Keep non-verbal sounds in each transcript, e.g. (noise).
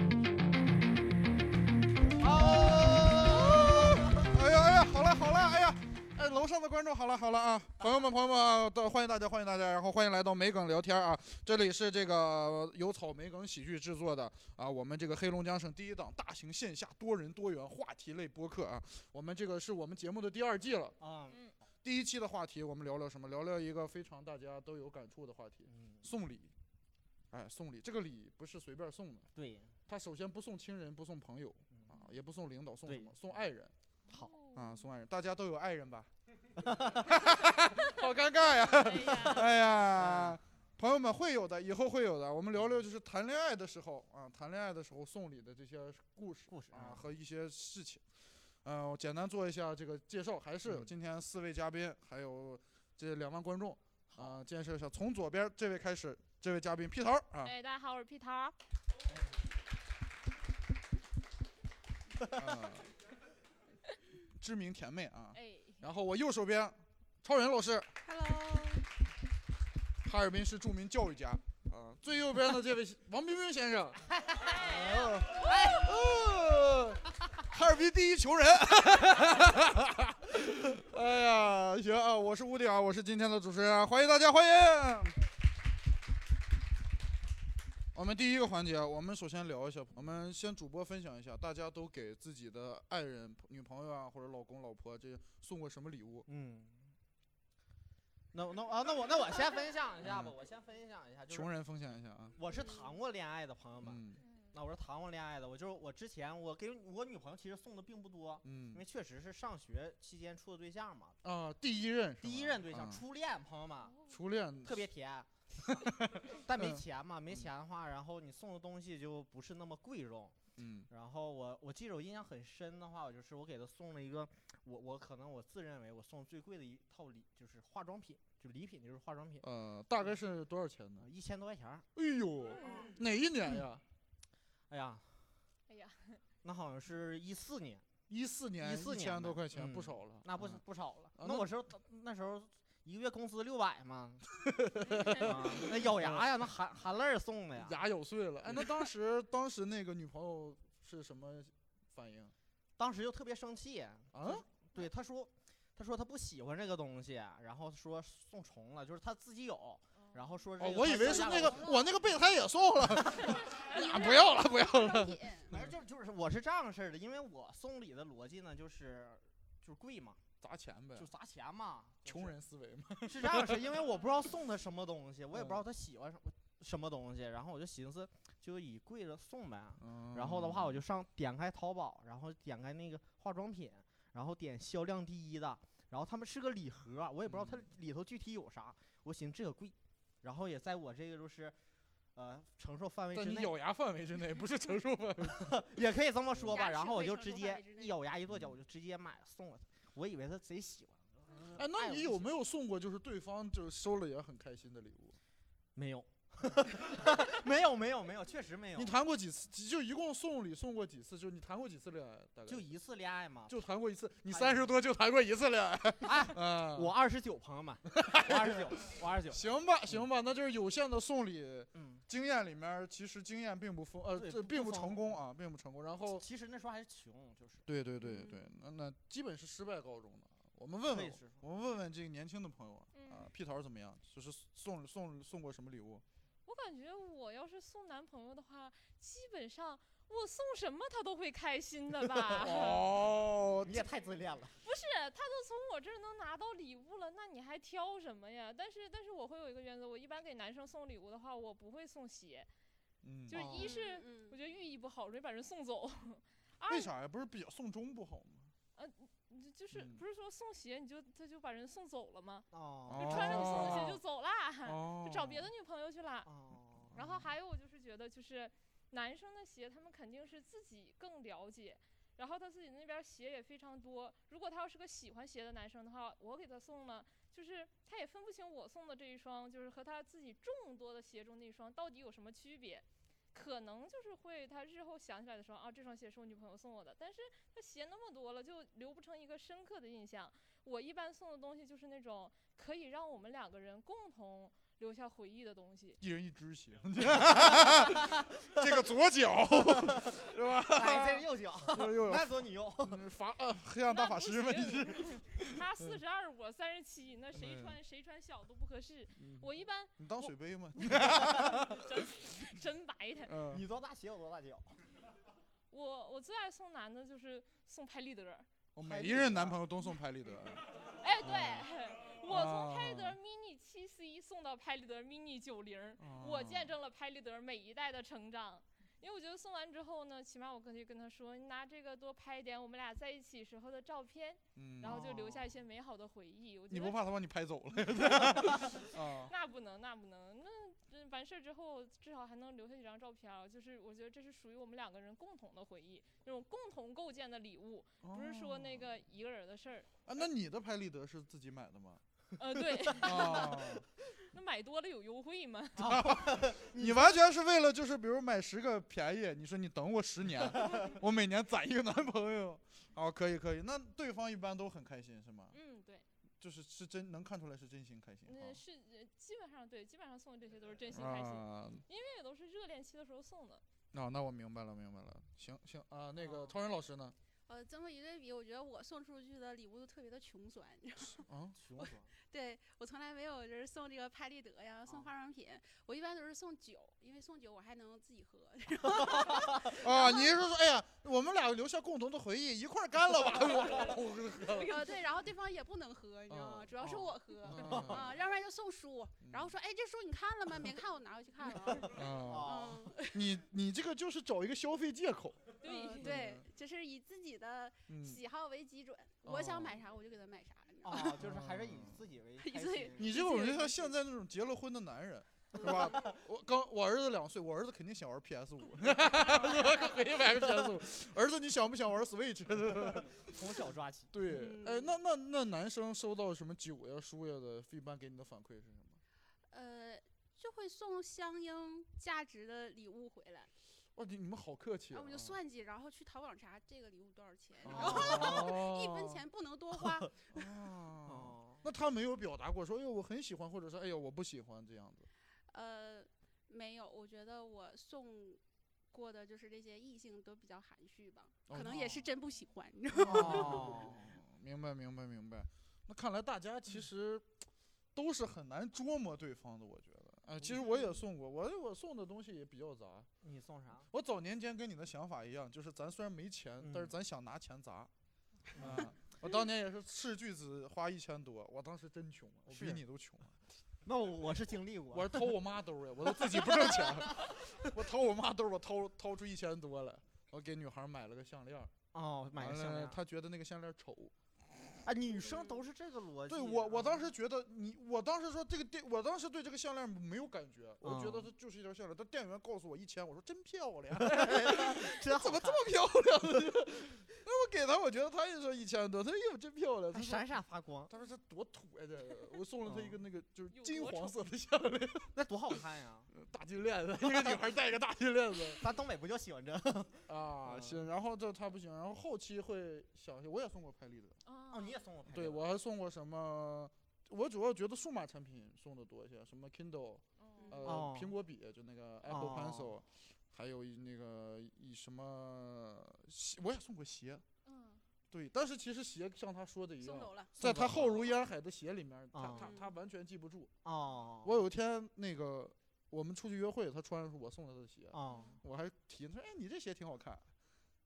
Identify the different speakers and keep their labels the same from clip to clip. Speaker 1: 哎观众好了好了啊，朋友们朋友们啊，到欢迎大家欢迎大家，然后欢迎来到美梗聊天啊，这里是这个由草莓梗喜剧制作的啊，我们这个黑龙江省第一档大型线下多人多元话题类播客啊，我们这个是我们节目的第二季了啊。第一期的话题我们聊聊什么？聊聊一个非常大家都有感触的话题，送礼。哎，送礼这个礼不是随便送的，
Speaker 2: 对，
Speaker 1: 他首先不送亲人，不送朋友啊，也不送领导，送什么？送爱人。
Speaker 2: 好
Speaker 1: 啊，送爱人，大家都有爱人 (laughs) 吧？好尴尬呀！ (laughs) 哎呀，朋友们会有的，以后会有的。我们聊聊就是谈恋爱的时候啊，谈恋爱的时候送礼的这些故事
Speaker 2: 故事
Speaker 1: 啊
Speaker 2: 啊
Speaker 1: 和一些事情。嗯、我简单做一下这个介绍，还是
Speaker 2: 嗯
Speaker 1: 今天四位嘉宾，还有这两万观众啊、介绍一下，从左边这位开始，这位嘉宾屁桃儿啊。
Speaker 3: 哎，大家好，我是屁桃儿。
Speaker 1: 啊， (laughs) 知名甜妹啊。
Speaker 3: 哎
Speaker 1: 然后我右手边，超人老师，
Speaker 3: ，Hello，
Speaker 1: 哈尔滨市著名教育家啊。最右边的这位王冰冰先生，哎哦，哈尔滨第一穷人。 (laughs) 哎呀，行啊，我是吴迪啊，我是今天的主持人啊，欢迎大家，欢迎。我们第一个环节，我们首先聊一下，我们先主播分享一下，大家都给自己的爱人、女朋友啊，或者老公、老婆这送过什么礼物？
Speaker 2: 嗯。那我那我啊， (laughs) 那我那我先分享一下吧，
Speaker 1: 嗯
Speaker 2: 我先分享一下，就是
Speaker 1: 穷人分享一下啊，
Speaker 2: 我是谈过恋爱的朋友们，
Speaker 1: 嗯
Speaker 2: 那我是谈过恋爱的，我就是我之前我给我女朋友其实送的并不多，因
Speaker 1: 嗯
Speaker 2: 为确实是上学期间处的对象嘛，
Speaker 1: 啊，第一任是
Speaker 2: 第一
Speaker 1: 吗
Speaker 2: 任对象
Speaker 1: 啊
Speaker 2: 初恋，朋友们
Speaker 1: 初恋
Speaker 2: 特别
Speaker 1: (laughs)
Speaker 2: 甜，但没
Speaker 1: 嗯
Speaker 2: 钱嘛，没
Speaker 1: 嗯
Speaker 2: 钱的话，然后你送的东西就不是那么贵重，
Speaker 1: 嗯
Speaker 2: 然后我我记得我印象很深的话，我就是我给他送了一个，我我可能我自认为我送最贵的一套礼就是化妆品，就礼品就是化妆品，
Speaker 1: 呃，大概是多少钱呢？
Speaker 2: 啊一千多块钱儿。
Speaker 1: 哎呦，哪一年呀？
Speaker 2: 哎呀，
Speaker 3: 哎呀，
Speaker 2: 那好像是一四年，
Speaker 1: 一四年，
Speaker 2: 14年
Speaker 1: 千
Speaker 2: 吧
Speaker 1: 多块钱，不
Speaker 2: 嗯
Speaker 1: 少了。
Speaker 2: 那不、
Speaker 1: 啊
Speaker 2: 不少了。
Speaker 1: 啊
Speaker 2: 那
Speaker 1: 那
Speaker 2: 我时候那时候一个月工资六百
Speaker 1: (laughs)
Speaker 2: 嘛，啊那咬牙呀，那含含泪儿送的呀。
Speaker 1: 哎牙咬碎了。哎，那当时当时那个女朋友是什么反应
Speaker 2: 当时就特别生气，
Speaker 1: 啊？
Speaker 2: 对他说，他说他不喜欢这个东西，然后说送重了，就是他自己有，然后说这
Speaker 1: 哦
Speaker 2: 个，
Speaker 1: 我
Speaker 2: 他
Speaker 1: 以为
Speaker 2: 送
Speaker 1: 是
Speaker 2: 家
Speaker 1: 那
Speaker 2: 里
Speaker 1: 个我那个备胎也送了，啊不要了不要了。
Speaker 2: 反正就是就是我是这样式儿的，因为我送礼的逻辑呢，就是就是贵嘛，
Speaker 1: 砸钱呗
Speaker 2: 就砸钱嘛，就
Speaker 1: 穷
Speaker 2: 是
Speaker 1: 人思维嘛。
Speaker 2: 是这样
Speaker 1: (laughs)
Speaker 2: 式儿，因为我不知道送他什么东西，我也不知
Speaker 1: 嗯
Speaker 2: 道他喜欢什么什么东西，然后我就寻思就以贵的送呗。
Speaker 1: 嗯
Speaker 2: 然后的话，我就上点开淘宝，然后点开那个化妆品，然后点销量第一的，然后他们是个礼盒，我也不知道
Speaker 1: 嗯
Speaker 2: 它里头具体有啥，我寻思这个贵，然后也在我这个就是。呃，承受 (laughs) 范围之
Speaker 1: 但你
Speaker 2: 内，
Speaker 1: 咬牙范围之内，不是承受范围。
Speaker 2: (laughs) 也可以这么说吧。
Speaker 3: 牙
Speaker 2: 然
Speaker 3: 齿
Speaker 2: 后我
Speaker 3: 会
Speaker 2: 就
Speaker 3: 承
Speaker 2: 直
Speaker 3: 受范
Speaker 2: 接
Speaker 3: 围之内
Speaker 2: 一咬牙一跺脚，
Speaker 1: 嗯
Speaker 2: 我就直接买送了他。我以为他贼喜欢。
Speaker 1: 哎，那
Speaker 2: 我
Speaker 1: 你
Speaker 2: 不
Speaker 1: 有
Speaker 2: 行
Speaker 1: 没有送过就是对方就收了也很开心的礼物？
Speaker 2: 没
Speaker 1: (laughs)
Speaker 2: 有，没有，没有，没有，确实没有
Speaker 1: 你。谈过几次？就一共送礼送过几次？就你谈过几次恋爱？大概
Speaker 2: 就一次恋爱嘛。
Speaker 1: 就谈过一次。你
Speaker 2: 谈
Speaker 1: 三十多就谈过一次恋爱？
Speaker 2: 哎，
Speaker 1: (laughs) 啊，
Speaker 2: 我二十九，朋友们，我二十九，我二十九。
Speaker 1: 行吧，行吧，那就是有限的送礼
Speaker 2: 嗯，
Speaker 1: 经验里面，其实经验并不丰，呃，
Speaker 2: 对
Speaker 1: 这
Speaker 2: 不
Speaker 1: 并
Speaker 2: 不
Speaker 1: 不
Speaker 2: 丰
Speaker 1: 成功啊，并不成功。然后，
Speaker 2: 其实那时候还是穷，就是
Speaker 1: 对对对
Speaker 3: 嗯
Speaker 1: 对，那那基本是失败告终的。啊我们问
Speaker 2: 可以
Speaker 1: 问
Speaker 2: 是说，
Speaker 1: 我们问问这个年轻的朋友啊
Speaker 3: 嗯
Speaker 1: 啊，屁桃儿怎么样？就是送送送过什么礼物？
Speaker 3: 我感觉我要是送男朋友的话，基本上我送什么他都会开心的吧？
Speaker 1: (laughs) 哦
Speaker 2: 你也太自恋了。
Speaker 3: 不是，他都从我这儿能拿到礼物了，那你还挑什么呀？但是，但是我会有一个原则，我一般给男生送礼物的话，我不会送鞋，
Speaker 1: 嗯，
Speaker 3: 就是
Speaker 2: 哦
Speaker 3: 一是
Speaker 4: 嗯
Speaker 3: 我觉得寓意不好，容易把人送
Speaker 1: (laughs)
Speaker 3: 走。
Speaker 1: 为
Speaker 3: 二呃
Speaker 1: 啥呀？不是比送钟不好吗？
Speaker 3: 就就是
Speaker 1: 嗯
Speaker 3: 不是说送鞋你就他就把人送走了吗？
Speaker 2: 哦
Speaker 1: 哦
Speaker 3: 就穿着你送的鞋就走啦，
Speaker 1: 哦，
Speaker 3: 就找别的女朋友去啦。
Speaker 2: 哦，
Speaker 3: 然后还有我就是觉得，就是男生的鞋，他们肯定是自己更了解，然后他自己那边鞋也非常多。如果他要是个喜欢鞋的男生的话，我给他送了，就是他也分不清我送的这一双，就是和他自己众多的鞋中那一双到底有什么区别。可能就是会，他日后想起来的时候，啊，这双鞋是我女朋友送我的，但是他鞋那么多了，就留不成一个深刻的印象。我一般送的东西就是那种可以让我们两个人共同留下回忆的东西。
Speaker 1: 一人一只鞋， (laughs) 这个
Speaker 2: (laughs)
Speaker 1: 左脚 (laughs) 是吧？
Speaker 2: 哎，这是右脚，
Speaker 1: 又又有
Speaker 2: 那左你
Speaker 1: (laughs)
Speaker 2: 右，
Speaker 1: 嗯法呃黑暗大法师们，
Speaker 3: 那
Speaker 1: 你
Speaker 3: 不
Speaker 1: 是
Speaker 3: 他四十二，我三十七，那谁
Speaker 1: 嗯
Speaker 3: 穿谁穿小都不合适。我一般
Speaker 1: (laughs) 你当水杯吗？
Speaker 3: 真 (laughs) 真白他。
Speaker 1: 嗯，
Speaker 2: 你多大鞋我多大脚。
Speaker 3: 我我最爱送男的就是送拍立得。
Speaker 1: 我每一任男朋友都送拍
Speaker 3: (laughs)
Speaker 1: 立得，
Speaker 3: 哎，对， (laughs) 我从拍立得
Speaker 1: 啊
Speaker 3: mini 七 C 送到拍立得 mini 九零，我见
Speaker 1: 哦
Speaker 3: 证了拍立得每一代的成长。因为我觉得送完之后呢，起码我可以跟他说，你拿这个多拍一点我们俩在一起时候的照片，
Speaker 1: 嗯，
Speaker 3: 然后就留
Speaker 2: 哦
Speaker 3: 下一些美好的回忆。我觉
Speaker 1: 你
Speaker 3: 得
Speaker 1: 不怕他把你
Speaker 3: (laughs)
Speaker 1: 拍走了？啊，
Speaker 3: 那不能，那不能，那这完事儿之后，至少还能留下几张照片儿。就是我觉得这是属于我们两个人共同的回忆，那种共同构建的礼物，不是说
Speaker 1: 哦
Speaker 3: 那个一个人的事儿。
Speaker 1: 啊，那你的拍立得是自己买的吗？
Speaker 3: 呃，对，
Speaker 1: 啊，
Speaker 3: (laughs) 那买多了有优惠吗？
Speaker 1: (laughs) 你完全是为了就是比如买十个便宜，你说你等我十年，我每年攒一个男朋友。哦，可以可以，那对方一般都很开心是吗？
Speaker 3: (laughs) 嗯，对，
Speaker 1: 就是是真能看出来是真心开
Speaker 4: 嗯
Speaker 1: 心
Speaker 3: 那是呃基本上对，基本上送的这些都是真心
Speaker 1: 哈。
Speaker 3: 开心，
Speaker 1: 啊，
Speaker 3: 因为也都是热恋期的时候送的。
Speaker 1: 那、哦那我明白了明白了，行行啊，那个
Speaker 2: 哦
Speaker 1: 超人老师呢？
Speaker 4: 呃，综合一类比，我觉得我送出去的礼物都特别的穷酸，你知道吗 (laughs)
Speaker 1: 啊，
Speaker 2: 穷
Speaker 1: (laughs)
Speaker 2: 酸，
Speaker 4: 对我从来没有就是送这个拍立得呀，
Speaker 2: 哦
Speaker 4: 送化妆品，我一般都是送酒，因为送酒我还能自己喝。
Speaker 1: 啊，你是说哎呀，我们俩留下共同的回忆，一块儿干了吧？我这喝了。
Speaker 4: 呃， (laughs) 对，然后对方也不能喝，你知道吗？
Speaker 1: 哦
Speaker 4: 主要是
Speaker 2: 哦
Speaker 4: 我喝。
Speaker 1: 啊
Speaker 4: 啊，要不然就送书，然后
Speaker 1: 嗯
Speaker 4: 说，哎，这书你看了吗？没看，我拿回去
Speaker 2: (laughs)
Speaker 4: 看了。
Speaker 1: 啊，
Speaker 2: 哦，
Speaker 4: 嗯，
Speaker 1: 你你这个就是找一个消费借口。
Speaker 3: 对，
Speaker 2: 哦
Speaker 4: 呃对，
Speaker 2: 嗯
Speaker 4: 就是以自己的
Speaker 1: 嗯，
Speaker 4: 喜好为基准，我想买
Speaker 1: 哦
Speaker 4: 啥我就给他买啥，你知道吗？
Speaker 2: 哦，就是还是以
Speaker 1: 嗯
Speaker 2: 自己为 (laughs)
Speaker 4: (laughs) 以
Speaker 2: 开
Speaker 4: 自己
Speaker 2: 心
Speaker 1: 你这种就像现在那种结了婚的
Speaker 2: (laughs)
Speaker 1: 男人，是吧？我刚我儿子两岁，我儿子肯定想玩 PS
Speaker 2: (laughs)
Speaker 1: 五，肯定买个 PS 五。儿子，你想不想玩 Switch？
Speaker 2: (laughs) 从小抓起。
Speaker 1: (laughs) 对，哎，
Speaker 4: 嗯
Speaker 1: 那那那男生收到什么酒呀、书呀的，一般给你的反馈是什么？
Speaker 4: 呃，就会送相应价值的礼物回来，
Speaker 1: 哇，你你们好客气、
Speaker 4: 然
Speaker 1: 啊。
Speaker 4: 后我就算计，然后去淘宝查这个礼物多少钱，然后
Speaker 1: 哦，
Speaker 4: 一
Speaker 3: (laughs)
Speaker 4: 分钱不能多花，
Speaker 1: 哦。
Speaker 2: 哦，
Speaker 1: 那他没有表达过说，哎呦我很喜欢，或者是哎呦我不喜欢这样子。
Speaker 4: 呃，没有，我觉得我送过的就是这些异性都比较含蓄吧，可能也是
Speaker 2: 哦
Speaker 4: 真不喜欢，你知道吗？
Speaker 1: 哦， (laughs) 明白明白明白。那看来大家其实都是很难捉摸对方的，我觉得。啊、其实我也送过，我我送的东西也比较杂。
Speaker 2: 你送啥？
Speaker 1: 我早年间跟你的想法一样，就是咱虽然没钱，但是
Speaker 2: 啊嗯
Speaker 1: 咱想拿钱砸。啊、
Speaker 2: (laughs)
Speaker 1: 我当年也是斥巨资花一千多，我当时真穷啊，我比
Speaker 2: 是
Speaker 1: 你都穷啊。
Speaker 2: (laughs) 那我是经历过，
Speaker 1: 我是掏我妈兜儿呀，我都自己不挣钱， (laughs) 我掏我妈兜儿，我掏掏出一千多来，我给女孩儿买了个项链儿，
Speaker 2: 哦买个
Speaker 1: 完
Speaker 2: 项
Speaker 1: 了
Speaker 2: 链儿。
Speaker 1: 她觉得那个项链儿丑。
Speaker 2: 啊，女生都是这个逻辑。
Speaker 1: 对我，我当时觉得你，我当时说这个店，我当时对这个项链没有感觉，我觉得
Speaker 2: 嗯
Speaker 1: 它就是一条项链。但店员告诉我一千，我说真漂亮，怎
Speaker 2: (laughs) 真好
Speaker 1: 么这么漂亮呢？ (laughs) 那我给他，我觉得他也说一千多，他说哎呦真漂亮，他
Speaker 2: 还
Speaker 1: 说
Speaker 2: 闪闪发光，
Speaker 1: 他说这多土呀、这个，我送了他一个那个就是
Speaker 3: 有
Speaker 1: 金
Speaker 3: 多
Speaker 1: 黄
Speaker 3: 丑
Speaker 1: 色的项链，
Speaker 2: 嗯 (laughs) 那多好看呀！
Speaker 1: (laughs) 大金链
Speaker 2: (laughs)
Speaker 1: 子，一个女孩戴一个大金链子
Speaker 2: 咱东北不就喜欢这？
Speaker 1: 啊，
Speaker 2: 嗯
Speaker 1: 行，然后这他不行，然后后期会想一下，我也送过拍立得。
Speaker 2: 哦，
Speaker 3: 哦
Speaker 2: 你也送我拍
Speaker 1: 对，
Speaker 2: 照
Speaker 1: 我还送过什么？我主要觉得数码产品送的多一些，什么 Kindle，
Speaker 3: 嗯
Speaker 1: 呃，
Speaker 2: 哦
Speaker 1: 苹果笔就那个 Apple
Speaker 2: 哦
Speaker 1: Pencil，、还有一那个一什么鞋，我也送过鞋。
Speaker 3: 嗯，
Speaker 1: 对，但是其实鞋像他说的一
Speaker 4: 送
Speaker 1: 样，
Speaker 4: 走了，
Speaker 1: 在
Speaker 2: 送
Speaker 1: 他
Speaker 2: 走
Speaker 1: 浩
Speaker 2: 了
Speaker 1: 如烟海的鞋里面，
Speaker 2: 啊
Speaker 1: 他他
Speaker 4: 嗯
Speaker 1: 他完全记不住。
Speaker 2: 哦，
Speaker 1: 我有一天那个我们出去约会，他穿的是我送他的鞋，
Speaker 2: 哦，
Speaker 1: 我还提他说：“哎，你这鞋挺好看。”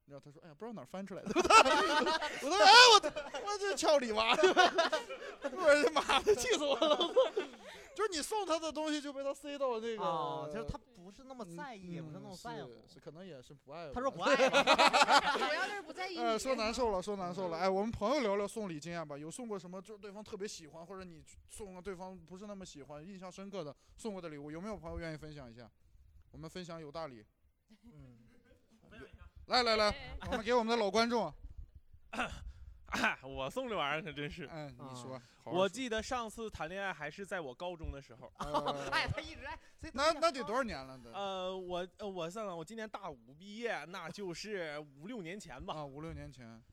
Speaker 1: 然后他说：“哎呀，不知道哪儿翻出来的。” (laughs) 我说：“哎，我我这俏里娃， (laughs) 我这妈的气死我了！” (laughs) 就是你送他的东西就被他塞到那个，
Speaker 2: 哦，就是他不是那么
Speaker 1: 嗯
Speaker 2: 在意，也不是那
Speaker 1: 嗯
Speaker 2: 么在乎。
Speaker 1: 是是可能也是不爱我。
Speaker 2: 他说不爱
Speaker 1: (laughs)
Speaker 2: 我，
Speaker 4: 主要就是不在意
Speaker 1: 呃，
Speaker 4: 你。
Speaker 1: 说难受了，说难受
Speaker 2: 嗯
Speaker 1: 了。哎，我们朋友聊聊送礼经验吧，有送过什么就是对方特别喜欢，或者你送了对方不是那么喜欢、印象深刻的送过的礼物，有没有朋友愿意分享一下？我们分享有大礼，
Speaker 2: 嗯，
Speaker 1: 来来来，
Speaker 3: 哎
Speaker 1: 我们给我们的
Speaker 2: (laughs)
Speaker 1: 老观众，
Speaker 5: 啊我送这玩意儿可真是。
Speaker 1: 嗯，你说，好好
Speaker 5: 我
Speaker 1: 说
Speaker 5: 记得上次谈恋爱还是在我高中的时候，
Speaker 1: 呃
Speaker 2: (laughs) 哎，他一直哎，所以
Speaker 1: 那
Speaker 2: 他
Speaker 1: 那得
Speaker 2: 想
Speaker 1: 多少年了？得
Speaker 5: 呃，我呃我算了，我今年大五毕业，那就是五六年前吧。
Speaker 1: 啊，五六年前，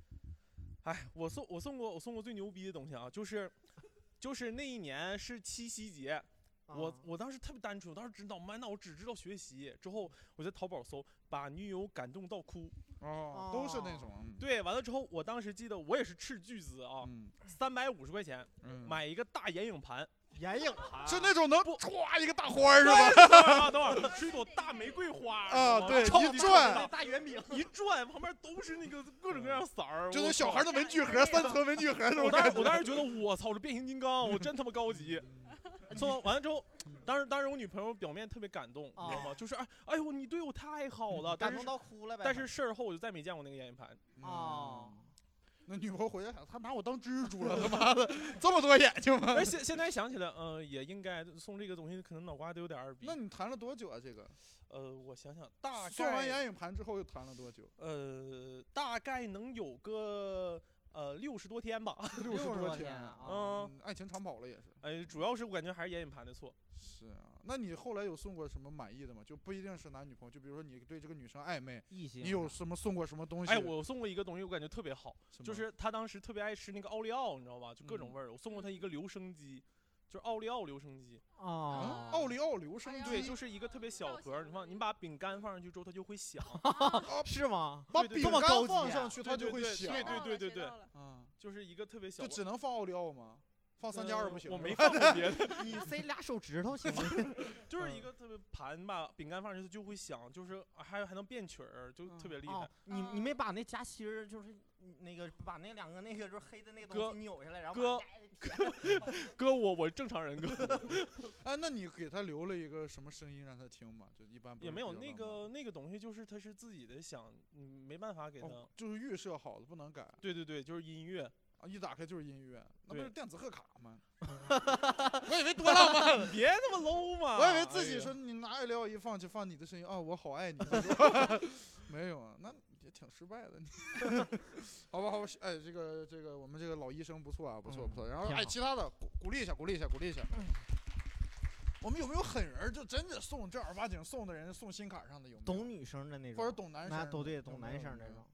Speaker 5: 哎，我送我送过我送过最牛逼的东西啊，就是就是那一年是七夕节，我
Speaker 2: 啊
Speaker 5: 我当时特别单纯，我当时只脑满脑，我只知道学习。之后我在淘宝搜，把女友感动到哭。
Speaker 1: 哦，都是那种，嗯
Speaker 5: 对，完了之后，我当时记得我也是斥巨资啊，三百五十块钱
Speaker 1: 嗯
Speaker 5: 买一个大眼影盘，
Speaker 2: 眼影盘
Speaker 1: 是那种能歘一个大花儿 (laughs) 是吧？
Speaker 5: 对等会儿啊，等会儿是一朵大玫瑰花
Speaker 1: 啊
Speaker 5: 我
Speaker 1: 对
Speaker 5: 瞅
Speaker 1: 一
Speaker 5: 着
Speaker 1: 转
Speaker 5: 瞅着
Speaker 2: 大圆饼，
Speaker 5: 一转，旁边都是那个各种各样的色儿，
Speaker 1: 就
Speaker 5: 我
Speaker 1: 那小
Speaker 5: 操
Speaker 1: 孩儿的文具盒，三层文具盒那种
Speaker 5: 我当
Speaker 1: 感
Speaker 5: 时
Speaker 1: 觉。
Speaker 5: 我当时觉得我操，这变形金刚，我真他妈高级。说完了之后，当时当时我女朋友表面特别感动，你知道
Speaker 1: 哦
Speaker 5: 吗？就是哎哎呦，你对我太
Speaker 1: (laughs)
Speaker 5: 好了。但
Speaker 2: 感动
Speaker 5: 是
Speaker 2: 到哭了呗。
Speaker 5: 但是事儿后我就再没见过那个眼影盘。
Speaker 2: 哦，
Speaker 1: 那女朋友回来想，他拿我当蜘蛛了，他 (laughs) 妈的，这么多眼睛吗？
Speaker 5: 但哎现现在想起来，嗯、也应该送这个东西，可能脑瓜都有点二逼
Speaker 1: 那。你谈了多久啊？这个
Speaker 5: 呃，我想想，大
Speaker 1: 送完
Speaker 5: 概
Speaker 1: 眼影盘之后又谈了多久？
Speaker 5: 呃大概能有个呃六十多天吧。
Speaker 1: (laughs) 六
Speaker 2: 十多
Speaker 1: 天
Speaker 2: 天啊
Speaker 5: 嗯
Speaker 1: 嗯，爱情长跑了也是。
Speaker 5: 哎，主要是我感觉还是眼影盘的错。
Speaker 1: 是啊，那你后来有送过什么满意的吗？就不一定是男女朋友，就比如说你对这个女生暧昧，
Speaker 2: 异性啊
Speaker 1: 你有什么送过什么东西？
Speaker 5: 哎，我送过一个东西，我感觉特别好，
Speaker 1: 什么嗯
Speaker 5: 就是他当时特别爱吃那个奥利奥，你知道吧？就各种味儿。我送过他一个留声机，就是奥利奥留声机。
Speaker 2: 啊
Speaker 1: 啊，奥利奥留声
Speaker 4: 哎呀
Speaker 5: 对，
Speaker 1: 机
Speaker 5: 就是一个特别小盒儿，你放，
Speaker 4: 嗯
Speaker 5: 你把饼干放上去之后，它就会响。
Speaker 2: (laughs) 是吗？
Speaker 1: 把
Speaker 5: 对对
Speaker 1: 饼
Speaker 5: 这
Speaker 2: 么高
Speaker 1: 干
Speaker 2: 级
Speaker 1: 放
Speaker 2: 啊
Speaker 1: 上去，它
Speaker 5: 对
Speaker 1: 就
Speaker 5: 对
Speaker 1: 会
Speaker 5: 对
Speaker 1: 响。
Speaker 5: 对对对对对
Speaker 1: 啊，
Speaker 5: 就是一个特别
Speaker 1: 就
Speaker 5: 小盒儿。
Speaker 1: 只能放奥利奥吗？放三加
Speaker 5: 呃
Speaker 1: 二不行是吧？
Speaker 5: 我没放过别的，
Speaker 2: (laughs) 你塞俩手指头
Speaker 1: (laughs)
Speaker 2: 行吗？
Speaker 5: (laughs) 就是一
Speaker 1: 嗯
Speaker 5: 个特别盘吧，饼干放上去就会响，就是还还能变曲儿，就特别
Speaker 1: 嗯
Speaker 5: 厉害
Speaker 2: 哦。，你你没把那夹心儿，就是那个把那两个那个就是黑的那个
Speaker 5: (laughs) 哥
Speaker 2: 东西扭下来，然后
Speaker 5: 哥
Speaker 2: 把它摘了
Speaker 5: (laughs) 哥，我我正常人哥
Speaker 1: (laughs) 哎，那你给他留了一个什么声音让他听吗？就一般不
Speaker 5: 也
Speaker 1: 是
Speaker 5: 没有
Speaker 1: 比较
Speaker 5: 那
Speaker 1: 浪
Speaker 5: 个那个东西，就是它是自己的响，嗯，没办法给
Speaker 1: 漫
Speaker 5: 它
Speaker 1: 哦。，就是预设好的不能改
Speaker 5: 对对对，就是音乐，
Speaker 1: 啊，一打开就是音乐，那不
Speaker 5: 对
Speaker 1: 是电子贺卡
Speaker 5: (laughs)
Speaker 1: 吗？我以为多浪漫，
Speaker 5: 别那么 low 嘛。
Speaker 1: 我以为自
Speaker 5: 哎
Speaker 1: 己
Speaker 5: 呀
Speaker 1: 说你拿奥利奥一放就放你的声音啊，我好
Speaker 5: (laughs)
Speaker 1: 爱你， (laughs) 没有啊，那也挺失败的。你 (laughs) 好吧，好吧，哎，这个这个我们这个老医生不错啊，不错
Speaker 2: 嗯
Speaker 1: 不错。然后
Speaker 2: 挺
Speaker 1: 哎，
Speaker 2: 好
Speaker 1: 其他的鼓鼓励一下，鼓励一下，鼓励一下
Speaker 2: 嗯。
Speaker 1: (laughs) 我们有没有狠人儿就真的送正儿八经送的人送心坎儿上的有没有？
Speaker 2: 懂女生的那种，
Speaker 1: 或者懂男生
Speaker 2: 那
Speaker 1: 的？
Speaker 2: 都对，
Speaker 1: 有
Speaker 2: 懂
Speaker 1: 没
Speaker 2: 男
Speaker 1: 有
Speaker 2: 生
Speaker 1: 有
Speaker 2: 那
Speaker 1: 没有
Speaker 2: 种。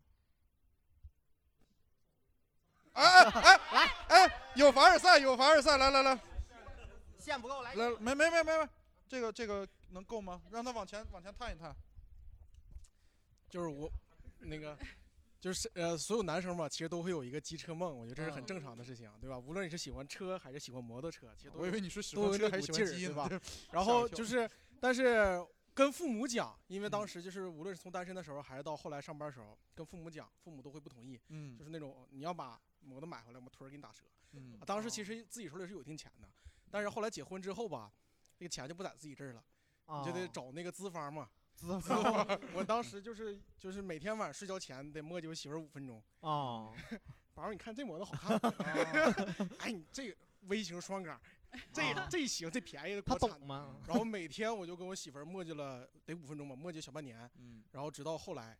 Speaker 1: 哎哎哎哎哎，有凡尔赛，有凡尔赛，来来来嗯
Speaker 2: 线不够，来
Speaker 1: 来，没没没没没，这个这个能够吗？让他往前往前探一探。
Speaker 6: 就是我，
Speaker 1: (laughs)
Speaker 6: 那个， (laughs) 就是呃，所有男生嘛，其实都会有一个机车梦，我觉得这是很正常的事情，啊对吧？无论你是喜欢车还是喜欢摩托车，其实都
Speaker 1: 我以
Speaker 6: 有。
Speaker 1: 为你是喜
Speaker 6: 都
Speaker 1: 欢
Speaker 6: 有
Speaker 1: 车
Speaker 6: 那
Speaker 1: 还是
Speaker 6: 股
Speaker 1: 喜
Speaker 6: 劲
Speaker 1: 欢
Speaker 6: 儿
Speaker 1: 鸡呢
Speaker 6: 对吧？
Speaker 1: 这
Speaker 6: (laughs)
Speaker 7: (laughs)
Speaker 6: 然
Speaker 1: 吓我
Speaker 6: 后
Speaker 1: 一跳
Speaker 6: 就是，但是跟父母讲，因为当
Speaker 1: 嗯
Speaker 6: 时就是无论是从单身的时候，还是到后来上班的时候，跟父母讲，父母都会不同意，
Speaker 1: 嗯
Speaker 6: 就是那种你要把摩托买回来，我们腿儿给你打折。
Speaker 1: 嗯
Speaker 6: 啊当时其实自己手里是有一定钱的，但是后来结婚之后吧，这个钱就不在自己这儿了，
Speaker 2: 啊
Speaker 6: 你就得找那个资方嘛。
Speaker 2: (laughs) 资
Speaker 6: 然后我当时就是就是每天晚上睡觉前得磨叽我媳妇儿五分钟，
Speaker 2: 啊，
Speaker 6: (laughs) 宝儿你看这摩托好看， (laughs) 哎你这个微型双缸，这
Speaker 2: 啊
Speaker 6: 这行这便宜的
Speaker 2: 他
Speaker 6: 国产
Speaker 2: 懂。 (laughs) 吗？
Speaker 6: 然后每天我就跟我媳妇儿磨叽了得五分钟吧，磨叽小半年，
Speaker 1: 嗯
Speaker 6: 然后直到后来，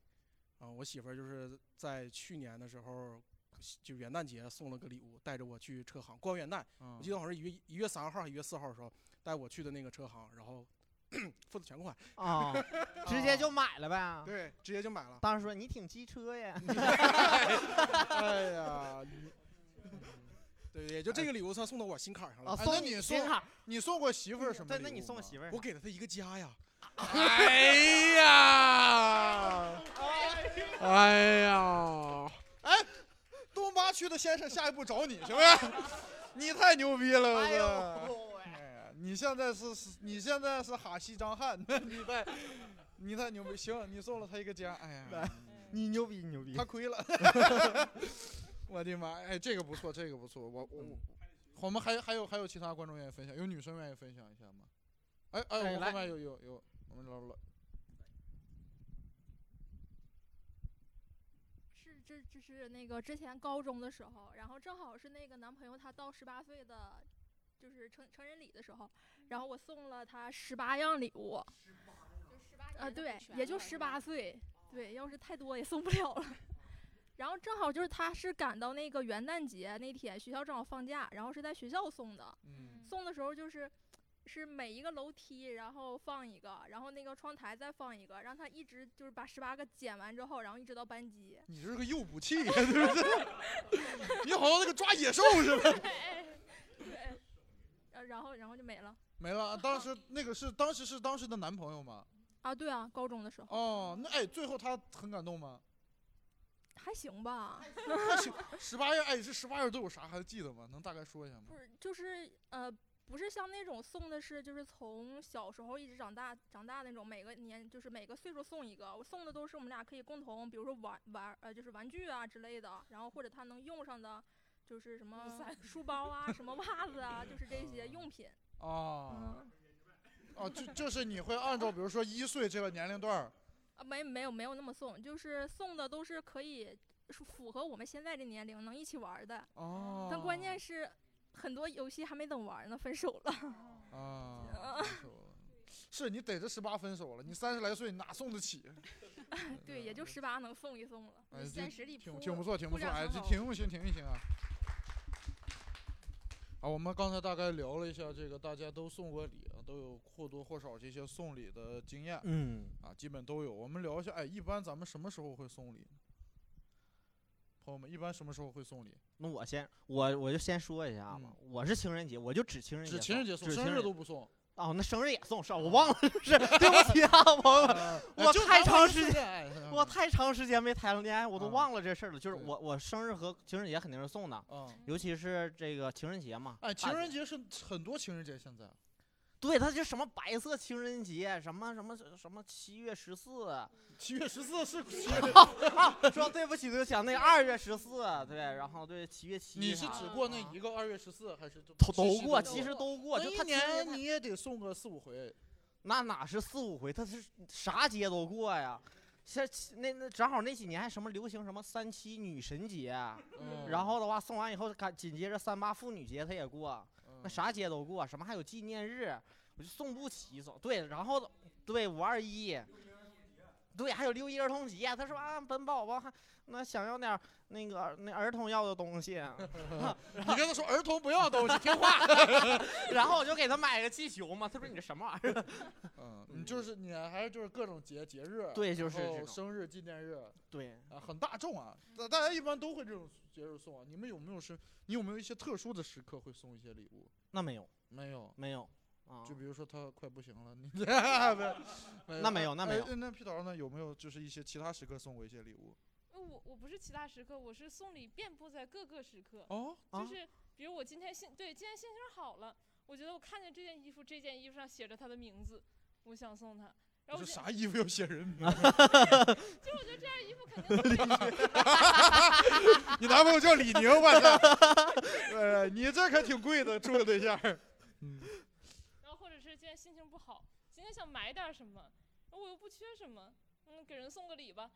Speaker 6: 啊、我媳妇儿就是在去年的时候，就元旦节送了个礼物，带着我去车行过完元旦，
Speaker 2: 嗯
Speaker 6: 我记得好像是一月一月三号、一月四号的时候带我去的那个车行，然后 (clears throat) 付的全款， (laughs)
Speaker 2: 啊，直接就买了呗。
Speaker 6: 对，直接就买
Speaker 2: (laughs)
Speaker 6: 了。
Speaker 2: 当时说啊你挺机车呀， (laughs)
Speaker 6: 哎呀，你 (laughs) 对，也就这个礼物算送到我心坎上了。哎
Speaker 2: 啊，
Speaker 1: 那
Speaker 2: 送
Speaker 1: 你
Speaker 2: 信
Speaker 1: 送
Speaker 2: 卡，
Speaker 1: 你送过媳妇儿什么
Speaker 2: 对，
Speaker 1: 礼物吗？
Speaker 2: 那你送媳妇儿
Speaker 6: 我给了他一个家呀，
Speaker 1: 哎
Speaker 7: 啊 (laughs)
Speaker 1: 呀，哎呀，哎，东八区的先生下一步找你行不行？你太牛逼了，我
Speaker 2: 哎呦
Speaker 1: 操！
Speaker 2: 喂，
Speaker 1: 哎呀，你现在是是，你现在是哈西张翰，你太，你太牛逼！行，你送了他一个家，哎呀，
Speaker 2: 你牛逼，你牛逼
Speaker 1: 他
Speaker 2: (laughs)
Speaker 1: 亏了，我的妈！哎，这个不错，这个不错，我我我，我们还还有还有其他观众愿意分享，有女生愿意分享一下吗？哎
Speaker 2: 哎
Speaker 1: 哎，我
Speaker 2: 来
Speaker 1: 后面有有有，我们老老
Speaker 8: 是这这是那个之前高中的时候，然后正好是那个男朋友他到十八岁的，就是成成人礼的时候，然后我送了他十八样礼物，啊对，也就十八岁，对，要是太多也送不了了。 (laughs) 然后正好就是他是赶到那个元旦节那天，学校正好放假，然后是在学校送的，
Speaker 1: 嗯
Speaker 8: 送的时候就是。是每一个楼梯，然后放一个，然后那个窗台再放一个，让他一直就是把十八个捡完之后，然后一直到班级。
Speaker 1: 你这是个诱捕器，对不 (laughs) 对？你好像那个抓野兽似的。 (laughs)
Speaker 8: 对，对，呃然后然后就没了
Speaker 1: 没了。当时那个是当时是当时的男朋友吗？
Speaker 8: 啊。对啊，高中的时候
Speaker 1: 哦，那哎，最后他很感动吗？
Speaker 8: 还行吧，
Speaker 4: (laughs)
Speaker 1: 十八月，哎，这十八月都有啥还记得吗？能大概说一下吗？
Speaker 8: 不是就是呃不是像那种送的是就是从小时候一直长大长大那种，每个年就是每个岁数送一个，我送的都是我们俩可以共同，比如说玩玩呃就是玩具啊之类的，然后或者他能用上的。就是什么书包啊，什么袜子啊，就是这些用品。
Speaker 4: 嗯
Speaker 1: 哦，哦，就就是你会按照比如说一岁这个年龄段儿，
Speaker 8: 啊，没没有没有那么送，就是送的都是可以是符合我们现在这年龄能一起玩儿的。
Speaker 1: 哦，
Speaker 8: 但关键是很多游戏还没等玩儿呢，分手了。
Speaker 4: (laughs)
Speaker 1: 啊，分手了是你逮着十八分手了，你三十来岁你哪送得起？
Speaker 8: 哎对，也就十八能送一送了。
Speaker 1: 哎，这
Speaker 4: 三十里
Speaker 1: 挺
Speaker 4: 铺
Speaker 1: 挺不错，挺不
Speaker 4: 铺
Speaker 1: 错，
Speaker 4: 两
Speaker 1: 哎，
Speaker 4: 层
Speaker 1: 这
Speaker 4: 楼
Speaker 1: 停一停，停一停啊！啊，我们刚才大概聊了一下这个，大家都送过礼啊，都有或多或少这些送礼的经验，
Speaker 2: 嗯，
Speaker 1: 啊，基本都有。我们聊一下，哎，一般咱们什么时候会送礼？朋友们，一般什么时候会送礼？
Speaker 2: 那我先，我我就先说一下吧，我是情人节，我就只情人节
Speaker 1: 只
Speaker 2: 送，
Speaker 1: 情人节送，
Speaker 2: 只情
Speaker 1: 生
Speaker 2: 人
Speaker 1: 日
Speaker 2: 节
Speaker 1: 都不送。
Speaker 2: 哦，那生日也送，是吧我忘了，是
Speaker 1: (laughs)
Speaker 2: 对不起啊，朋友们，我
Speaker 1: 呃就
Speaker 2: 太
Speaker 1: 咱
Speaker 2: 长
Speaker 1: 们
Speaker 2: 时
Speaker 1: 是
Speaker 2: 间，
Speaker 1: 哎嗯
Speaker 2: 我太长时间没谈了恋爱，我都忘了这事儿了。就是我我生日和情人节肯定是送的，尤其是这个情人节嘛，
Speaker 1: 哎，嗯情
Speaker 2: 大
Speaker 1: 人节是很多情人节现在。啊
Speaker 2: 对，他就什么白色情人节，什么什么什么七月十四，
Speaker 1: 嗯七月十四是七
Speaker 2: (laughs) 说对不起对不起，啊，那个二月十四，对，然后对七月七，啊
Speaker 1: 你是只过那一个二月十四，还是
Speaker 2: 都
Speaker 1: 都
Speaker 2: 都过，其实都过，就
Speaker 1: 一
Speaker 2: 他情人节
Speaker 1: 年
Speaker 2: 他
Speaker 1: 你也得送个四五回。
Speaker 2: 那哪是四五回，他是啥节都过呀。像其那那正好那几年还什么流行什么三七女神节，啊
Speaker 1: 嗯
Speaker 2: 然后的话送完以后，赶紧接着三八妇女节他也过，那
Speaker 1: 嗯
Speaker 2: 啥节都过，什么还有纪念日，我就送不起送。对，然后对五二一，对，还有六一儿童节，他说啊，本宝宝还那想要点儿那个儿那儿童要的东西，啊
Speaker 1: (laughs)
Speaker 2: (laughs)
Speaker 1: 你跟他说儿童不要东西，听话。 (laughs)
Speaker 2: 然后我就给他买个气球嘛，他说你这什么玩意儿？ (laughs)
Speaker 1: 嗯，你就是你还是就是各种节节日，
Speaker 2: 对就是
Speaker 1: 然后
Speaker 2: 这种
Speaker 1: 生日纪念日
Speaker 2: 对，
Speaker 1: 啊，很大众啊，大大家一般都会这种节日送啊。你们有没有是？你有没有一些特殊的时刻会送一些礼物？
Speaker 2: 那没有
Speaker 1: 没有，
Speaker 2: 没有啊，
Speaker 1: 就比如说他快不行了，
Speaker 2: (laughs)
Speaker 1: 你没
Speaker 2: 那没有那没有
Speaker 1: 哎那屁桃呢？有没有就是一些其他时刻送过一些礼物？
Speaker 3: 呃我我不是其他时刻，我是送礼遍布在各个时刻。
Speaker 1: 哦啊
Speaker 3: 就是比如我今天心对今天心情好了，我觉得我看见这件衣服，这件衣服上写着他的名字，我想送他。然后
Speaker 1: 这
Speaker 3: 我
Speaker 1: 啥衣服要写人名？ (laughs)
Speaker 3: 就我觉得这件衣服肯定
Speaker 1: 你男朋友叫李宁吧？这呃，你这可挺贵的，处个对象。
Speaker 3: 然后或者是今天心情不好，今天想买点儿什么，我又不缺什么，嗯，给人送个礼吧。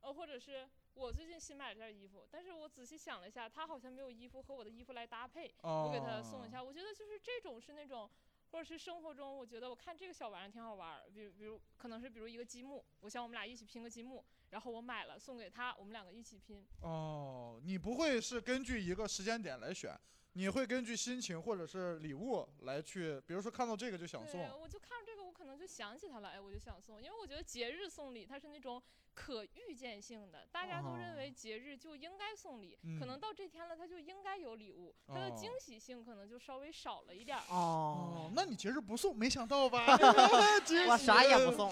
Speaker 3: 呃，或者是我最近新买了件衣服，但是我仔细想了一下，他好像没有衣服和我的衣服来搭配，我给他送一下。我觉得就是这种是那种，或者是生活中，我觉得我看这个小玩意儿挺好玩儿，比如比如可能是比如一个积木，我想我们俩一起拼个积木，然后我买了送给他，我们两个一起拼。
Speaker 1: 哦，你不会是根据一个时间点来选，你会根据心情或者是礼物来去，比如说看到这个就想
Speaker 3: 对，
Speaker 1: 送。
Speaker 3: 我就看着这个，我可能就想起他了，哎，我就想送，因为我觉得节日送礼它是那种可预见性的，大家都认为节日就应该送礼，可能
Speaker 1: 哦嗯
Speaker 3: 到这天了，它就应该有礼物，它的惊喜性可能就稍微少了一点儿。
Speaker 2: 哦，
Speaker 1: 哦，那你节日不送，没想到吧？
Speaker 2: (laughs)
Speaker 1: 惊
Speaker 2: 我
Speaker 1: 喜
Speaker 2: 啥也不送。。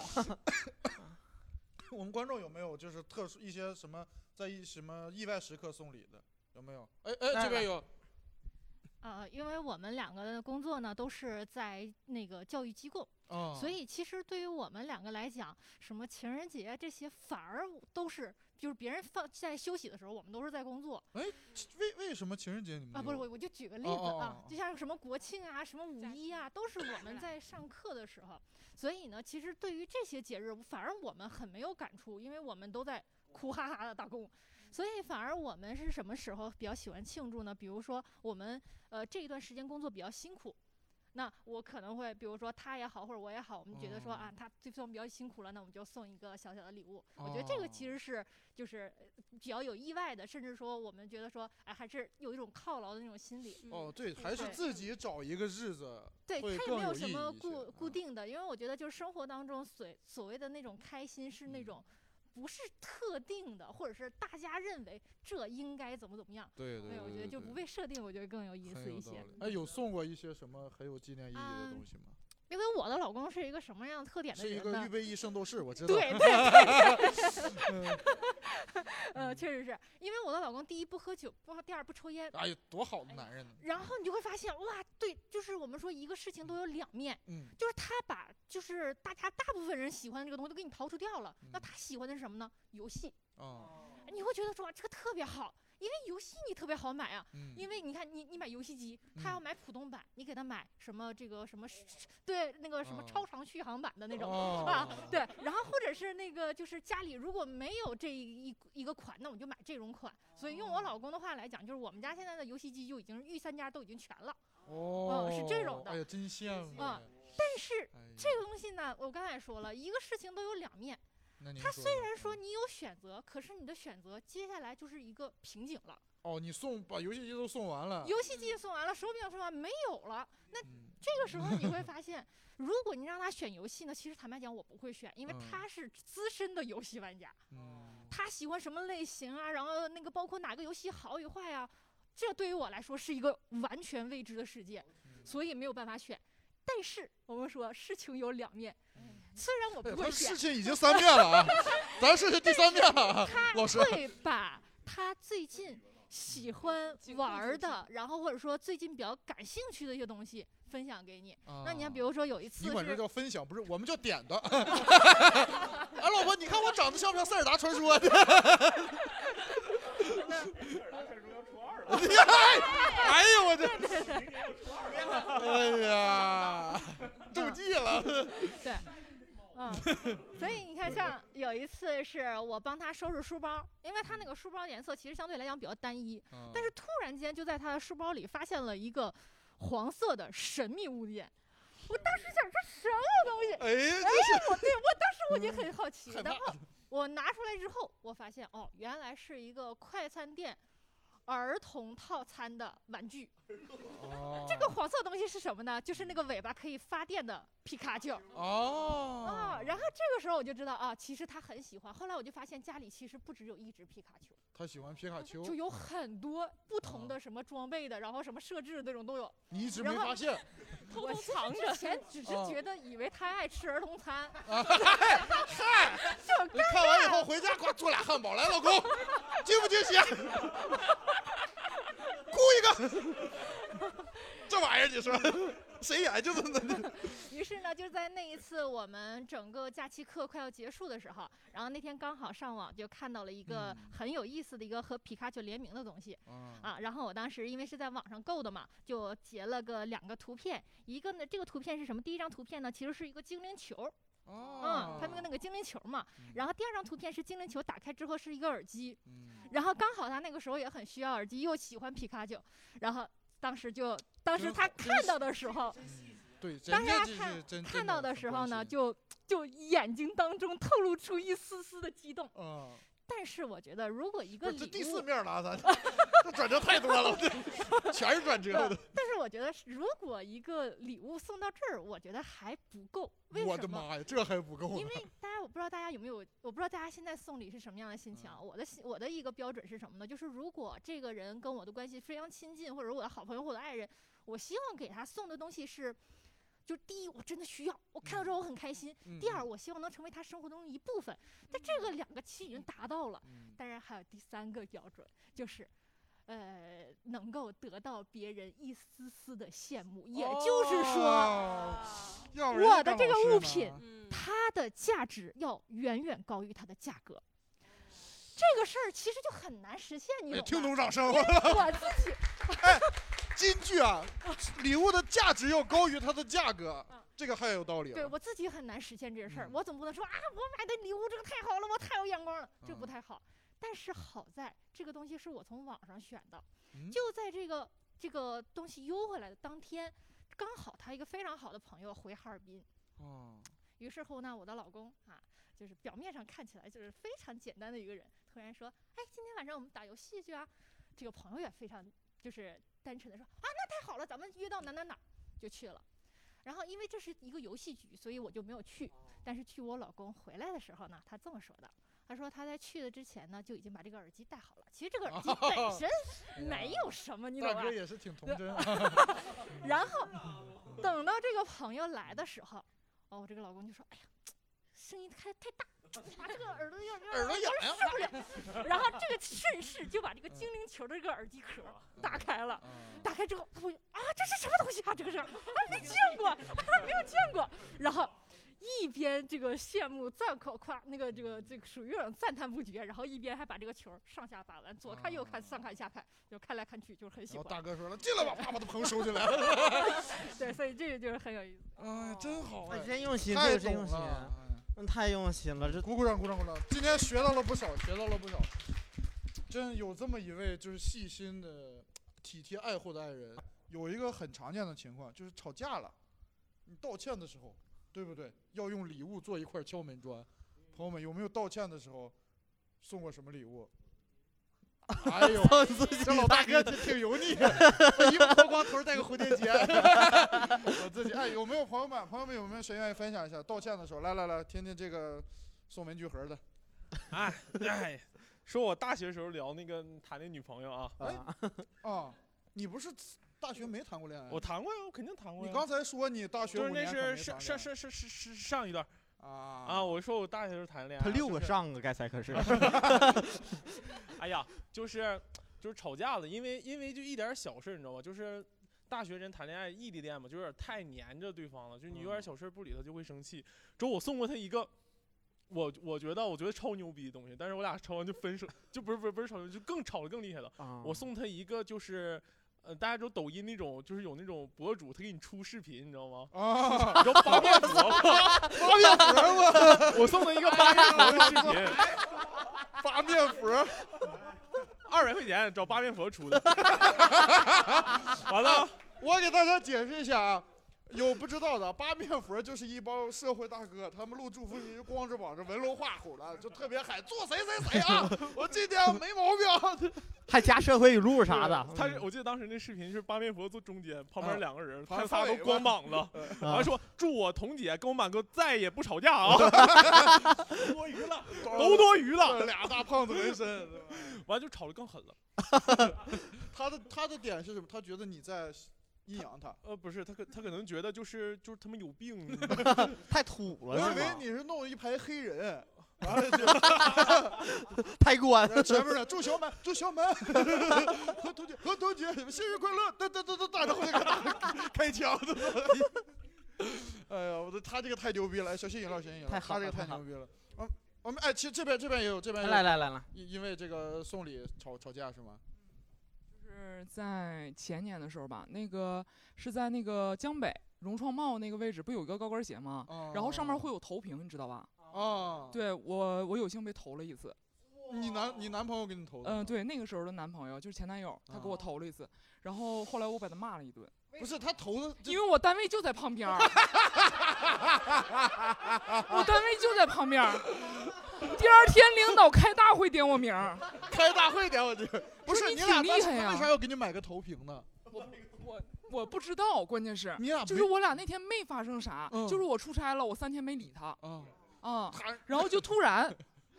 Speaker 1: (laughs) 我们观众有没有就是特殊一些什么在一什么意外时刻送礼的？有没有？哎哎，这边有。
Speaker 9: 呃，因为我们两个的工作呢都是在那个教育机构，
Speaker 1: 哦
Speaker 9: 所以其实对于我们两个来讲，什么情人节这些反而都是就是别人放在休息的时候，我们都是在工作。
Speaker 1: 哎，为为什么情人节你们
Speaker 9: 啊，不是
Speaker 1: 有
Speaker 9: 我，我就举个例
Speaker 1: 哦
Speaker 9: 子
Speaker 1: 哦哦，
Speaker 9: 啊就像什么国庆啊、什么五一啊，都是我们在上课的时候。所以呢，其实对于这些节日，反而我们很没有感触，因为我们都在苦哈哈的打工。所以反而我们是什么时候比较喜欢庆祝呢？比如说我们呃这一段时间工作比较辛苦，那我可能会比如说他也好或者我也好，我们觉得
Speaker 1: 哦
Speaker 9: 说、啊他最终比较辛苦了，那我们就送一个小小的礼物。我觉得这个其实是就是呃比较有意外的，甚至说我们觉得说哎还是有一种犒劳的那种心理。
Speaker 1: 哦，对，还是
Speaker 9: 对
Speaker 1: 自己找一个日子，
Speaker 9: 对，
Speaker 1: 会
Speaker 9: 它也
Speaker 1: 更
Speaker 9: 没有
Speaker 1: 意
Speaker 9: 什
Speaker 1: 义
Speaker 9: 么
Speaker 1: 一些嗯嗯
Speaker 9: 固固定的，因为我觉得就是生活当中所所谓的那种开心是那种不是特定的，或者是大家认为这应该怎么怎么样。
Speaker 1: 对对
Speaker 9: 没有，我
Speaker 1: 对
Speaker 9: 觉得
Speaker 1: 对
Speaker 9: 就
Speaker 1: 对
Speaker 9: 不被设定，我觉得更有意嗯
Speaker 1: 很
Speaker 9: 思
Speaker 1: 有
Speaker 9: 一
Speaker 1: 道
Speaker 9: 些。
Speaker 1: 理哎，有送过一些什么很有纪念意义的
Speaker 9: 嗯
Speaker 1: 东西吗？
Speaker 9: 因为我的老公是一个什么样特点的
Speaker 1: 是
Speaker 9: 人
Speaker 1: 一
Speaker 9: 呢？
Speaker 1: 个预备役圣斗士，我知道。 (laughs)
Speaker 9: 对对对
Speaker 1: 嗯
Speaker 9: 对，呃，确实是因为我的老公第一不喝酒，不第二不抽烟，
Speaker 1: 哎呀，多好的男人呢！
Speaker 9: 然后你就会发现，哇，对，就是我们说一个事情都有两面，
Speaker 1: 嗯
Speaker 9: 就是他把就是大家大部分人喜欢的这个东西都给你刨除掉了，那他喜欢的是什么呢？游戏，
Speaker 1: 啊，
Speaker 9: 你会觉得说这个特别好，因为游戏你特别好买啊，
Speaker 1: 嗯
Speaker 9: 因为你看你你买游戏机，他要买普通版，你给他买什么这个什么是是对那个什么
Speaker 1: 哦
Speaker 9: 超长续航版的那种、
Speaker 1: 哦
Speaker 9: 啊，对，然后或者是那个就是家里如果没有这一一个款，那我就买这种款。所以
Speaker 1: 哦
Speaker 9: 用我老公的话来讲，就是我们家现在的游戏机就已经御三家都已经全了。
Speaker 1: 哦，
Speaker 9: 是这种的
Speaker 1: 哎呀，真羡慕
Speaker 9: 啊
Speaker 1: 哎。
Speaker 9: 但是这个东西呢，我刚才也说了，一个事情都有两面。
Speaker 1: 那您
Speaker 9: 它
Speaker 1: 说嗯
Speaker 9: 虽
Speaker 1: 呢
Speaker 9: 然说你有选择，可是你的选择接下来就是一个瓶颈了。
Speaker 1: 哦，你送把游戏机都送完了，嗯
Speaker 9: 游戏机送完了，手柄送完没有了，那这个时候你会
Speaker 1: (laughs)
Speaker 9: 发现，如果你让他选游戏呢，其实坦白讲我不会选，因为
Speaker 1: 嗯
Speaker 9: 他是资深的游戏玩家，
Speaker 1: 嗯
Speaker 9: 他喜欢什么类型啊，然后那个包括哪个游戏好与坏啊，这对于我来说是一个完全未知的世界，所以没有办法选。但是我们说事情有两面，虽然我
Speaker 1: 哎
Speaker 9: 不
Speaker 1: 呀
Speaker 9: 会
Speaker 1: 他
Speaker 9: 选，
Speaker 1: 事情已经三遍了
Speaker 9: (laughs)
Speaker 1: 啊咱是第三遍了啊
Speaker 9: 他
Speaker 1: 老师
Speaker 9: 会把他最近喜欢玩儿的，然后或者说最近比较感兴趣的一些东西分享给你。那你
Speaker 1: 啊
Speaker 9: 看，比如说有一次
Speaker 1: 你管这
Speaker 9: 是
Speaker 1: 叫分享，不是我们叫点
Speaker 9: (laughs)
Speaker 1: 的。哎，老婆，你看我长得像不像塞尔达传说？ (laughs)
Speaker 9: (laughs)
Speaker 1: 哎呦我这，哎呀，中计了。
Speaker 9: 对，嗯，所以你看，像有一次是我帮他收拾书包，因为他那个书包颜色其实相对来讲比较单一，
Speaker 1: 嗯
Speaker 9: 但是突然间就在他的书包里发现了一个黄色的神秘物件。我当时想，这什么东西？
Speaker 1: 哎
Speaker 9: 哎
Speaker 1: 这是嗯
Speaker 9: 我对我当时我就很好奇，
Speaker 1: 害
Speaker 9: 然
Speaker 1: 怕
Speaker 9: 后我拿出来之后，我发现哦，原来是一个快餐店儿童套餐的玩具。
Speaker 1: 哦
Speaker 9: 这个黄色东西是什么呢？就是那个尾巴可以发电的皮卡丘。
Speaker 1: (laughs) 哦
Speaker 9: 啊，然后这个时候我就知道啊，其实他很喜欢。后来我就发现家里其实不只有一只皮卡丘，
Speaker 1: 他喜欢皮卡丘，
Speaker 9: 就有很多不同的什么装备的，然后什么设置的那种都有。
Speaker 1: 你一直
Speaker 9: 然
Speaker 1: 没
Speaker 9: 后
Speaker 1: 发现，
Speaker 3: 偷
Speaker 9: 我
Speaker 3: 偷
Speaker 9: 其实
Speaker 3: 藏着
Speaker 9: 之前只是
Speaker 1: 啊
Speaker 9: 觉得以为他爱吃儿童餐，
Speaker 1: (laughs) 嗨，
Speaker 9: (laughs) 就
Speaker 1: 你哎看完以后回家，呱做俩汉堡来，老公，惊不惊喜？啊雇一个， (laughs) 这玩意儿你说 (laughs) 谁演这么的？
Speaker 9: 于是呢，就在那一次我们整个假期课快要结束的时候，然后那天刚好上网就看到了一个很有意思的一个和皮卡丘联名的东西，
Speaker 1: 嗯
Speaker 9: 啊，然后我当时因为是在网上购的嘛，就截了个两个图片，一个呢这个图片是什么？第一张图片呢其实是一个精灵球。嗯，他们那个精灵球嘛，然后第二张图片是精灵球打开之后是一个耳机，然后刚好他那个时候也很需要耳机，又喜欢皮卡丘，然后当时就当时他看到的时候，嗯
Speaker 1: 对，人
Speaker 9: 当时
Speaker 1: 家
Speaker 9: 他
Speaker 1: 这是
Speaker 9: 看
Speaker 1: 真
Speaker 9: 看到的时候呢，就就眼睛当中透露出一丝丝的激动。
Speaker 1: 嗯，
Speaker 9: 但是我觉得，如果一
Speaker 1: 不
Speaker 9: 个
Speaker 1: 是
Speaker 9: 礼
Speaker 1: 这
Speaker 9: 物，
Speaker 1: 第四面了啊，咱这转折太多了，这全是转折
Speaker 9: (laughs)
Speaker 1: 的。
Speaker 9: 但是我觉得，如果一个礼物送到这儿，我觉得还不够。为
Speaker 1: 我
Speaker 9: 什
Speaker 1: 的
Speaker 9: 么？
Speaker 1: 妈呀，这还不够
Speaker 9: 因
Speaker 1: 呢！
Speaker 9: 为大家我不知道大家有没有，我不知道大家现在送礼是什么样的心情啊。
Speaker 1: 嗯
Speaker 9: 我的心，我的一个标准是什么呢？就是如果这个人跟我的关系非常亲近，或者我的好朋友或者爱人，我希望给他送的东西是，就第一我真的需要，我看到之后我很开心；第
Speaker 1: 嗯
Speaker 9: 二我希望能成为他生活中的一部分。但这个两个期已经达到了，
Speaker 1: 嗯
Speaker 9: 当然还有第三个标准就是。呃，能够得到别人一丝丝的羡慕，也就是说
Speaker 1: 哦，要不然
Speaker 9: 我
Speaker 1: 就
Speaker 9: 的
Speaker 1: 干
Speaker 9: 这个
Speaker 1: 老师
Speaker 9: 物
Speaker 1: 呢
Speaker 9: 品，它的价值要远远高于它的价格。这个事儿其实就很难实现，你
Speaker 1: 哎
Speaker 9: 懂
Speaker 1: 听
Speaker 9: 吧
Speaker 1: 懂掌声
Speaker 9: 因为
Speaker 1: (laughs)
Speaker 9: 我自己，
Speaker 1: 金句啊，礼物的价值要高于它的价格，这个太有道理
Speaker 9: 嗯对
Speaker 1: 了。嗯
Speaker 9: 我自己很难实现这个事儿。我总不能说啊，我买的礼物这个太好了，我太有眼光了，这
Speaker 1: 嗯
Speaker 9: 不太好。但是好在这个东西是我从网上选的，
Speaker 1: 嗯
Speaker 9: 就在这个这个东西邮回来的当天，刚好他一个非常好的朋友回哈尔滨，
Speaker 1: 哦，
Speaker 9: 于是乎呢，我的老公啊，就是表面上看起来就是非常简单的一个人，突然说：“哎，今天晚上我们打游戏去啊。”这个朋友也非常就是单纯的说：“啊，那太好了，咱们约到哪哪哪儿就去了。”然后因为这
Speaker 1: 哦
Speaker 9: 是一个游戏局，所以我就没有去。但是去我老公回来的时候呢，他这么说的：“他说他在去的之前呢，就已经把这个耳机戴好了。其实这个耳机
Speaker 1: (laughs)
Speaker 9: 本身没有什么，你懂吧？
Speaker 1: 大哥哦也是挺童真。啊
Speaker 9: (laughs) 然后等到这个朋友来的时候，哦，我这个老公就说：“哎呀，声音太太大， (laughs) 把这个耳朵有点
Speaker 1: 耳朵痒
Speaker 9: 痒，
Speaker 2: (laughs)
Speaker 9: 受不了。”然后这个顺势就把这个精灵球的这个耳机壳打开了，
Speaker 1: 嗯
Speaker 9: 打开之后，他朋友啊，这是什么东西啊？这个是，啊，没见过， (laughs) 他没有见过。然后。一边这个羡慕赞口夸那个这个这个属于那种赞叹不绝，然后一边还把这个球上下把玩，左看右看，上看下看，就看来看去，就是很
Speaker 1: 哦
Speaker 9: 喜
Speaker 1: 然后
Speaker 9: 欢。
Speaker 1: 大哥说了：“进
Speaker 9: (laughs)
Speaker 1: 来吧，把我的朋友收进来。 (laughs)
Speaker 9: 对，所以这个就是很有意思。
Speaker 1: 哎，真好哎，
Speaker 2: 真用心，这
Speaker 1: 太
Speaker 2: 个真
Speaker 1: 懂
Speaker 2: 用心 (laughs)
Speaker 1: 了。，
Speaker 2: 嗯太用心了，这
Speaker 1: 鼓鼓掌，鼓掌，鼓掌！今天学到了不少，学到了不少。真有这么一位就是细心的、体贴爱护的爱人。有一个很常见的情况就是吵架了，你道歉的时候，对不对？要用礼物做一块敲门砖。朋友们，有没有道歉的时候送过什么礼物？哎呦，这老大哥挺油腻，一个脱光头带个蝴蝶结。 (laughs) 我自己哎，有没有朋友们？朋友们有没有谁愿意分享一下道歉的时候？来来来，听听这个送文具盒的。
Speaker 5: 哎哎，说我大学时候聊那个谈那女朋友啊，
Speaker 1: 哎
Speaker 2: 啊，
Speaker 1: 啊，你不是大学没谈过恋爱？
Speaker 5: 我谈过呀，我肯定谈过呀。
Speaker 1: 你刚才说你大学
Speaker 5: 就是
Speaker 1: 五
Speaker 5: 那
Speaker 1: 年可没
Speaker 5: 是
Speaker 1: 谈恋
Speaker 5: 上上
Speaker 1: 爱
Speaker 5: 上上上上上一段啊，
Speaker 1: 啊
Speaker 5: 我说我大学时候谈恋爱啊，
Speaker 2: 他六个
Speaker 5: 就是
Speaker 2: 上啊，该才
Speaker 1: (laughs)
Speaker 2: 可是。
Speaker 5: (laughs)
Speaker 2: (laughs)
Speaker 5: 哎呀，就是就是吵架了，因为因为就一点小事儿，你知道吧？就是大学人谈恋爱异地恋嘛，就有点太粘着对方了，就你有
Speaker 1: 嗯
Speaker 5: 点小事儿不理他就会生气。之后我送过他一个。我我觉得我觉得超牛逼的东西，但是我俩吵完就分手，就不是不是不是吵，就更吵得更厉害了。
Speaker 2: 啊
Speaker 5: 我送他一个就是，呃，大家知道抖音那种，就是有那种博主，他给你出视频，你知道吗？
Speaker 1: 啊！
Speaker 5: 你知道八面佛吗？
Speaker 1: (laughs) 八面佛吗？
Speaker 5: 我送他一个八面佛的视频，
Speaker 1: (laughs) 八面佛，
Speaker 5: (laughs) 二百块钱找八
Speaker 1: (laughs)
Speaker 5: 面佛出的。完了，啊
Speaker 1: 我给大家解释一下啊。有不知道的，八面佛就是一帮社会大哥，他们录祝福仪光着膀子文篓话吼的，就特别喊做谁谁谁
Speaker 5: (laughs)
Speaker 1: 啊！我今天没毛病。
Speaker 2: 还加社会语录 (laughs) 啥的，嗯啊
Speaker 5: 他是，我记得当时那视频是八面佛坐中间，旁边两个人，
Speaker 1: 他
Speaker 5: 他仨都光膀子，
Speaker 2: 嗯
Speaker 5: 完说祝我彤姐跟我满哥再也不吵
Speaker 2: (laughs)
Speaker 5: 架啊， (laughs) 多余了，都多余了，
Speaker 1: 俩大胖子纹身，
Speaker 5: (laughs) 完就吵得更狠了。
Speaker 1: 他的他的点是什么？他觉得你在阴阳他。
Speaker 5: 呃，不是，他可他可能觉得就是 (laughs) 就是他们有病，
Speaker 1: (laughs)
Speaker 2: 太土
Speaker 1: 我
Speaker 2: 了，
Speaker 1: 以
Speaker 2: 是
Speaker 1: 为
Speaker 2: 吗？
Speaker 1: 你是弄一排
Speaker 2: (laughs)
Speaker 1: 黑人，完了就
Speaker 2: 太官
Speaker 1: (laughs) 然后前面的祝小满，祝 (laughs) 小满，何同姐，何同姐，
Speaker 2: (laughs)
Speaker 1: 生日快乐！哒哒哒哒哒，然后那个大开枪的。 (laughs) 哎呀，我的他这个太牛逼了！哎小心赢了，小心赢了，
Speaker 2: 太好
Speaker 1: 他
Speaker 2: 了
Speaker 1: 这个太
Speaker 2: 太好
Speaker 1: 牛逼了。嗯，我们哎，其实这边这边也有，这边也有
Speaker 2: 来来来来，
Speaker 1: 因因为这个送礼吵吵架是吗？
Speaker 10: 是在前年的时候吧，那个是在那个江北融创茂那个位置，不有一个高跟鞋吗？
Speaker 1: 啊，
Speaker 10: 然后上面会有投屏，你知道吧？
Speaker 1: 啊，，
Speaker 10: 对我，我有幸被投了一次。
Speaker 1: 你男你男朋友给你投的？
Speaker 10: 嗯、，对，那个时候的男朋友就是前男友，他给我
Speaker 1: 啊
Speaker 10: 投了一次，然后后来我把他骂了一顿，
Speaker 1: 不是他投的，
Speaker 10: 因为我单位就在旁边儿，我单位就在旁边儿。第二天领导开大会点我名儿，
Speaker 1: 开大会点我去。不
Speaker 10: 说
Speaker 1: 是
Speaker 10: 你
Speaker 1: 俩
Speaker 10: 挺
Speaker 1: 当
Speaker 10: 厉
Speaker 1: 时
Speaker 10: 害呀
Speaker 1: 为啥要给你买个投屏呢？
Speaker 10: 我不知道，关键是
Speaker 1: 你俩
Speaker 10: 就是我俩那天没发生啥，
Speaker 1: 嗯
Speaker 10: 就是我出差了，我三天没理他
Speaker 1: 啊，
Speaker 10: 啊，
Speaker 1: 他
Speaker 10: 然后就突然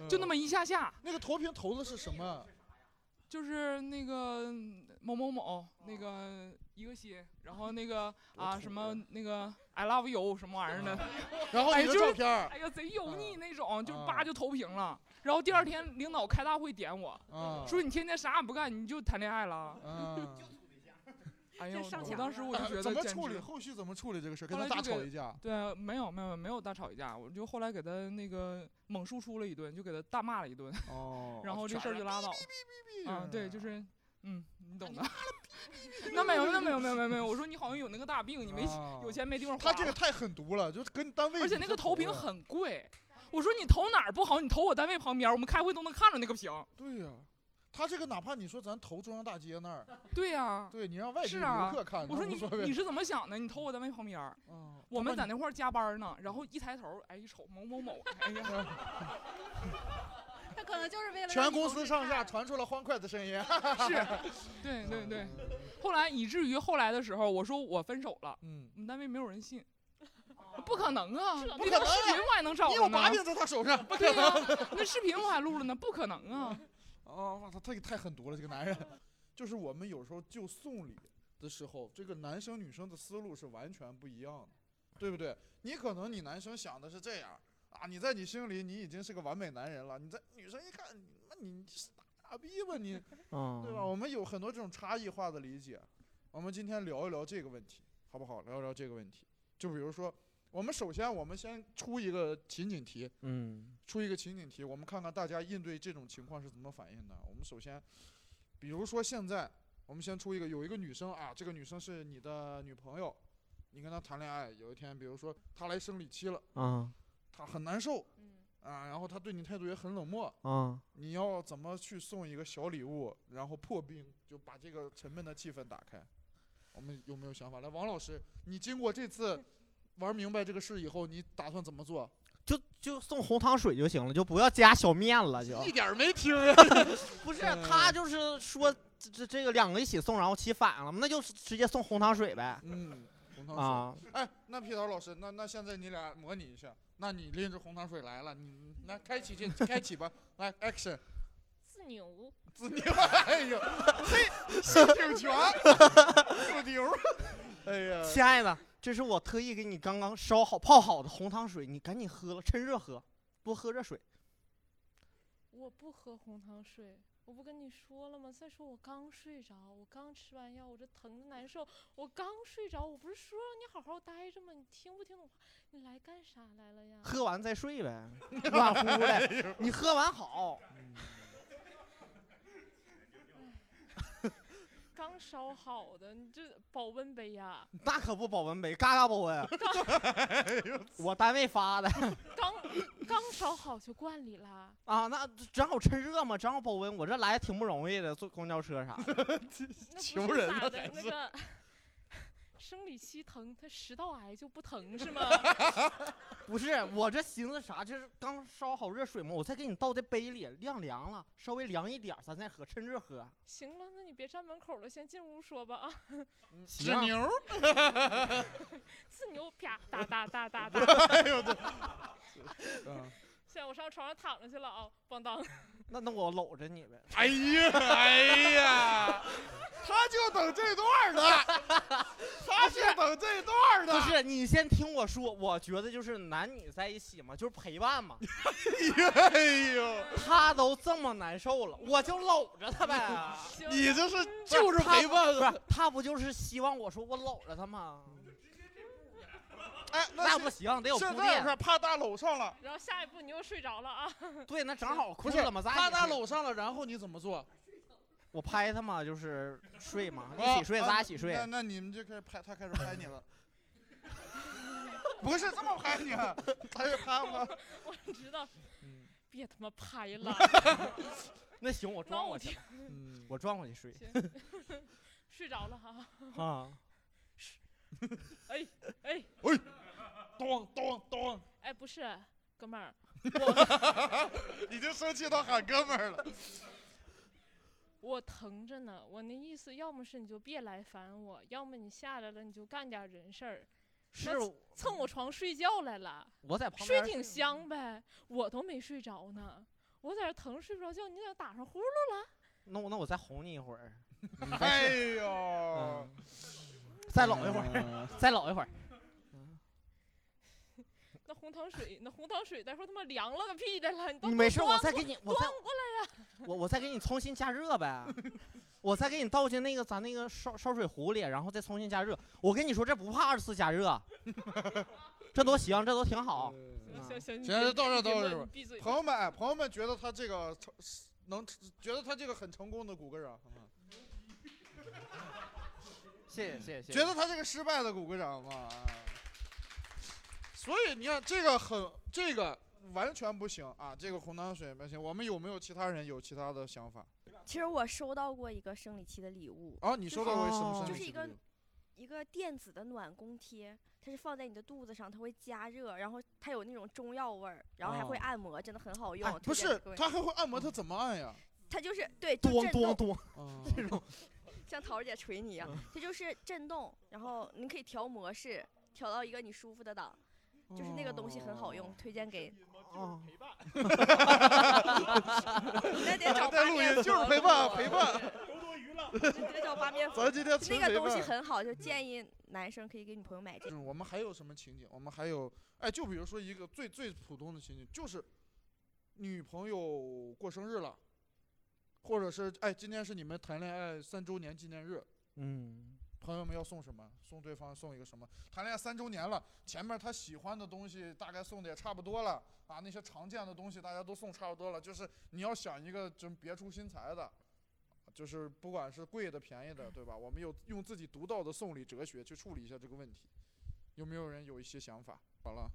Speaker 10: 就那
Speaker 1: 么。
Speaker 10: 么一下下，
Speaker 1: 那个投屏投的是什么？
Speaker 10: 就是那个某某某那个一个心，然后那个啊什么那个 I love you 什么玩意儿的，
Speaker 1: 嗯然后
Speaker 10: 哎
Speaker 1: 你的
Speaker 10: 就是
Speaker 1: 照片儿，
Speaker 10: 哎呀贼油腻那种，就
Speaker 1: 啊
Speaker 10: 叭就投屏了。然后第二天领导开大会点我
Speaker 1: 啊，
Speaker 10: 说你天天啥也不干，你就谈恋爱了。
Speaker 1: 嗯，
Speaker 10: 哎呀，
Speaker 4: 这上
Speaker 10: 我
Speaker 4: 墙
Speaker 10: 当时我就觉得
Speaker 1: 怎么
Speaker 10: 简
Speaker 1: 处
Speaker 10: 直
Speaker 1: 理？后续怎么处理这个事儿？跟
Speaker 10: 后
Speaker 1: 他
Speaker 10: 来
Speaker 1: 大
Speaker 10: 就给
Speaker 1: 吵一架，
Speaker 10: 对，没有没有没有大吵一架，我就后来给他那个猛输出了一顿，就给他大骂了一顿，
Speaker 1: 哦
Speaker 10: (laughs) 然后这事儿就拉倒了。啊，对，就是是，嗯，你懂
Speaker 1: 啊
Speaker 10: 的。那没有，那没
Speaker 1: (laughs)
Speaker 10: 有，没有，没有，没有。我说你好像有那个大病，你没钱有。
Speaker 1: 啊
Speaker 10: 钱没地方花。
Speaker 1: 他这个，太狠毒了，就是跟单位，
Speaker 10: 而且那个投屏，很贵。我说你投哪儿不好，你投我单位旁边儿，我们开会都能看着那个屏。
Speaker 1: 对呀、他这个哪怕你说咱投中央大街那儿，
Speaker 10: (laughs) 对呀、
Speaker 1: 对你让外地
Speaker 10: 是
Speaker 1: 游
Speaker 10: 啊
Speaker 1: 客看，
Speaker 10: 我说
Speaker 1: 那无
Speaker 10: 你
Speaker 1: 所谓
Speaker 10: 你是怎么想的？你投我单位旁边儿，
Speaker 1: 啊，
Speaker 10: 我们
Speaker 1: 他
Speaker 10: 在
Speaker 1: 把你
Speaker 10: 那块儿加班儿呢，然后一抬头，哎，一瞅某某某，哎呀，
Speaker 4: (laughs) 他可能就是为了让
Speaker 1: 全
Speaker 4: 你
Speaker 1: 公
Speaker 4: 同
Speaker 1: 司
Speaker 4: 事
Speaker 1: 上 (laughs) 下
Speaker 4: 看
Speaker 1: 传出了欢快的声音，
Speaker 10: (laughs) 是，对对对。
Speaker 1: 嗯
Speaker 10: 后来以至于后来的时候，我说我分手了，
Speaker 1: 嗯，
Speaker 10: 我们单位没有人信。 (laughs) 不可能啊！那
Speaker 1: 不可
Speaker 10: 个
Speaker 1: 能
Speaker 10: 视频我还能找
Speaker 1: 你
Speaker 10: 着
Speaker 1: 有
Speaker 10: 呢
Speaker 1: 把柄在他手上，不
Speaker 10: 对呀、
Speaker 1: (laughs)
Speaker 10: 那视频我还录了呢，不可能啊！
Speaker 1: 啊，我操，他也太狠毒了，这个男人。 (laughs) 就是我们有时候就送礼的时候，这个男生女生的思路是完全不一样的，对不对？你可能你男生想的是这样啊，你在你心里你已经是个完美男人了，你在女生一看，那你是傻逼吧你，
Speaker 2: 嗯
Speaker 1: (laughs) 对吧？我们有很多这种差异化的理解。我们今天聊一聊这个问题，好不好？聊一聊这个问题，就比如说，我们首先我们先出一个情景题，
Speaker 2: 嗯，
Speaker 1: 出一个情景题，我们看看大家应对这种情况是怎么反应的。我们首先，比如说现在，我们先出一个，有一个女生啊，这个女生是你的女朋友，你跟她谈恋爱，有一天，比如说她来生理期了，
Speaker 2: 啊
Speaker 1: 她很难受，啊，然后她对你态度也很冷漠，
Speaker 2: 啊，
Speaker 1: 你要怎么去送一个小礼物，然后破冰，就把这个沉闷的气氛打开？我们有没有想法？来，王老师，你经过这次玩明白这个事以后，你打算怎么做？
Speaker 2: 就就送红糖水就行了，就不要加小面了，就
Speaker 1: (laughs) 一点儿没听啊！
Speaker 2: (laughs) 不是他就是说这这这个两个一起送，然后起反了，那就直接送红糖水呗。
Speaker 1: 嗯，红糖水
Speaker 2: 啊，
Speaker 1: (laughs) 哎，那皮导老师，那那现在你俩模拟一下，那你拎着红糖水来了，你来开启这开启吧， (laughs) 来 action，
Speaker 3: 自牛，
Speaker 1: 自牛，哎
Speaker 3: (laughs)
Speaker 1: 呦，嘿， (laughs) 是挺全， (laughs) 自牛，哎呀，
Speaker 2: 亲爱的，这是我特意给你刚刚烧好泡好的红糖水，你赶紧喝了，趁热喝，多喝热水。
Speaker 3: 我不喝红糖水，我不跟你说了吗？再说我刚睡着，我刚吃完药，我这疼的难受，我刚睡着，我不是说让你好好待着吗？你听不听我话？你来干啥来了呀？
Speaker 2: 喝完再睡
Speaker 1: (laughs)
Speaker 2: 呗，暖乎乎的。你喝完好，
Speaker 3: 哎刚烧好的，你这保温杯呀、
Speaker 2: (laughs) 那可不保温杯，嘎嘎保 (laughs) 温。啊我单位发的
Speaker 3: 刚刚烧好就灌
Speaker 2: (laughs)
Speaker 3: 里啦。
Speaker 2: 啊，那正好趁热嘛，正好保温。我这来挺不容易的，坐公交车啥的。 (laughs)
Speaker 3: 那不
Speaker 2: 穷
Speaker 3: 是
Speaker 2: 人
Speaker 3: 咋
Speaker 2: 呢
Speaker 3: 的
Speaker 2: 还
Speaker 3: 那
Speaker 2: 是 (laughs)
Speaker 3: 个生理期疼，他食道癌就不疼是
Speaker 2: (laughs)
Speaker 3: 吗？ (laughs)
Speaker 2: 不是，我这寻思啥，就是刚烧好热水嘛，我再给你倒在杯里，晾凉了，稍微凉一点儿，咱再喝，趁热 (laughs) 喝。
Speaker 3: 行了，那你别站门口了，先进屋说吧啊。
Speaker 2: 嗯
Speaker 1: 自
Speaker 2: 啊
Speaker 1: 牛儿，
Speaker 3: (laughs) 自牛啪哒哒哒哒哒。
Speaker 1: (laughs) 哎呦我的，
Speaker 3: (laughs)
Speaker 1: 嗯，
Speaker 3: 现在我上床上躺着去了啊，咣当。 (laughs)
Speaker 2: 那那我搂着你呗。
Speaker 1: 哎呀，哎呀， (laughs) 他就等这段
Speaker 2: (laughs)
Speaker 1: 儿呢，他就等这段儿呢，
Speaker 2: 不是，你先听我说，我觉得就是男女在一起嘛，就是陪伴嘛。
Speaker 1: (laughs) 哎呦，
Speaker 2: 他都这么难受了，我就搂着他呗。
Speaker 3: 行
Speaker 1: (laughs) 你这是就是陪伴
Speaker 2: 不
Speaker 1: 啊，
Speaker 2: 是他不就是希望我说我搂着他吗？
Speaker 1: 哎，
Speaker 2: 那
Speaker 1: 是
Speaker 2: 不行，得有
Speaker 1: 现
Speaker 2: 铺
Speaker 1: 在
Speaker 2: 垫。
Speaker 1: 是啪嗒搂上了。
Speaker 3: 然后下一步你又睡着了啊。
Speaker 2: 对，那正好困
Speaker 1: 是
Speaker 2: 了嘛，咱
Speaker 1: 啪
Speaker 2: 俩
Speaker 1: 嗒搂上了，然后你怎么做？
Speaker 2: 我拍他嘛，
Speaker 1: (laughs)
Speaker 2: 就是睡嘛，一啊起睡，咱俩一起睡
Speaker 1: 哦啊那。那你们就开始拍，他开始拍你
Speaker 3: (laughs)
Speaker 1: 了。 (laughs) 不是这么拍你，啊他就拍我。
Speaker 3: (laughs) 我知道， (laughs) 别他妈拍了，
Speaker 2: 嗯 (laughs) 那行，我
Speaker 3: 闹
Speaker 2: 装过去
Speaker 3: (laughs) 挺
Speaker 2: 吧，
Speaker 1: 嗯
Speaker 2: 我装过去睡
Speaker 3: (laughs) 睡着了
Speaker 2: (laughs)
Speaker 3: 哈。
Speaker 2: 啊。
Speaker 3: 哎哎
Speaker 1: (laughs) 咚咚咚，
Speaker 3: 哎，不是，哥们
Speaker 1: (laughs)
Speaker 3: 儿，
Speaker 1: 已经生气到喊哥们儿了。
Speaker 3: (laughs) 我疼着呢。我那意思，要么是你就别来烦我，要么你下来了你就干点人事儿，
Speaker 2: 是
Speaker 3: 蹭我床睡觉来了。
Speaker 2: 我在旁
Speaker 3: 睡
Speaker 2: 边
Speaker 3: 挺香呗，我都没睡着呢，我在这疼睡不着觉，你在这打上呼噜，
Speaker 2: 那我那我再哄你一会
Speaker 1: (laughs)
Speaker 2: 儿，你再
Speaker 1: 哎
Speaker 2: 睡
Speaker 1: 呦，嗯
Speaker 2: 嗯再搂一会儿，
Speaker 1: 儿。
Speaker 2: 再搂一会儿。
Speaker 3: 那红糖水，那红糖水，再说他妈凉了个屁的了，你都
Speaker 2: 你没事，
Speaker 3: 端
Speaker 2: 我再
Speaker 3: 过
Speaker 2: 给你，我再我我再给你重新加热
Speaker 1: (laughs)
Speaker 2: 呗，我再给你倒进那个咱那个烧烧水壶里，然后再重新加热。我跟你说，这不怕二次加
Speaker 1: (laughs)
Speaker 2: 热，这都行，这都挺好。
Speaker 1: 嗯
Speaker 3: 来行行，你
Speaker 1: 行
Speaker 3: 别
Speaker 1: 到这儿
Speaker 3: 你别
Speaker 1: 到这
Speaker 3: 问
Speaker 1: 儿吧
Speaker 3: 你闭嘴吧。
Speaker 1: 朋友们，哎朋友们觉得他这个成能觉得他这个很成功的鼓个掌，好吗？
Speaker 2: 谢谢谢谢
Speaker 1: 觉得他这个失败的鼓个掌嘛。啊所以你看，这个很，这个完全不行啊！这个红糖水不行。我们有没有其他人有其他的想法？
Speaker 11: 其实我收到过一个生理期的礼物，
Speaker 1: 啊，你收到过什么
Speaker 2: 哦
Speaker 1: 生理
Speaker 11: 就
Speaker 1: 期
Speaker 11: 是一
Speaker 1: 的
Speaker 11: 个
Speaker 1: 礼物
Speaker 11: 一个电子的暖宫贴，它是放在你的肚子上，它会加热，然后它有那种中药味儿，然后还会
Speaker 2: 哦
Speaker 11: 按摩，真的很好用。
Speaker 1: 哎，不
Speaker 11: 推荐
Speaker 1: 是
Speaker 11: 给各，位
Speaker 1: 他还会按摩，他怎么按呀？
Speaker 11: 它就是对，就
Speaker 2: 咚
Speaker 11: 震
Speaker 2: 咚
Speaker 11: 动，
Speaker 2: 咚，
Speaker 1: 啊，
Speaker 2: (laughs) 这种
Speaker 11: 像桃儿姐捶你一样，它就是震动，然后你可以调模式，调到一个你舒服的档，就是那个东西很好用，推荐给。
Speaker 2: 哦，
Speaker 1: (laughs)
Speaker 11: 那得找
Speaker 1: 在
Speaker 11: 八
Speaker 1: 录
Speaker 11: 面
Speaker 1: 音
Speaker 11: 佛
Speaker 1: 就是陪伴陪伴，
Speaker 11: 那得找八面佛。
Speaker 1: 咱今天纯
Speaker 11: 那
Speaker 1: 陪
Speaker 11: 个东西
Speaker 1: 伴
Speaker 11: 很好，就建议男生可以给女朋友买
Speaker 1: 就
Speaker 11: 这
Speaker 1: 是
Speaker 11: 个。
Speaker 1: 嗯我们还有什么情景？我们还有，哎，就比如说一个最最普通的情景，就是女朋友过生日了，或者是哎，今天是你们谈恋爱三周年纪念日，
Speaker 2: 嗯，
Speaker 1: 朋友们要送什么？送对方送一个什么？谈恋爱三周年了，前面他喜欢的东西大概送的也差不多了啊，那些常见的东西大家都送差不多了，就是你要想一个真别出心裁的，就是不管是贵的便宜的，对吧？我们有用自己独到的送礼哲学去处理一下这个问题，有没有人有一些想法？好了，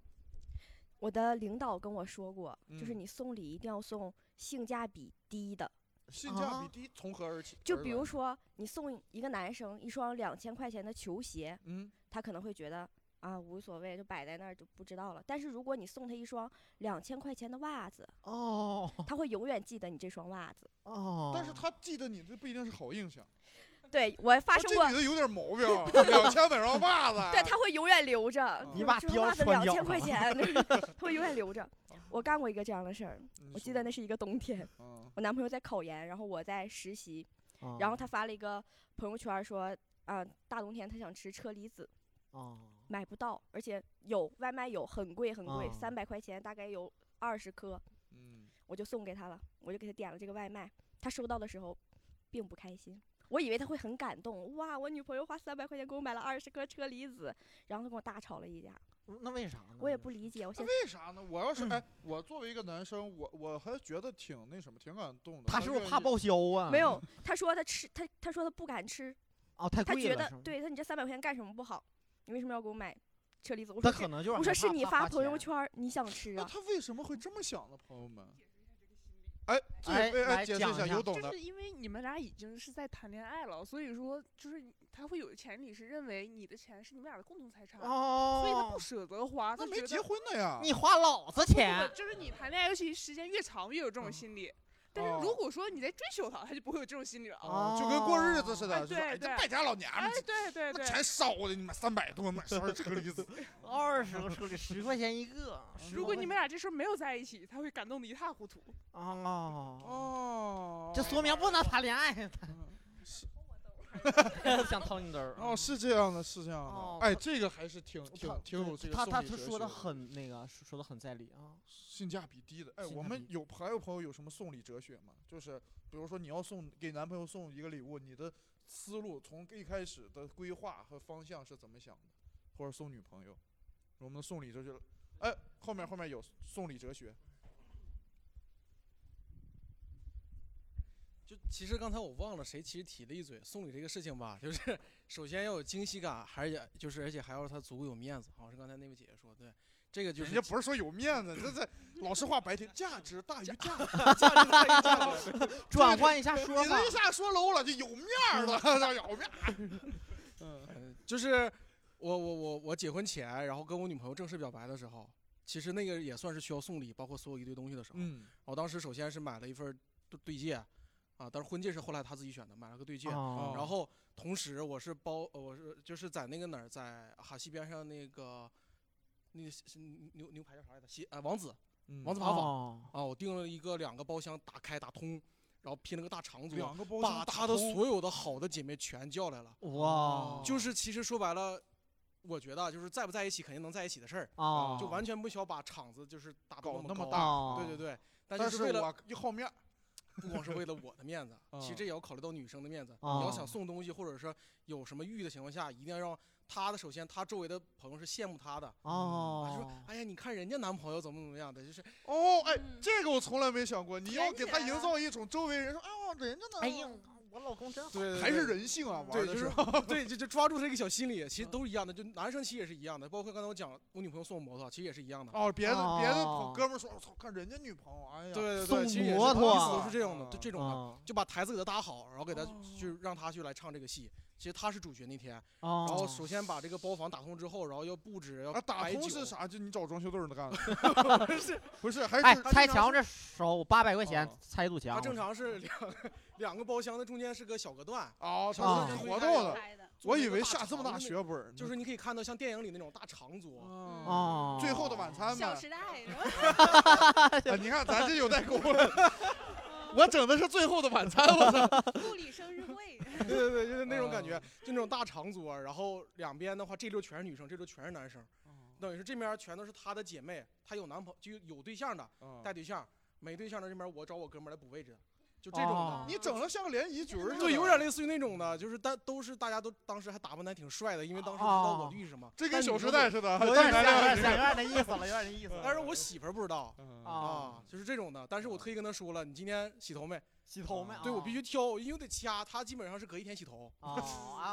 Speaker 11: 我的领导跟我说过，就是
Speaker 1: 嗯
Speaker 11: 你送礼一定要送性价比低的。
Speaker 1: 性价比
Speaker 11: 啊
Speaker 1: 低从何而起？
Speaker 11: 就
Speaker 1: 而
Speaker 11: 比
Speaker 1: 来
Speaker 11: 如
Speaker 1: 呢，
Speaker 11: 说，你送一个男生一双两千块钱的球鞋，
Speaker 1: 嗯，
Speaker 11: 他可能会觉得啊无所谓，就摆在那儿就不知道了。但是如果你送他一双两千块钱的袜子，
Speaker 2: 哦，
Speaker 11: 他会永远记得你这双袜子。
Speaker 2: 哦
Speaker 1: 但是他记得你这不一定是好印象，
Speaker 11: 对我发
Speaker 1: 啊
Speaker 11: 生
Speaker 1: 这
Speaker 11: 过
Speaker 1: 女，的有点毛病啊，两千买双袜子，
Speaker 11: (laughs)
Speaker 1: 啊
Speaker 11: 对，他会永远留着。
Speaker 2: 你把
Speaker 11: 这双
Speaker 2: 貂
Speaker 11: 袜子
Speaker 2: 穿
Speaker 11: 两
Speaker 2: 脚
Speaker 11: 千
Speaker 2: 上
Speaker 11: 块
Speaker 2: 了
Speaker 11: 钱，
Speaker 2: (laughs)
Speaker 11: 他会永远
Speaker 1: (laughs)
Speaker 11: 留着。我干过一个这样的事儿，
Speaker 1: 啊你
Speaker 11: 我记
Speaker 1: 说
Speaker 11: 得那是一个冬天，
Speaker 1: 嗯
Speaker 11: 我男朋友在考研，然后我在实习，
Speaker 2: 啊
Speaker 11: 然后他发了一个朋友圈儿说，啊、大冬天他想吃车厘子，
Speaker 2: 哦，
Speaker 11: 买不到，而且有外卖有很贵很贵，
Speaker 2: 啊
Speaker 11: 三百、块钱大概有二十颗，
Speaker 1: 嗯，
Speaker 11: 我就送给他了，我就给他点了这个外卖，他收到的时候并不开心。我以为他会很感动，哇！我女朋友花三百块钱给我买了二十颗车厘子，然后他跟我大吵了一架，
Speaker 2: 那为啥呢？
Speaker 11: 我也不理解。我嗯
Speaker 1: 那
Speaker 11: 现在
Speaker 1: 为啥呢？我要是哎，我作为一个男生，我我还觉得挺那什么，挺感动的。
Speaker 2: 他是不是
Speaker 1: 愿
Speaker 2: 怕
Speaker 1: 意？
Speaker 2: 报销啊？
Speaker 11: 没有，他说他吃，他他说他不敢吃，
Speaker 2: 哦，太
Speaker 11: 他
Speaker 2: 贵
Speaker 11: 觉
Speaker 2: 了。
Speaker 11: 得
Speaker 2: 是吗，
Speaker 11: 对他，你这三百块钱干什么不好？你为什么要给我买车厘子？我
Speaker 2: 他
Speaker 11: 说
Speaker 2: 可
Speaker 11: 是，
Speaker 2: 能就是
Speaker 11: 我说是
Speaker 2: 害怕
Speaker 11: 你
Speaker 2: 怕
Speaker 11: 发
Speaker 2: 花
Speaker 11: 朋友
Speaker 2: 钱
Speaker 11: 圈儿，你想吃
Speaker 1: 那
Speaker 11: 啊？
Speaker 1: 他为什么会这么想呢？朋友们，哎，最
Speaker 2: 哎
Speaker 1: 为哎
Speaker 2: 来
Speaker 1: 解释
Speaker 2: 讲一
Speaker 1: 下，
Speaker 2: 下
Speaker 1: 有懂
Speaker 12: 就
Speaker 1: 的
Speaker 12: 是因为你们俩已经是在谈恋爱了，所以说就是他会有潜意识认为你的钱是你们俩的共同财产，
Speaker 2: 哦，
Speaker 12: 所以他不舍得花。
Speaker 1: 那
Speaker 12: 他
Speaker 1: 没
Speaker 12: 觉得
Speaker 1: 结婚的呀？
Speaker 2: 你花老子钱
Speaker 12: 不，就是你谈恋爱，尤其时间越长越有
Speaker 1: 嗯
Speaker 12: 这种心理。但
Speaker 1: 哦
Speaker 12: 是如果说你在追求他，他就不会有这种心理了。
Speaker 1: 哦就跟过日子似
Speaker 12: 哎
Speaker 1: 的，就说
Speaker 12: 对
Speaker 1: 哎这
Speaker 12: 对
Speaker 1: 败家老娘
Speaker 12: 哎
Speaker 1: 们，，
Speaker 12: 对对
Speaker 1: 那
Speaker 12: 对，
Speaker 1: 钱烧的，你买三百多买十二车厘子，
Speaker 2: (laughs) 二十个车里十块钱一个。
Speaker 12: 如
Speaker 2: 嗯
Speaker 12: 果你们俩这时候没有在一起，他会感动的一塌糊涂。
Speaker 2: 哦，
Speaker 1: 哦，
Speaker 2: 这说明不能谈恋爱。 (laughs) 想掏你兜儿
Speaker 1: 哦是这样的，是这样
Speaker 2: 哦
Speaker 1: 的，哎，这个还是挺挺
Speaker 2: 他
Speaker 1: 挺有这个
Speaker 2: 他他
Speaker 1: 送礼
Speaker 2: 他
Speaker 1: 哲
Speaker 2: 说的
Speaker 1: 学
Speaker 2: 很那个，说说的很在理啊。
Speaker 1: 性价比低的。哎，
Speaker 2: 性
Speaker 1: 我
Speaker 2: 价
Speaker 1: 们
Speaker 2: 比
Speaker 1: 有还有朋友有什么送礼哲学吗？就是比如说你要送给男朋友送一个礼物，你的思路从一开始的规划和方向是怎么想的？或者送女朋友，我们的送礼哲学，哎，后面后面有送礼哲学，
Speaker 6: 就其实刚才我忘了谁其实提了一嘴送礼这个事情吧，就是 (laughs) 首先要有惊喜感，还是就是而且还要他足够有面子，好像是刚才那位姐姐说的，对，这个就是
Speaker 1: 人家不是说有面子，这
Speaker 6: (laughs)
Speaker 1: 这 (laughs) 老实话白天价值大于价格，
Speaker 6: 价值大于价格。
Speaker 2: 转换一下说
Speaker 1: 你
Speaker 2: 法
Speaker 1: 这一下说 low 了就有面儿了， (laughs) 有面儿，嗯，
Speaker 6: 呃就是我我我我结婚前，然后跟我女朋友正式表白的时候，其实那个也算是需要送礼，包括所有一堆东西的时候。
Speaker 1: 嗯，
Speaker 6: 我当时首先是买了一份儿对对戒，啊，但是婚戒是后来她自己选的，买了个对戒。
Speaker 2: 哦
Speaker 6: 然后同时我是包，呃我是就是在那个哪儿，在哈西边上那个那个是牛牛排叫啥来着？西啊，王子
Speaker 1: 嗯
Speaker 6: 王子爬坊、
Speaker 2: 哦，
Speaker 6: 啊，我订了一个两个包厢打开打通，然后拼了个大长桌，
Speaker 1: 两个包
Speaker 6: 把
Speaker 1: 厢
Speaker 6: 她的所有的好的姐妹全叫来了。
Speaker 1: 哦
Speaker 2: 哇，
Speaker 6: 就是其实说白了，我觉得啊就是在不在一起肯定能在一起的事儿，
Speaker 2: 啊，
Speaker 6: 就完全不需要把场子就是打得
Speaker 1: 搞
Speaker 6: 那
Speaker 1: 那么
Speaker 6: 高
Speaker 1: 大
Speaker 2: 啊，
Speaker 6: 对对对，但
Speaker 1: 但
Speaker 6: 就是是为了
Speaker 1: 我一好面儿，
Speaker 6: (laughs) 不光是为了我的面
Speaker 1: (laughs)
Speaker 6: 子，其
Speaker 1: 啊
Speaker 6: 实这也要考虑到女生的面子。你
Speaker 2: 啊
Speaker 6: 要想送东西或者是有什么欲的情况下，一定要让她的首先她周围的朋友是羡慕她的。啊，就说
Speaker 2: 哦，
Speaker 6: 哎呀，你看人家男朋友怎么怎么样的，就是
Speaker 1: 哦，哎
Speaker 12: 嗯，
Speaker 1: 这个我从来没想过，你要
Speaker 12: 连
Speaker 1: 给
Speaker 12: 起
Speaker 1: 他
Speaker 12: 来
Speaker 1: 营
Speaker 12: 了
Speaker 1: 造一种周围人说，哎呦，人家呢？
Speaker 2: 哎呀，我老公真好。
Speaker 6: 对
Speaker 1: 还是人性啊，玩
Speaker 6: 对，
Speaker 1: 的
Speaker 6: 就是是 (laughs) 对，就就抓住这个小心理，其
Speaker 2: 嗯
Speaker 6: 实都一样的，就男生其实也是一样的，包括刚才我讲我女朋友送我摩托，其实也是一样的。
Speaker 1: 哦，别的别的朋
Speaker 2: 哦
Speaker 1: 哥们儿说，我操，看人家女朋友，哎呀，啊
Speaker 6: 对
Speaker 1: (laughs)
Speaker 6: 对
Speaker 2: 送
Speaker 6: 对，其实也是
Speaker 2: 摩托
Speaker 6: 意思都是这种的，就这种的。
Speaker 2: 啊
Speaker 6: 就把台词给他搭好，然后给他
Speaker 1: 哦
Speaker 6: 就让他去来唱这个戏。其实他是主角那天，
Speaker 2: 啊！
Speaker 6: 然后首先把这个包房打通之后，然后要布置，要
Speaker 1: 哦啊，打
Speaker 6: 摆
Speaker 1: 通
Speaker 6: 酒
Speaker 1: 是？
Speaker 6: (laughs)
Speaker 1: 啥？就你找装修队儿的干的，不是，还是
Speaker 2: 哎，
Speaker 1: 他
Speaker 2: 拆
Speaker 1: 经
Speaker 2: 墙
Speaker 1: 常是
Speaker 2: 这手八百块钱
Speaker 1: 哦
Speaker 2: 拆一堵墙，
Speaker 6: 他正常是两两个包厢的中间是个小隔断，
Speaker 1: 哦，
Speaker 2: 啊
Speaker 1: 他是活动的，
Speaker 4: 开的，
Speaker 1: 我以为下这么大血本儿呢
Speaker 6: 就是你可以看到像电影里那种大长桌，
Speaker 2: 哦
Speaker 1: 最后的晚餐
Speaker 4: 小
Speaker 1: 嘛
Speaker 4: 时代
Speaker 1: 啊你看咱这有代沟了。我整的是最后的晚餐，我操！ (laughs)
Speaker 6: (laughs)
Speaker 1: 嗯
Speaker 4: 顾里生日会，
Speaker 6: 对对对，就是那种感觉，就那种大长桌，然后两边的话，这溜全是女生，这溜全是男生，
Speaker 1: 哦
Speaker 6: 等于是这边全都是她的姐妹，她有男朋就有对象的
Speaker 1: 嗯
Speaker 6: 带对象，没对象的这边我找我哥们儿来补位置，就这种的
Speaker 1: 哦。你整的像个联谊局儿似的
Speaker 6: 对，有点类似于那种的，就是但都是大家都当时还打扮的还挺帅的，因为当时知道我的遇什么。
Speaker 1: 这跟
Speaker 6: 但
Speaker 1: 小
Speaker 6: 女生
Speaker 1: 时代
Speaker 6: 哦就
Speaker 1: 似的 (laughs)
Speaker 6: 有
Speaker 1: 大
Speaker 6: 点
Speaker 1: 家
Speaker 6: 像
Speaker 1: 都
Speaker 6: 有点
Speaker 1: 是嗯
Speaker 6: 像有点
Speaker 1: 这
Speaker 6: 那
Speaker 1: 样
Speaker 6: 意思了，有点那意思
Speaker 1: 嗯
Speaker 6: 了。但是我媳妇儿不知道啊，就是这种的。但是我特意跟她说了，你今天洗头没？哦
Speaker 2: 洗头没
Speaker 6: 对我
Speaker 2: 啊
Speaker 6: 必须挑，因为得掐，她基本上是隔一天洗头，
Speaker 2: 哦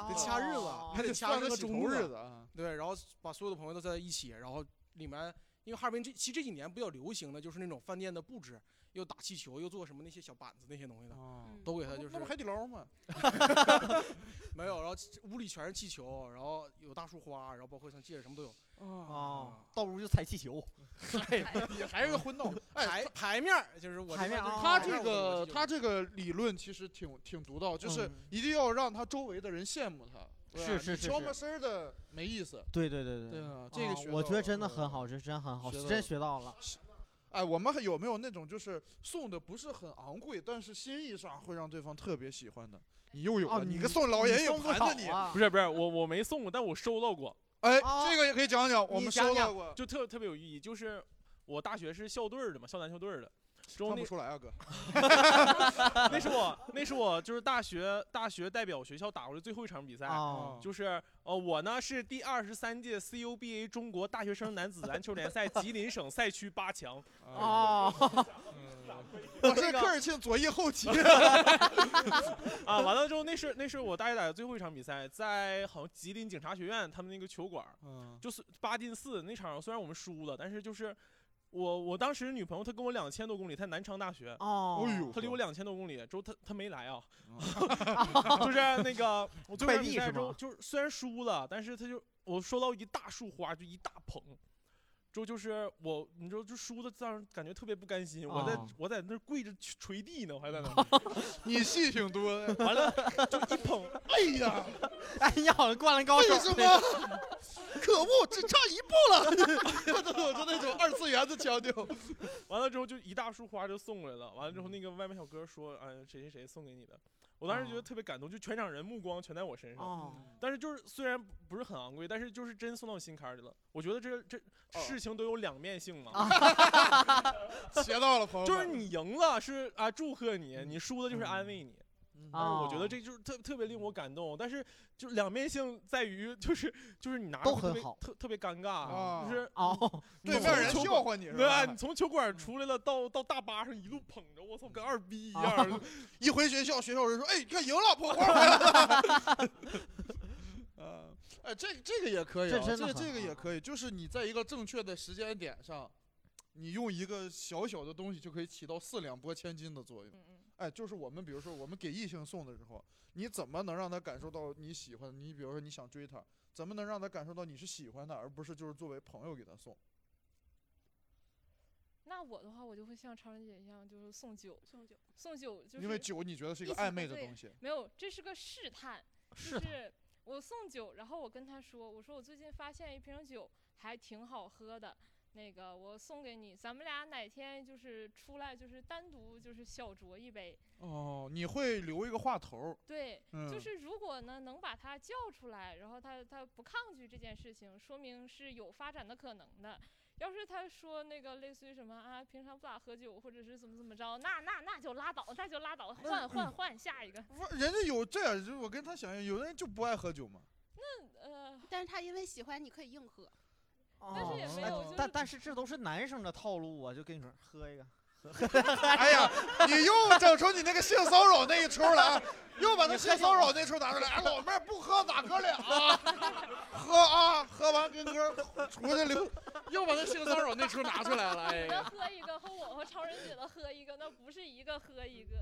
Speaker 6: 得掐日子
Speaker 2: 哦，
Speaker 6: 还得掐
Speaker 2: 还得算个
Speaker 6: 这个
Speaker 2: 洗
Speaker 6: 中
Speaker 2: 头
Speaker 6: 啊
Speaker 2: 日子啊
Speaker 6: 对，然后把所有的朋友都在一起，然后里面。因为哈尔滨这其实这几年比较流行的就是那种饭店的布置，又打气球，又做什么那些小板子那些东西的，都给他就是
Speaker 1: 那不海底捞吗？
Speaker 6: 没有，然后屋里全是气球，然后有大树花，然后包括像戒指什么都有。
Speaker 2: 哦，
Speaker 1: 啊
Speaker 2: 到屋就踩气
Speaker 1: (laughs)
Speaker 2: 球，
Speaker 1: 你还是个昏哎倒。
Speaker 6: 牌牌面儿就是我这边就是
Speaker 1: 他
Speaker 6: 牌面
Speaker 1: 这
Speaker 6: 儿我
Speaker 1: 个
Speaker 6: 我
Speaker 1: 他这个理论其实挺挺独到，就是一定要让他周围的人羡慕他。对吧
Speaker 2: 嗯是是是
Speaker 1: 你悄
Speaker 2: 是
Speaker 1: 没声儿的没意思。
Speaker 2: 对对对
Speaker 1: 对啊
Speaker 2: 啊，
Speaker 1: 这个学
Speaker 2: 我
Speaker 1: 到
Speaker 2: 觉得
Speaker 1: 了
Speaker 2: 真的很好，这真很好，
Speaker 1: 学到
Speaker 2: 哦真
Speaker 1: 了
Speaker 2: 学到了。
Speaker 1: 哎，我们还有没有那种就是送的不是很昂贵，但是心意上会让对方特别喜欢的？你又有
Speaker 2: 哦
Speaker 1: 了，哦你个送啊老爷爷盘着你，
Speaker 2: 啊
Speaker 5: 不是不是，我我没送过，但我收到过。
Speaker 1: 哎哦这个也可以讲讲我
Speaker 5: 你
Speaker 1: 们
Speaker 5: 讲
Speaker 1: 收到
Speaker 5: 讲
Speaker 1: 过
Speaker 5: 就特特别有意义。就是我大学是校队儿的嘛，校篮球队儿的。中
Speaker 1: 看
Speaker 5: 那
Speaker 1: 不出来啊，哥。
Speaker 5: (laughs) 那是我，那是我，就是大学大学代表学校打过的最后一场比赛，
Speaker 2: 哦
Speaker 5: 就是呃，我呢是第二十三届 CUBA 中国大学生男子篮球联赛吉林省赛区八强。
Speaker 1: (laughs) 哎
Speaker 2: 哦，
Speaker 1: 我是科尔沁左翼后旗。
Speaker 5: (laughs) 啊，完了之后，那是那是我大学打的最后一场比赛，在好像吉林警察学院他们那个球馆，
Speaker 1: 嗯，
Speaker 5: 就是八进四那场，虽然我们输了，但是就是。我我当时女朋友她跟我两千多公里，她南昌大学，
Speaker 2: 哦哎呦
Speaker 5: 她离我两千多公里，之后她她没来啊，
Speaker 1: 嗯
Speaker 5: (laughs) 就是
Speaker 1: (laughs)
Speaker 5: 那个我最后
Speaker 2: 快
Speaker 5: 一场
Speaker 2: 递
Speaker 5: 比赛
Speaker 2: 是
Speaker 5: 之后，
Speaker 2: 吗
Speaker 5: 就是虽然输了，但是她就我收到一大束花，就一大捧，之后就是我，你知道就输的，当时感觉特别不甘心，我在
Speaker 1: 啊
Speaker 5: 我在那儿跪着捶捶地呢，我还在那儿，
Speaker 1: (laughs) 你戏挺多的，
Speaker 5: 完了就一捧，
Speaker 1: 哎呀，
Speaker 2: (laughs) 哎你好像灌篮高手
Speaker 1: 为什
Speaker 2: 那
Speaker 1: 么
Speaker 2: 个？
Speaker 1: 可恶，只差一步 (laughs) 了！我都有着那种二次元的腔调。
Speaker 5: 完了之后就一大束花就送过来了，完了之后那个外卖小哥说，哎，谁谁谁送给你的。我当时觉得特别感动，就全场人目光全在我身上。
Speaker 2: 哦
Speaker 5: 但是就是虽然不是很昂贵，但是就是真送到心坎儿里了。我觉得这这事情都有两面性嘛。 (laughs)
Speaker 1: 学到了朋友们
Speaker 5: 就是你赢了是啊祝贺你，你输了就是安慰你。但是我觉得这就是特特别令我感动，但是就两面性在于就是就是你拿着
Speaker 2: 都
Speaker 5: 会特
Speaker 2: 很
Speaker 5: 别
Speaker 2: 好
Speaker 5: 特特别尴尬，
Speaker 1: 啊
Speaker 5: 就是
Speaker 2: 哦，
Speaker 1: 对面人笑话你是
Speaker 5: 对啊，
Speaker 1: 吧嗯
Speaker 5: 你从球馆出来了，到到大巴上一路捧着，我操，跟二逼一
Speaker 1: 啊
Speaker 5: 样。
Speaker 1: (laughs) 一回学校，学校人说：“哎，你看赢了，
Speaker 5: (laughs)
Speaker 1: 捧花回来了。”呃， (laughs) 哎，这这个也可以、啊，
Speaker 2: 这真的
Speaker 1: 这
Speaker 2: 很
Speaker 1: 这
Speaker 2: 好
Speaker 1: 个也可以，就是你在一个正确的时间点上，你用一个小小的东西就可以起到四两拨千斤的
Speaker 3: 嗯
Speaker 1: 作用。哎，就是我们比如说我们给异性送的时候，你怎么能让他感受到你喜欢？你比如说你想追他，怎么能让他感受到你是喜欢他，而不是就是作为朋友给他送？
Speaker 3: 那我的话，我就会像超人姐一样，就是送酒，送酒，送酒，就是
Speaker 1: 因为酒你觉得是一个
Speaker 3: 起喝
Speaker 1: 暧昧的
Speaker 3: 醉
Speaker 1: 东西
Speaker 3: 没有，这是个试
Speaker 1: (laughs)
Speaker 3: 探，
Speaker 1: 试
Speaker 3: 就
Speaker 1: 探
Speaker 3: 是我送酒，然后我跟他说，我说我最近发现一瓶酒还挺好喝的，那个我送给你，咱们俩哪天就是出来就是单独就是小酌一杯，
Speaker 1: 哦，你会留一个话头儿。
Speaker 3: 对，就
Speaker 1: 嗯
Speaker 3: 是如果呢能把他叫出来，然后他他不抗拒这件事情，说明是有发展的可能的。要是他说那个类似于什么啊，平常不咋喝酒，或者是怎么怎么着，那那那就拉倒，那就拉倒，换换换下一个。
Speaker 1: 不是人家有这样，就是我跟他想，有的人就不爱喝酒嘛。
Speaker 3: 那呃，
Speaker 4: 但是他因为喜欢你可以硬喝，
Speaker 3: 但是也没
Speaker 2: 哎
Speaker 3: 有
Speaker 1: 哦
Speaker 3: 就是
Speaker 2: 但但是这都是男生的套路啊，就跟你说喝一个，
Speaker 1: (laughs) 哎呀，你又整出你 (laughs) 那个性骚扰那一出来啊，又把那性骚扰那出拿出来。哎，老妹儿不喝咋哥俩、啊喝啊，喝完跟哥出去溜，又把那性骚扰那出拿出来了。哎
Speaker 3: (laughs) 你的
Speaker 1: 呀，
Speaker 3: 喝一个和我和超人姐的喝一个，那不是一个喝一个。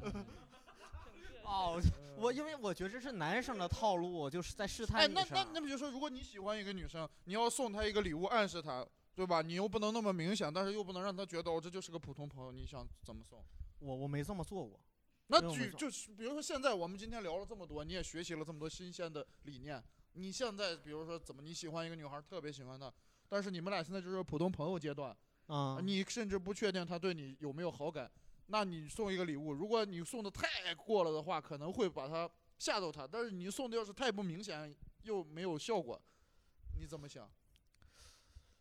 Speaker 2: (laughs) 哦，我因为我觉得这是男生的套路，我就是在试探
Speaker 1: 哎，
Speaker 2: 女
Speaker 1: 那
Speaker 2: 生。
Speaker 1: 那那比如说，如果你喜欢一个女生，你要送她一个礼物，暗示她，对吧？你又不能那么明显，但是又不能让她觉得哦，这就是个普通朋友。你想怎么送？
Speaker 2: 我我没这么做过。
Speaker 1: 那
Speaker 2: 没有没
Speaker 1: 举
Speaker 2: 错
Speaker 1: 就是比如说现在我们今天聊了这么多，你也学习了这么多新鲜的理念。你现在比如说怎么你喜欢一个女孩，特别喜欢她，但是你们俩现在就是普通朋友阶段，
Speaker 2: 啊、
Speaker 1: 你甚至不确定她对你有没有好感。那你送一个礼物，如果你送的太过了的话，可能会把她吓到她。但是你送的要是太不明显，又没有效果，你怎么想？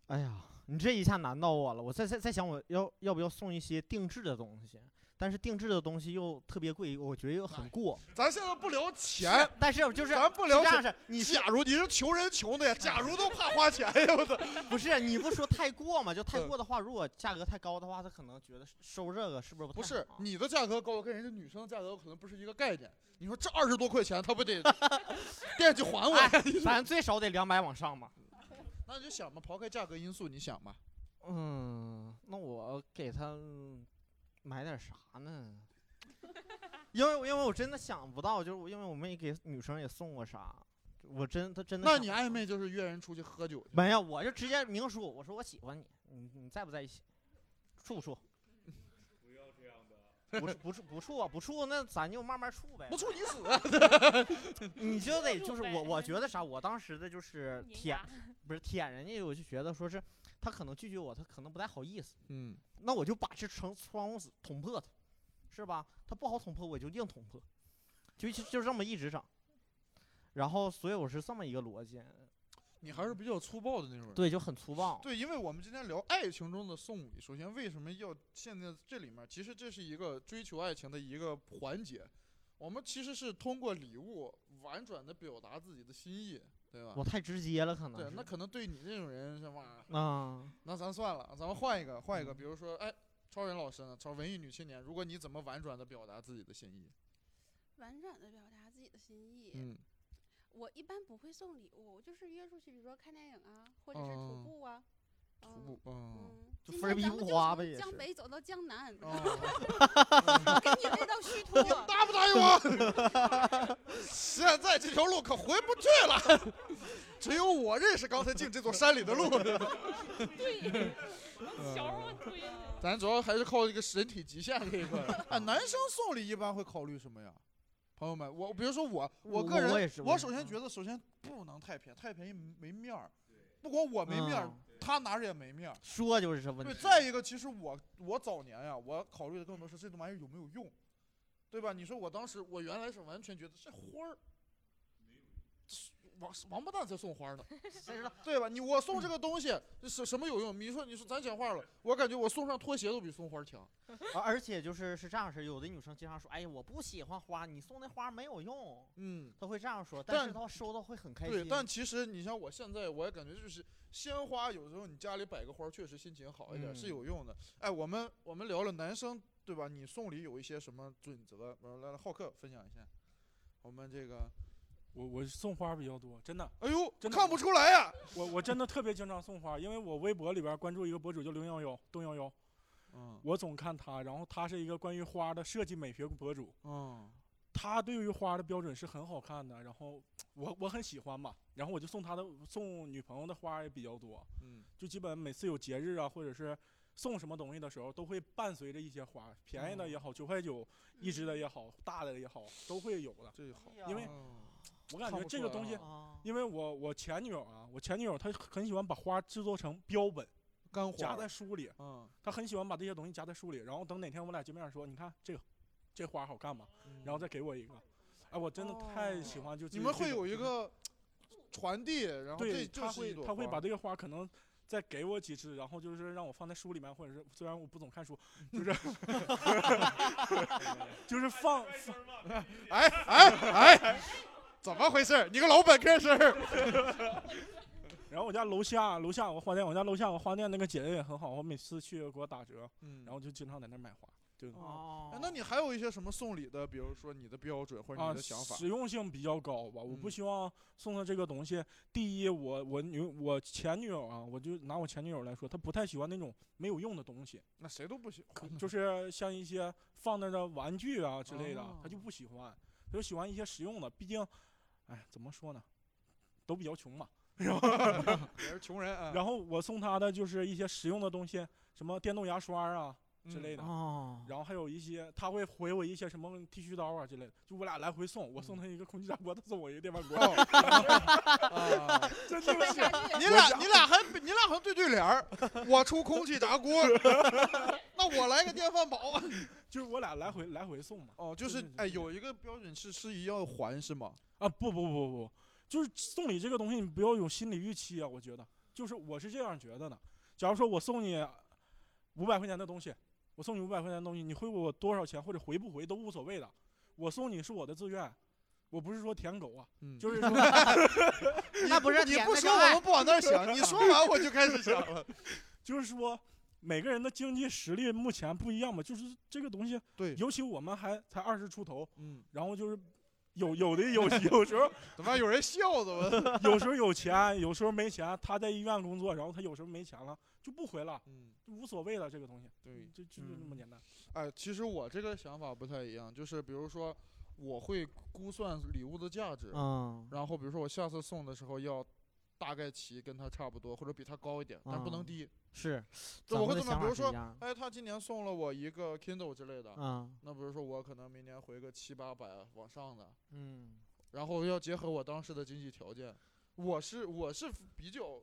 Speaker 2: 哎呀，你这一下难到我了，我在在在想我要要不要送一些定制的东西，但是定制的东西又特别贵，我觉得又很过。
Speaker 1: 咱现在不聊钱，
Speaker 2: 但是就是
Speaker 1: 咱不
Speaker 2: 是
Speaker 1: 聊
Speaker 2: 这样
Speaker 1: 钱
Speaker 2: 式你是
Speaker 1: 假如你是穷人穷的呀，假如都怕花钱呀，我操！
Speaker 2: (laughs)
Speaker 1: 嗯
Speaker 2: 不是你不说太过嘛？就太过的话，如果价格太高的话，他可能觉得收这个是不是不
Speaker 1: 不
Speaker 2: 太
Speaker 1: 是
Speaker 2: 好啊
Speaker 1: 你的价格高，跟人家女生的价格可能不是一个概念。你说这二十多块钱，他
Speaker 2: (laughs)
Speaker 1: 不得惦记还我呀？
Speaker 2: 哎咱最少得两百往上吧。
Speaker 1: 那你就想吧，刨开价格因素，你想吧。
Speaker 2: 嗯，那我给他买点啥呢？因为因为我真的想不到，就是我因为我没给女生也送过啥，我真他真的
Speaker 1: 那
Speaker 2: 想
Speaker 1: 你
Speaker 2: 不
Speaker 1: 暧昧就是约人出去喝酒去？
Speaker 2: 没有，我就直接明说，我说我喜欢你，你你在不在一起？处不处？
Speaker 7: 不要这样的。
Speaker 2: 不处不处不处啊，不处那咱就慢慢处呗。
Speaker 1: 不处你 (laughs) 死啊
Speaker 2: (laughs) 你就得就是
Speaker 1: 不处
Speaker 2: 我，
Speaker 1: 呗嗯
Speaker 2: 我觉得啥？我当时的就是
Speaker 1: 拧
Speaker 2: 舔
Speaker 1: 牙，
Speaker 2: 不是舔人家，我就觉得说是他可能拒绝我，他可能不太好意思。
Speaker 1: 嗯，
Speaker 2: 那我就把这层窗户纸捅破它，是吧？他不好捅破，我就硬捅破，就就就这么一直整。然后，所以我是这么一个逻辑，
Speaker 1: 你还是比较粗暴的那种人。
Speaker 2: 对，就很粗暴。
Speaker 1: 对，因为我们今天聊爱情中的送礼，首先为什么要现在这里面，其实这是一个追求爱情的一个环节。我们其实是通过礼物婉转的表达自己的心意，对吧？
Speaker 2: 我太直接了，可能
Speaker 1: 啊对，
Speaker 2: 是
Speaker 1: 那可能对你这种人是
Speaker 2: (laughs)
Speaker 1: 吧？
Speaker 2: 啊，
Speaker 1: 那咱算了，咱们换一个，换一
Speaker 2: 嗯
Speaker 1: 个，比如说，哎，超人老师呢？超文艺女青年，如果你怎么婉转的表达自己的心意？
Speaker 4: 婉转的表达自己的心意。
Speaker 1: 嗯，
Speaker 4: 我一般不会送礼物，我就是约出去，比如说看电影啊，或者是
Speaker 1: 哦
Speaker 4: 徒步啊。
Speaker 1: 徒步，嗯，
Speaker 2: 就
Speaker 4: 今
Speaker 2: 分儿逼
Speaker 4: 天咱们
Speaker 2: 不
Speaker 4: 就
Speaker 2: 花
Speaker 4: 从
Speaker 2: 呗也
Speaker 4: 江
Speaker 2: 是
Speaker 4: 北走到江南， (laughs)
Speaker 1: 哦
Speaker 4: 给你累到虚啊
Speaker 1: (laughs)
Speaker 4: 脱。
Speaker 1: 答不答应我？现在这条路可回不去了，只有我认识刚才进这座山里的路。
Speaker 3: 对，
Speaker 4: 嗯
Speaker 1: 桥
Speaker 3: 上推的。
Speaker 1: 咱主要还是靠这个身体极限这一
Speaker 2: (laughs)
Speaker 1: 块。啊，男生送礼一般会考虑什么呀？朋友们，我比如说我，
Speaker 2: 我
Speaker 1: 个人，
Speaker 2: 我
Speaker 1: 我
Speaker 2: 也是我也是
Speaker 1: 首先觉得，首先不能太便宜，太便宜没面儿。不光我没面儿，
Speaker 2: 嗯
Speaker 1: 他拿着也没面儿。
Speaker 2: 说就是这问
Speaker 1: 对，
Speaker 2: 题。
Speaker 1: 再一个，其实我我早年呀，我考虑的更多是这东玩意儿有没有用，对吧？你说我当时，我原来是完全觉得这花儿，王王八蛋才送花儿呢，对吧？你我送这个东西是什么有用？你说你说咱讲话了，我感觉我送上拖鞋都比送花儿强。
Speaker 2: 啊而而且就是是这样式，有的女生经常说，哎呀，我不喜欢花，你送那花没有用。
Speaker 1: 嗯，
Speaker 2: 她会这样说，
Speaker 1: 但
Speaker 2: 但是她收到会很开心。
Speaker 1: 对，但其实你像我现在，我也感觉就是鲜花，有时候你家里摆个花儿，确实心情好一点、
Speaker 2: 嗯
Speaker 1: 是有用的。哎，我们我们聊了男生对吧？你送礼有一些什么准则？呃来来，浩克分享一下。我们这个，
Speaker 7: 我我送花比较多，真的。
Speaker 1: 哎呦，
Speaker 7: 真的
Speaker 1: 看不出来啊呀、
Speaker 7: 我我真的特别经常送花，因为我微博里边关注一个博主叫零幺幺邓幺幺，
Speaker 1: 嗯，
Speaker 7: 我总看他，然后他是一个关于花的设计美学博主，
Speaker 1: 嗯，
Speaker 7: 他对于花的标准是很好看的，然后我我很喜欢吧，然后我就送他的送女朋友的花也比较多，
Speaker 1: 嗯，
Speaker 7: 就基本每次有节日啊，或者是送什么东西的时候，都会伴随着一些花，便宜的也好，九块九一支的也好，大的也好，都会有的。
Speaker 1: 这好啊
Speaker 7: 因为我感觉
Speaker 1: 看不
Speaker 7: 这
Speaker 1: 出
Speaker 7: 个
Speaker 1: 来
Speaker 7: 东西
Speaker 1: 啊，
Speaker 7: 因为我我前女友啊，我前女友她很喜欢把花制作成标本，
Speaker 1: 干
Speaker 7: 夹
Speaker 1: 花
Speaker 7: 在书里，
Speaker 1: 嗯，
Speaker 5: (laughs)
Speaker 7: 她很喜欢把这些东西夹在书里，然后等哪天我俩见面说，你看这个，这花好看吗？然后再给我一个。哎，我真的太喜欢就
Speaker 1: 你们会有一
Speaker 7: 个。
Speaker 1: 个传递，然后这
Speaker 7: 对，
Speaker 1: 就
Speaker 7: 他
Speaker 1: 是一
Speaker 7: 会
Speaker 1: 朵
Speaker 7: 他会
Speaker 1: 花
Speaker 7: 把这个花可能再给我几枝，然后就是让我放在书里面，或者是虽然我不总看书，
Speaker 1: (laughs)
Speaker 7: 就是就是放放。
Speaker 1: (laughs) 哎哎哎，怎么回事？你个老本科生儿。
Speaker 7: (laughs)
Speaker 1: (laughs)
Speaker 7: 然后我家楼下楼下我花店，我家楼下我花店那个姐姐也很好，我每次去给我打折，
Speaker 1: 嗯
Speaker 7: 然后就经常在那儿买花，对。
Speaker 1: 哎那你还有一些什么送礼的？比如说你的标准或者
Speaker 7: 啊，
Speaker 1: 你的想法？嗯
Speaker 7: 实用性比较高吧。我不希望送她这个东西。第一，我我女我前女友啊，我就拿我前女友来说，她不太喜欢那种没有用的东西。
Speaker 1: 那谁都不喜欢。
Speaker 7: 就是像一些放那儿的玩具啊之类的，
Speaker 1: 哦
Speaker 7: 他就不喜欢，他就喜欢一些实用的。毕竟，哎，怎么说呢，都比较穷嘛，然后 (laughs)
Speaker 1: 也是穷人啊
Speaker 7: 然后我送他的就是一些实用的东西，什么电动牙刷啊，之类的。
Speaker 5: 嗯哦
Speaker 7: 然后还有一些他会回我一些什么剃须刀啊之类的，就我俩来回送，我送
Speaker 1: 嗯
Speaker 7: 他一个空气炸锅，他送我一个
Speaker 1: (laughs)
Speaker 7: 电饭锅。
Speaker 1: 啊
Speaker 7: (laughs) 真的是，
Speaker 1: 你俩你俩还你俩还对对联儿，我出空气炸锅，那我来个电饭煲，
Speaker 7: (laughs) 就是我俩来回来回送嘛。
Speaker 1: 哦，就是哎，有一个标准是是一要还是吗？，
Speaker 7: 啊，不不不不，就是送礼这个东西，你不要有心理预期啊。我觉得，就是我是这样觉得的。假如说我送你五百块钱的东西，我送你五百块钱的东西，你回我多少钱或者回不回都无所谓的。我送你是我的自愿，我不是说舔狗啊，就是说
Speaker 1: 那不是嗯你舔不那说叫我爱们不往那儿想你说完我就开始想了。
Speaker 7: 就是说，每个人的经济实力目前不一样嘛，就是这个东西，
Speaker 1: 对，
Speaker 7: 尤其我们还才二十出头，
Speaker 1: 嗯，
Speaker 7: 然后就是有有的 (laughs) 有 (laughs) 有时候
Speaker 1: (laughs) 怎么有人笑怎么
Speaker 7: (laughs) 有时候有钱，有时候没钱，他在医院工作，然后他有时候没钱了就不回了，
Speaker 1: 嗯，
Speaker 7: 无所谓了这个东西，
Speaker 1: 对，
Speaker 7: 就就是这么简单。
Speaker 1: 哎，其实我这个想法不太一样，就是比如说，我会估算礼物的价值，
Speaker 2: 嗯
Speaker 1: 然后比如说我下次送的时候要大概齐跟他差不多，或者比他高一点，但不能
Speaker 2: 嗯
Speaker 1: 低。
Speaker 2: 是，
Speaker 1: 对，
Speaker 2: 咱
Speaker 1: 我
Speaker 2: 们
Speaker 1: 会
Speaker 2: 的
Speaker 1: 怎么？
Speaker 2: 想
Speaker 1: 比
Speaker 2: 法
Speaker 1: 如
Speaker 2: 是一
Speaker 1: 说
Speaker 2: 样，
Speaker 1: 哎，他今年送了我一个 Kindle 之类的，
Speaker 2: 嗯
Speaker 1: 那比如说我可能明年回个七八百往上的，
Speaker 2: 嗯，
Speaker 1: 然后要结合我当时的经济条件，我是我是比较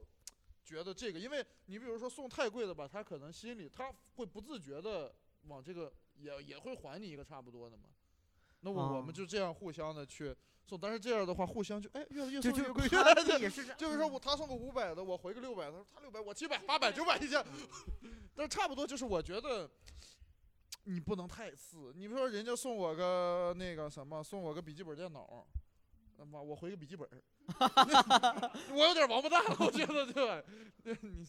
Speaker 1: 觉得这个，因为你比如说送太贵的吧，他可能心里他会不自觉的往这个也也会还你一个差不多的嘛。那我、
Speaker 2: 哦
Speaker 1: 我们就这样互相的去送，但是这样的话互相就哎越来越
Speaker 2: 就
Speaker 1: 送越
Speaker 2: 就
Speaker 1: 贵，越
Speaker 2: 他
Speaker 1: 来越
Speaker 2: 也是这
Speaker 1: 就是说我他送个五百的，我回个六百，他说他六百，我七百、八百、九百一下，但差不多就是我觉得。你不能太次，你比如说人家送我个那个什么，送我个笔记本电脑，他妈我回个笔记本儿，我有点王八蛋了，我觉得 (laughs) 对，对你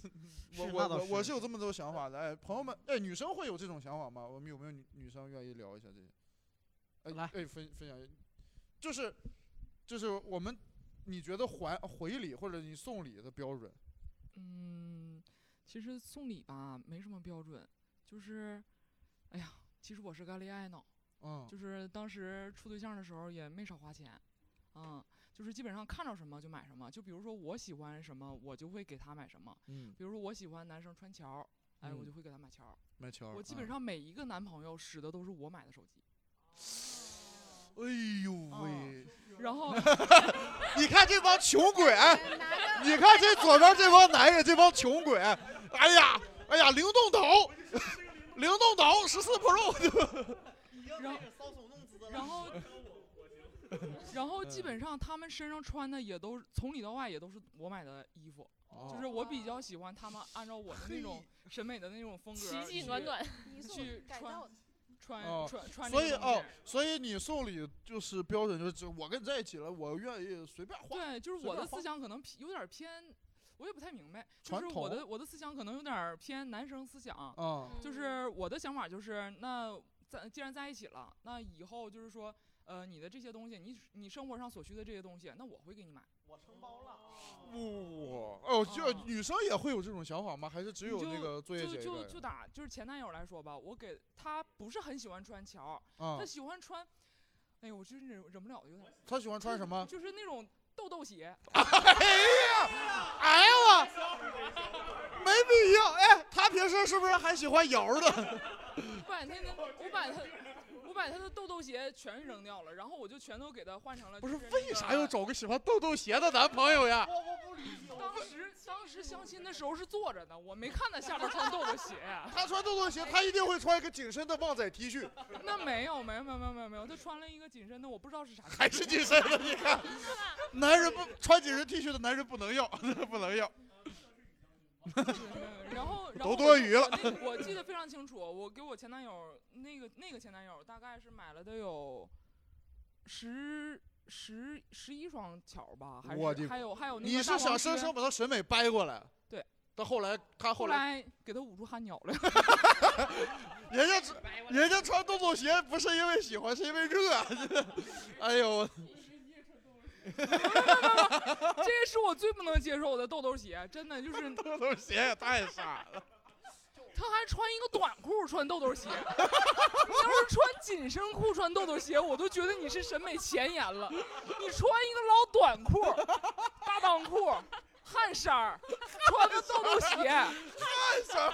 Speaker 1: 我
Speaker 2: 是
Speaker 1: 我
Speaker 2: 那倒
Speaker 1: 我我
Speaker 2: 是
Speaker 1: 是有这么多想法的，哎，朋友们，哎，女生会有这种想法吗？我们有没有女女生愿意聊一下这些？哎，来，哎，分分享一下，就是就是我们，你觉得还回礼或者你送礼的标准？
Speaker 10: 嗯，其实送礼吧没什么标准，就是，哎呀，其实我是个恋爱脑，
Speaker 1: 嗯
Speaker 10: 就是当时处对象的时候也没少花钱，嗯，就是基本上看着什么就买什么，就比如说我喜欢什么，我就会给他买什么，
Speaker 1: 嗯
Speaker 10: 比如说我喜欢男生穿乔儿，哎，我
Speaker 1: 嗯
Speaker 10: 就会给他买乔儿，
Speaker 1: 买乔儿
Speaker 10: 我基本
Speaker 1: 嗯
Speaker 10: 上每一个男朋友使的都是我买的手机，
Speaker 1: 哎呦
Speaker 10: 嗯 (laughs)
Speaker 1: 喂！
Speaker 10: 然后
Speaker 1: (laughs)
Speaker 10: (laughs)
Speaker 1: 你看这帮穷鬼，哎你看这左边这帮男人，这帮穷鬼，哎呀，哎呀，灵
Speaker 10: (laughs)
Speaker 1: 动岛，灵动岛十四 Pro，
Speaker 10: 然后然后然
Speaker 1: 嗯
Speaker 10: 后基本上他们身上穿的也都是从里到外也都是我买的衣服，
Speaker 1: 哦
Speaker 10: (laughs) 就是我比较喜欢他们按照我的那种审美的那种风格
Speaker 3: 奇迹
Speaker 10: 去
Speaker 3: 暖暖你送
Speaker 10: 去
Speaker 3: 改
Speaker 10: 穿
Speaker 3: 造的
Speaker 10: 穿
Speaker 1: 哦
Speaker 10: 穿穿，
Speaker 1: 所以哦，，所以你送礼就是标准，就是我跟你在一起了，我愿意随便花。
Speaker 10: 对，就是
Speaker 1: 随
Speaker 10: 我
Speaker 1: 便
Speaker 10: 的思
Speaker 1: 花
Speaker 10: 想可能偏有点儿偏，我也不太明白，就
Speaker 1: 传
Speaker 10: 是我的
Speaker 1: 统
Speaker 10: 我的思想可能有点儿偏男生思想，
Speaker 1: 嗯
Speaker 10: 就是我的想法就是，那在既然在一起了，那以后就是说，呃，你的这些东西，你你生活上所需的这些东西，那我会给你买，我承包了，
Speaker 1: 哇哦，就女生也会有这种想法吗？还是只有
Speaker 10: 就
Speaker 1: 那个作业
Speaker 10: 就
Speaker 1: 姐一个
Speaker 10: 就
Speaker 1: 人 (laughs)
Speaker 10: 就打就是前男友来说吧，我给他不是很喜欢穿乔儿，
Speaker 1: 啊
Speaker 10: 他喜欢穿，哎呦，我真忍忍不了，有点儿。
Speaker 1: 他喜欢穿什么哎
Speaker 10: 就是那种豆豆鞋。
Speaker 1: 哎呀我没必要。哎，他平时是不是还喜欢摇的？ (laughs)
Speaker 10: (laughs) 我把他的，我把他，我把他的豆豆鞋全扔掉了，然后我就全都给他换成了。
Speaker 1: 不是，为啥要找个喜欢豆豆鞋的男朋友呀？
Speaker 10: 当时当时相亲的时候是坐着呢，我没看他下边穿豆豆 (laughs) 鞋啊呀。
Speaker 1: 他穿豆豆鞋，他一定会穿一个紧身的旺仔 T 恤。
Speaker 10: 那没有没有没有没有没有没有，他穿了一个紧身的，我不知道是啥。
Speaker 1: 还是紧身的，你
Speaker 10: (laughs)
Speaker 1: 看，男人不穿紧身 T 恤的男人不能要， (laughs) 不能要。
Speaker 10: 然后，然
Speaker 1: 都
Speaker 10: 后
Speaker 1: 多
Speaker 10: 我
Speaker 1: 余了
Speaker 10: 我那我记得非常清楚，我给我前男友那个那个前男友大概是买了得有十十十一双巧吧，还
Speaker 1: 我的
Speaker 10: 是还有还有那个
Speaker 1: 你
Speaker 10: 大
Speaker 1: 是
Speaker 10: 黄
Speaker 1: 想
Speaker 10: 靴
Speaker 1: 生生把他审美掰过来？
Speaker 10: 对。
Speaker 1: 到后来，他
Speaker 10: 后
Speaker 1: 来，
Speaker 10: 来给他捂住汗鸟了。
Speaker 1: 人家穿人家穿豆豆鞋不是因为喜欢，是因为热。 (laughs) 哎呦，我
Speaker 10: 这个是我最不能接受的豆豆鞋，真的就是
Speaker 1: (laughs) 豆豆鞋也太傻了。
Speaker 10: (laughs) 他还穿一个短裤穿豆豆鞋，你要是穿紧身裤穿豆豆鞋，我都觉得你是审美前沿了。你穿一个老短裤、大裆裤、汗衫儿，穿个豆豆鞋，
Speaker 1: 汗衫儿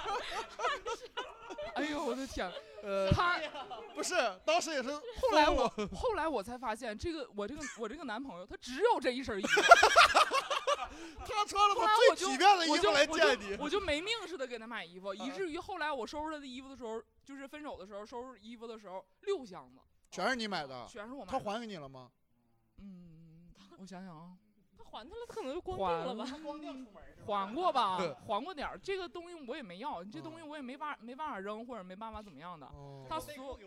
Speaker 10: 哎呦我的天，
Speaker 1: (laughs) 呃
Speaker 10: 他
Speaker 2: (laughs)
Speaker 1: 不是，当时也是，
Speaker 10: 后来我后来我才发现，这个我这个我这个男朋友他只有这一身衣服，
Speaker 1: 他穿了
Speaker 10: 后
Speaker 1: 他
Speaker 10: 来
Speaker 1: 最
Speaker 10: 我就
Speaker 1: 体面的衣
Speaker 10: 我
Speaker 1: 服
Speaker 10: 就
Speaker 1: 来
Speaker 10: 我
Speaker 1: 见
Speaker 10: 就
Speaker 1: 你嗯
Speaker 10: 我就没命似的给他买衣服，以至于后来我收拾他的衣服的时候，就是分手的时候收拾衣服的时候六箱
Speaker 3: (laughs)
Speaker 10: 子，
Speaker 1: 全是你买的，
Speaker 10: 全是我买
Speaker 1: 他
Speaker 10: 的
Speaker 1: 还给你了吗？，
Speaker 10: 我想想啊，
Speaker 3: 他还他了，他可能就光
Speaker 10: 还
Speaker 3: 腚了吧？
Speaker 10: 还过吧还过点儿。这个东西我也没要，这东西
Speaker 1: 嗯
Speaker 10: 我也没法没办法扔，或者没办法怎么样的。
Speaker 1: 哦
Speaker 10: 他所有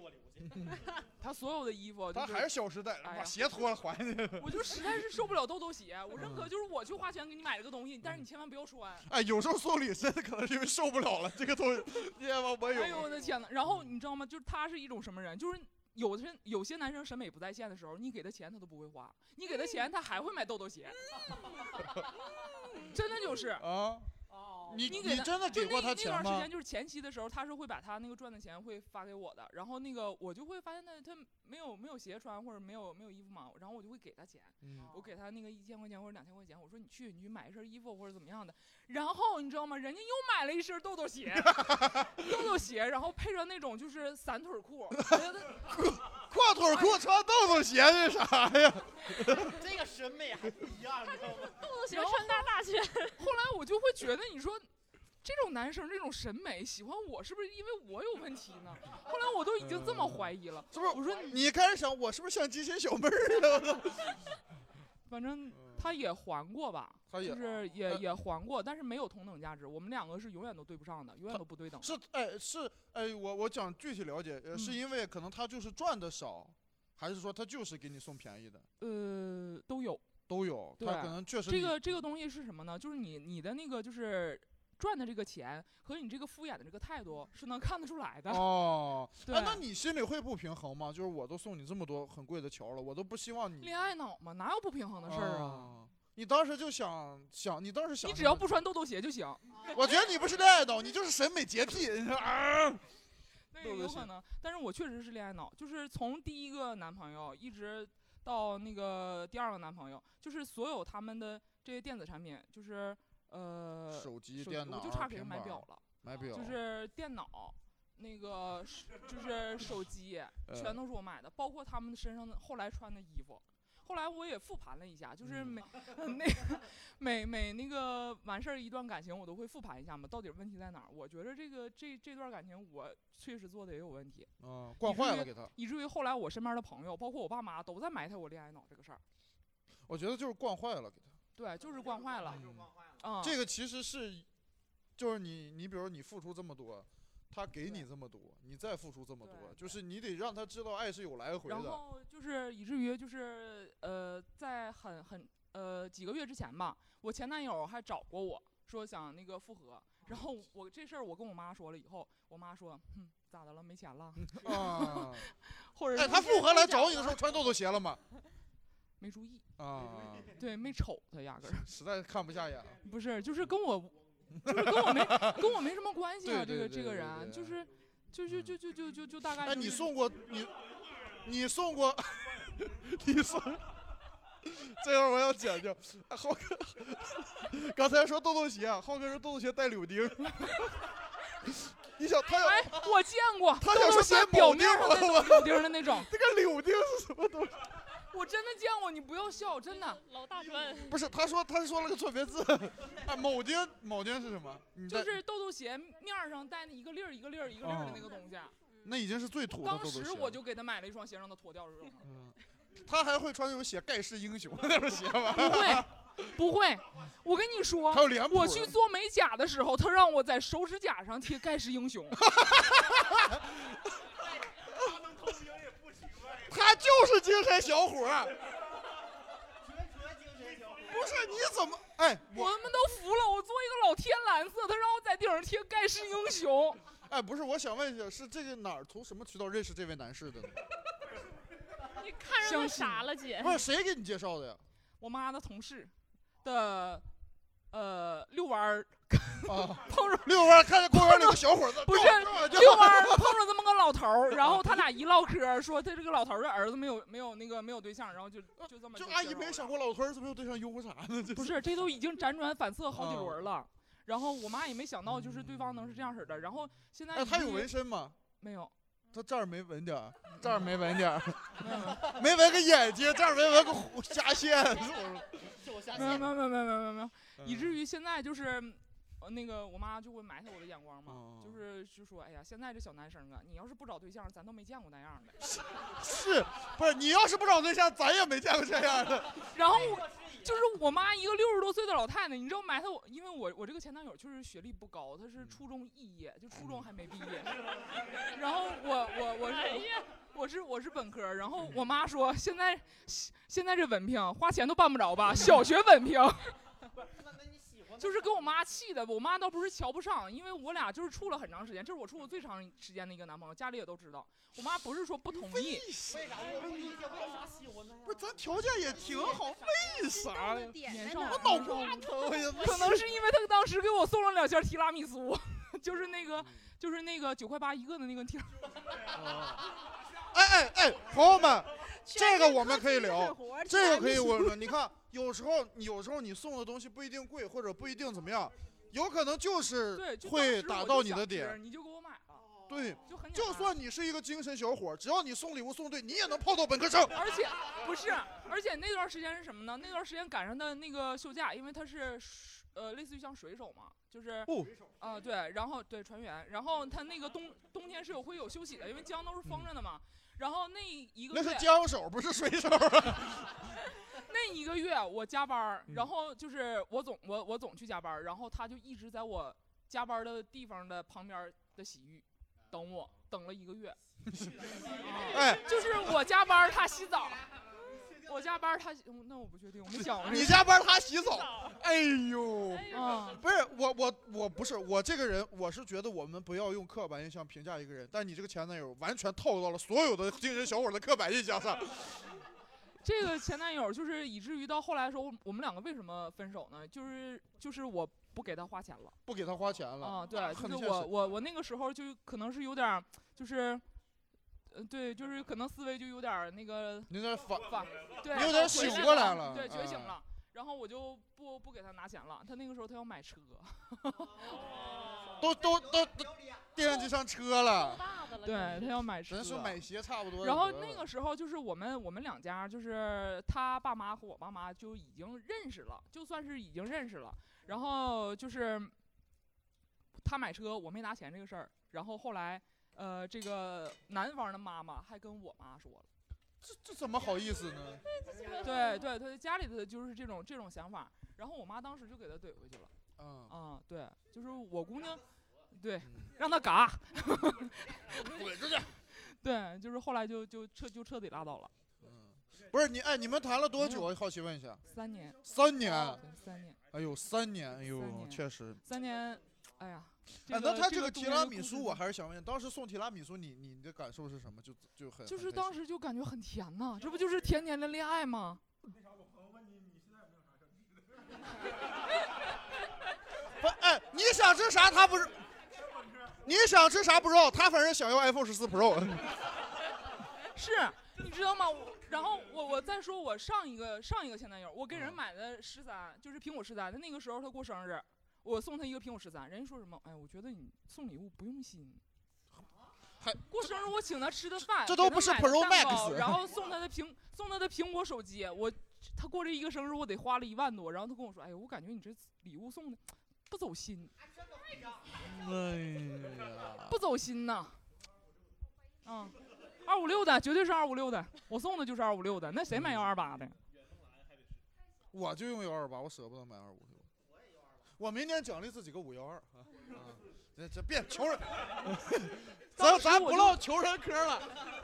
Speaker 10: 他所有的衣服，
Speaker 1: 他还是《小时代》，把鞋脱了还你。
Speaker 10: 哎我就实在是受不了豆豆鞋，
Speaker 1: (laughs)
Speaker 10: 我认可就是我去花钱给你买了个东西，
Speaker 1: 嗯
Speaker 10: 但是你千万不要啊穿。
Speaker 1: 哎，有时候送礼真的可能是因为受不了了，这个
Speaker 10: (laughs)
Speaker 1: 东西， (laughs) 你知道吗？我有。
Speaker 10: 哎呦我的天呐，然后你知道吗？就是他是一种什么人？就是有的人有些男生审美不在线的时候，你给他钱他都不会花，你给他钱他还会买豆豆鞋，
Speaker 1: 嗯
Speaker 10: 嗯真的就是
Speaker 1: 啊。你
Speaker 10: 哦给
Speaker 1: 你真的
Speaker 10: 就
Speaker 1: 给过
Speaker 10: 那
Speaker 1: 他钱
Speaker 10: 那段时
Speaker 1: 吗
Speaker 10: 间就是前期的时候，他是会把他那个赚的钱会发给我的，然后那个我就会发现他他没有没有鞋穿或者没有没有衣服嘛，然后我就会给他钱，
Speaker 1: 嗯
Speaker 10: 我给他那个一千块钱或者两千块钱，我说你去你去买一身衣服或者怎么样的，然后你知道吗？人家又买了一身豆豆鞋， (laughs) 豆豆鞋，然后配上那种就是散腿裤，
Speaker 1: 阔腿裤穿豆豆鞋是啥呀？ (laughs)
Speaker 13: 这个审美还不一样，你知道吗？
Speaker 10: 豆
Speaker 3: 豆鞋穿大大
Speaker 10: 去。 (laughs) 后来我就会觉得，你说这种男生这种审美喜欢我，是不是因为我有问题呢？后来我都已经这么怀疑了，
Speaker 1: 嗯是不是？
Speaker 10: 我说
Speaker 1: 你开始想我是不是像机械小妹儿啊？
Speaker 10: 反正他也还过吧，
Speaker 1: 他也
Speaker 10: 就是也
Speaker 1: 呃
Speaker 10: 也还过，但是没有同等价值，我们两个是永远都对不上的，永远都不对等。
Speaker 1: 是哎是哎，我我想具体了解，呃
Speaker 10: 嗯
Speaker 1: 是因为可能他就是赚的少，还是说他就是给你送便宜的？
Speaker 10: 呃，都有，
Speaker 1: 都有，
Speaker 10: 对，
Speaker 1: 他可能确实
Speaker 10: 这
Speaker 1: 你
Speaker 10: 个这个东西是什么呢？就是你你的那个就是赚的这个钱和你这个敷衍的这个态度是能看得出来的。 (laughs)
Speaker 1: 哦，
Speaker 10: 对
Speaker 1: 哎，那你心里会不平衡吗？就是我都送你这么多很贵的球了，我都不希望你
Speaker 10: 恋爱脑嘛，哪有不平衡的事儿啊？
Speaker 1: 哦你当时就想想，你当时想，
Speaker 10: 你只要不穿豆豆鞋就行。
Speaker 1: 我觉得你不是恋爱脑，你就是审美洁癖。你说啊，
Speaker 10: (laughs) 那
Speaker 1: 豆
Speaker 10: 个
Speaker 1: 豆
Speaker 10: 有
Speaker 1: 鞋
Speaker 10: 可能，但是我确实是恋爱脑，就是从第一个男朋友一直到那个第二个男朋友，就是所有他们的这些电子产品，就是呃
Speaker 1: 手机、
Speaker 10: 手
Speaker 1: 电脑、
Speaker 10: 我就差给人
Speaker 1: 平
Speaker 10: 买
Speaker 1: 板
Speaker 10: 表了，
Speaker 1: 买表
Speaker 10: 就是电脑。那个是就是手机，
Speaker 1: 呃
Speaker 10: 全都是我买的，包括他们身上的后来穿的衣服。后来我也复盘了一下，就是
Speaker 1: 嗯
Speaker 10: 每、 (laughs) 那个每每那个完事儿一段感情，我都会复盘一下嘛，到底问题在哪儿？我觉得这个这这段感情，我确实做的也有问题，
Speaker 1: 嗯，惯
Speaker 10: 以至
Speaker 1: 坏
Speaker 10: 于
Speaker 1: 了给他。
Speaker 10: 以至于后来我身边的朋友，包括我爸妈，都在埋汰我恋爱脑这个事儿。
Speaker 1: 我觉得就是惯坏了给他。
Speaker 10: 对，就是惯坏了，嗯，
Speaker 1: 这个其实是，就是你你比如你付出这么多，他给你这么多，你再付出这么多，就是你得让他知道爱是有来回
Speaker 10: 然
Speaker 1: 的。
Speaker 10: 后就是以至于就是呃，在很很呃几个月之前吧，我前男友还找过我说想那个复合，然后我这事儿我跟我妈说了以后，我妈说，哼，咋的了？没钱了？
Speaker 1: 啊
Speaker 10: (laughs) 或者
Speaker 1: 哎，
Speaker 10: 是
Speaker 1: 他复合来
Speaker 10: 假
Speaker 1: 找你的时候穿豆豆鞋了吗？
Speaker 10: 没注意，
Speaker 1: 啊，
Speaker 10: 对，没瞅他压根儿。
Speaker 1: 实在是看不下眼了。
Speaker 10: 不是，就是跟我，就是跟我没跟我没什么关系啊。这
Speaker 1: 对
Speaker 10: 个
Speaker 1: 对
Speaker 10: 这
Speaker 1: 对
Speaker 10: 个
Speaker 1: 对
Speaker 10: 人
Speaker 1: 对嗯
Speaker 10: 就是，就就就就就就就大概。
Speaker 1: 哎，你送过你，你送过， (laughs) 你送， (laughs) 这段我要剪掉。哎浩哥， (laughs) 刚才说豆豆鞋啊，浩哥说豆豆鞋带柳钉。 (laughs) 你想他要、
Speaker 10: 哎我见过，
Speaker 1: 他
Speaker 10: 豆
Speaker 1: 想
Speaker 10: 豆
Speaker 1: 说
Speaker 10: 鞋
Speaker 1: 带
Speaker 10: 表
Speaker 1: 铆钉
Speaker 10: 面上
Speaker 1: 了
Speaker 10: 带
Speaker 1: 吗？
Speaker 10: 铆钉的那种
Speaker 1: (laughs) 这个柳钉是什么东西？
Speaker 10: 我真的见过，你不要笑，真的。
Speaker 3: 老大专，
Speaker 1: 不是，他说他说了个错别字。 (laughs) 哎，铆钉，铆钉是什么？你
Speaker 10: 就
Speaker 1: 带
Speaker 10: 是豆豆鞋面儿上带一个粒儿一个粒儿一个粒儿的那个东西。啊
Speaker 1: 那已经是最土的豆
Speaker 10: 当
Speaker 1: 豆鞋
Speaker 10: 时
Speaker 1: 了。
Speaker 10: 我就给他买了一双鞋，让他脱
Speaker 1: (laughs)
Speaker 10: 掉扔上。
Speaker 1: 他还会穿那种鞋，盖世英雄 (laughs) 那种鞋吗？
Speaker 10: 不
Speaker 1: (laughs)
Speaker 10: 会，不会，我跟你说
Speaker 1: 还有脸，谱
Speaker 10: 我
Speaker 1: 呢
Speaker 10: 去做美甲的时候，他让我在手指甲上贴盖世英雄。
Speaker 1: (laughs)
Speaker 10: (laughs)
Speaker 1: 他就是精神小啊伙儿。不是你怎么？哎，
Speaker 10: 我们都服了，我做一个老天蓝色，他让我在顶上贴盖世英雄。
Speaker 1: 哎，不是，我想问一下，是这个哪儿从什么渠道认识这位男士的
Speaker 10: (laughs)
Speaker 1: 呢？
Speaker 3: 你看上他啥了，姐？
Speaker 1: 不是谁给你介绍的呀？
Speaker 10: 我妈的同事的，呃，遛弯儿， (laughs)
Speaker 1: 啊，
Speaker 10: 碰着
Speaker 1: 遛弯儿，看见公园里有个小伙子，
Speaker 10: 不是
Speaker 1: 撞
Speaker 10: 遛弯儿，碰着这么个老头儿，然后他俩一唠嗑儿，说他这个老头儿的儿子没有没有那个没有对象，然后就就这么
Speaker 1: 就
Speaker 10: 就
Speaker 1: 哦阿姨
Speaker 10: 介绍
Speaker 1: 没
Speaker 10: 了
Speaker 1: 想过老头儿怎么有对象，悠乎啥呢？哦
Speaker 10: 不是，这都已经辗转反侧好几轮儿了。然后我妈也没想到，就是对方能是这样式儿的。然后现在
Speaker 1: 哎，他有
Speaker 10: 一
Speaker 1: 纹身吗？
Speaker 10: 没有，
Speaker 1: 他这儿没纹点儿，这儿没纹点儿，
Speaker 10: 嗯
Speaker 1: 没纹个眼睛，这儿没纹个虎
Speaker 13: (laughs)
Speaker 1: 下线。 (laughs)
Speaker 13: 就下
Speaker 10: 没有没有没有没有没有没有，以
Speaker 1: 嗯
Speaker 10: 至于现在就是。呃，那个我妈就会埋汰我的眼光
Speaker 1: 哦
Speaker 10: 嘛，就是就说，哎呀，现在这小男生啊，你要是不找对象，咱都没见过那样的。
Speaker 1: 是，不是你要是不找对象， (laughs) 咱也没见过这样的。
Speaker 10: 然后我就是我妈一个六十多岁的老太太，你知道埋汰我，因为我我这个前男友确实学历不高，他
Speaker 1: 嗯
Speaker 10: 是初中肄业，就初中还没毕业。然后我我我
Speaker 13: 哎
Speaker 10: 是
Speaker 13: 呀
Speaker 10: 我是我是本科，然
Speaker 1: 嗯
Speaker 10: 后我妈说现在现在这文凭花钱都办不着吧，小学文
Speaker 1: (laughs)
Speaker 10: 凭。就是给我妈气的，我妈倒不是瞧不上，因为我俩就是处了很长时间，这是我处过最长时间的一个男朋友，家里也都知道。我妈不是说不同意，
Speaker 13: 为啥
Speaker 2: 哎
Speaker 13: 我理解为啥喜欢呢？
Speaker 1: 不是咱条件也挺好，为啥呀？
Speaker 13: 点在
Speaker 1: 我
Speaker 13: 哪儿
Speaker 1: 脑瓜疼，哎呀，
Speaker 10: 可能
Speaker 1: (laughs)
Speaker 10: 是因为他当时给我送了两箱提拉米苏， (laughs) 就是那个就是那个九块八一个的那个提拉。
Speaker 1: 嗯哎哎哎，朋友们，这个我们可以聊，这个可以我们你看，有时候有时候你送的东西不一定贵，或者不一定怎么样，有可能就是
Speaker 10: 对，就当时
Speaker 1: 会
Speaker 10: 我
Speaker 1: 打
Speaker 10: 就
Speaker 1: 到你的
Speaker 10: 想吃
Speaker 1: 点。
Speaker 10: 你就给我买了。
Speaker 1: 对，
Speaker 10: 就
Speaker 1: 算你是一个精神小伙儿，只要你送礼物送对，你也能泡到本科生。
Speaker 10: 而且不是，而且那段时间是什么呢？那段时间赶上他那个休假，因为他是水呃，类似于像水手嘛，就是
Speaker 1: 哦
Speaker 10: 啊、对，然后对船员，然后他那个冬冬天是有会有休息的，因为江都是封着的嘛。然后那一个
Speaker 1: 嗯那
Speaker 10: 月
Speaker 1: 是江手，不是水手。
Speaker 10: (laughs)
Speaker 1: (laughs)
Speaker 10: 那一个月我加班儿，
Speaker 1: 嗯
Speaker 10: 然后就是我总我我总去加班儿，然后他就一直在我加班儿的地方的旁边儿的洗浴等我，等了一个月。
Speaker 1: (laughs) 哎
Speaker 10: 就是我加班儿他洗澡，我加班儿他洗嗯那我不确定，我没想过这个。
Speaker 1: 你加班他洗澡，哎呦
Speaker 10: 嗯，
Speaker 1: 不是我我我不是我这个人，我是觉得我们不要用刻板印象评价一个人，但你这个前男友完全套到了所有的精神小伙的刻板印象上。
Speaker 10: 这个前男友就是以至于到后来说，我我们两个为什么分手呢？就是就是我不给他花钱了。
Speaker 1: 不给他花钱了
Speaker 10: 啊，对，
Speaker 1: 很
Speaker 10: 就是
Speaker 1: 现
Speaker 10: 我
Speaker 1: 实
Speaker 10: 我我那个时候就可能是有点儿，就是，呃，对，就是可能思维就有点儿那个，
Speaker 1: 你有点反
Speaker 10: 反，对，
Speaker 1: 你有点
Speaker 10: 回
Speaker 1: 醒
Speaker 10: 来
Speaker 1: 过
Speaker 10: 了
Speaker 1: 来了
Speaker 10: 对，觉醒
Speaker 1: 嗯
Speaker 10: 了。然后我就不不给他拿钱了，他那个时候他要买车，
Speaker 1: 都都都都惦记上车了。
Speaker 10: 对他要买车，
Speaker 1: 咱说买鞋差不多就
Speaker 10: 然
Speaker 1: 得了。
Speaker 10: 后那个时候就是我们我们两家就是他爸妈和我爸妈就已经认识了，就算是已经认识了。然后就是他买车我没拿钱这个事儿，然后后来呃这个男方的妈妈还跟我妈说了。
Speaker 1: 这这怎么好意思呢？
Speaker 10: 对对，他的家里的就是这种这种想法，然后我妈当时就给他怼回去了。
Speaker 1: 嗯
Speaker 10: 啊，对，就是我姑娘，对，让他
Speaker 1: (laughs)
Speaker 10: 嘎，
Speaker 1: 滚出去。
Speaker 10: 对，就是后来就就彻就彻底拉倒了，
Speaker 1: 嗯
Speaker 10: 嗯
Speaker 1: 不是你哎，你们谈了多久？好奇问一下。
Speaker 10: 三年，哦
Speaker 1: 三年。
Speaker 10: 对三年，
Speaker 1: 哎呦，三年，哎呦，确实。
Speaker 10: (laughs) 三年，哎呀，这
Speaker 1: 哎，
Speaker 10: 个、
Speaker 1: 那他
Speaker 10: 这
Speaker 1: 这
Speaker 10: 个
Speaker 1: 个
Speaker 10: 冬
Speaker 1: 提
Speaker 10: 天
Speaker 1: 拉
Speaker 10: 的
Speaker 1: 米
Speaker 10: 故
Speaker 1: 苏，
Speaker 10: 事
Speaker 1: 我还是想问，当时送提拉米苏，你你的感受是什么？就就很
Speaker 10: 就是当时就感觉很甜呐、这不就是甜甜的恋爱吗？
Speaker 1: 不哎，你想吃啥？他不是你想吃啥不知道，他反正想要 iPhone 十四 Pro。 (laughs)
Speaker 10: 是，你知道吗？我然后我我再说我上一个上一个前男友，我给人买的十三，就是苹果十三，他那个时候他过生日，我送他一个苹果十三，人家说什么？哎，我觉得你送礼物不用心。过生日我请他吃的饭，
Speaker 1: 这
Speaker 10: 给
Speaker 1: 都
Speaker 10: 他
Speaker 1: 不是
Speaker 10: 买的
Speaker 1: Pro
Speaker 10: 蛋糕
Speaker 1: (laughs) Max
Speaker 10: 然后送他的苹送他的苹果手机，我他过这一个生日我得花了一万多，然后他跟我说，哎，我感觉你这礼物送的不走心，
Speaker 1: 哎呀，
Speaker 10: 不走心呐。嗯，二五六的绝对是二五六的，我送的就是二五六的，那谁
Speaker 1: 嗯
Speaker 10: 买幺二八的？
Speaker 1: 我就用幺二八，我舍不得买二五六。我明年奖励自己个五幺二啊！这这别穷人， (laughs) 咱
Speaker 10: 当时
Speaker 1: 咱
Speaker 10: 我
Speaker 1: 不
Speaker 10: 就
Speaker 1: 唠穷人嗑了，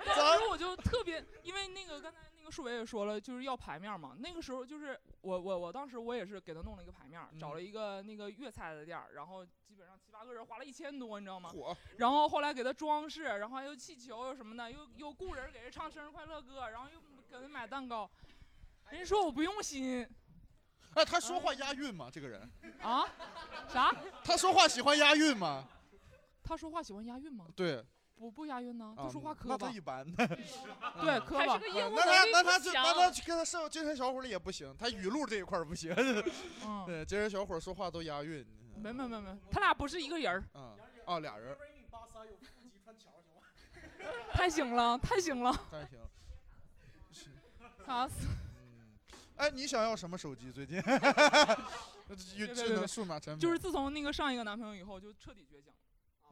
Speaker 10: 当
Speaker 1: 咱
Speaker 10: 时我就特别，因为那个刚才那个树伟也说了，就是要牌面儿嘛。那个时候就是我我我当时我也是给他弄了一个牌面
Speaker 1: 嗯
Speaker 10: 儿，找了一个那个粤菜的店儿，然后基本上七八个人花了一千多，你知道吗？
Speaker 1: 火。
Speaker 10: 然后后来给他装饰，然后还有气球又什么的，又又雇人给人唱生日快乐歌，然后又给他买蛋糕。人家说我不用心
Speaker 1: 哎，他说话押韵吗？这个人，
Speaker 10: 啊，啥？
Speaker 1: 他说话喜欢押韵吗？
Speaker 10: 他说话喜欢押韵吗？
Speaker 1: 对，
Speaker 10: 不不押韵呢，
Speaker 1: 啊
Speaker 10: 他说话磕
Speaker 1: 那
Speaker 10: 巴
Speaker 1: 他一。般。 (laughs)
Speaker 10: 对磕啊巴还是嗯个业务
Speaker 1: 啊那他
Speaker 10: 能力
Speaker 1: 那
Speaker 10: 不
Speaker 1: 他就
Speaker 10: 强
Speaker 1: 那他去跟他社精神小伙儿里也不行，他语录这一块儿不行。
Speaker 10: (laughs) 嗯
Speaker 1: 对，精神小伙儿说话都押韵。嗯
Speaker 10: 没没没没，他俩不是一
Speaker 1: (laughs)
Speaker 10: 个人儿。
Speaker 1: 嗯，哦，俩人儿，
Speaker 6: 八三有腹肌穿条行吗？
Speaker 10: 太行了，太行了。
Speaker 1: 但行。
Speaker 10: 啥
Speaker 1: (laughs)
Speaker 10: 死？
Speaker 1: 哎，你想要什么手机？最近 (laughs)
Speaker 10: 别别
Speaker 1: 有智
Speaker 10: 别
Speaker 1: 能
Speaker 10: 别
Speaker 1: 数码产品，
Speaker 10: 就是自从那个上一个男朋友以后，就彻底觉醒了。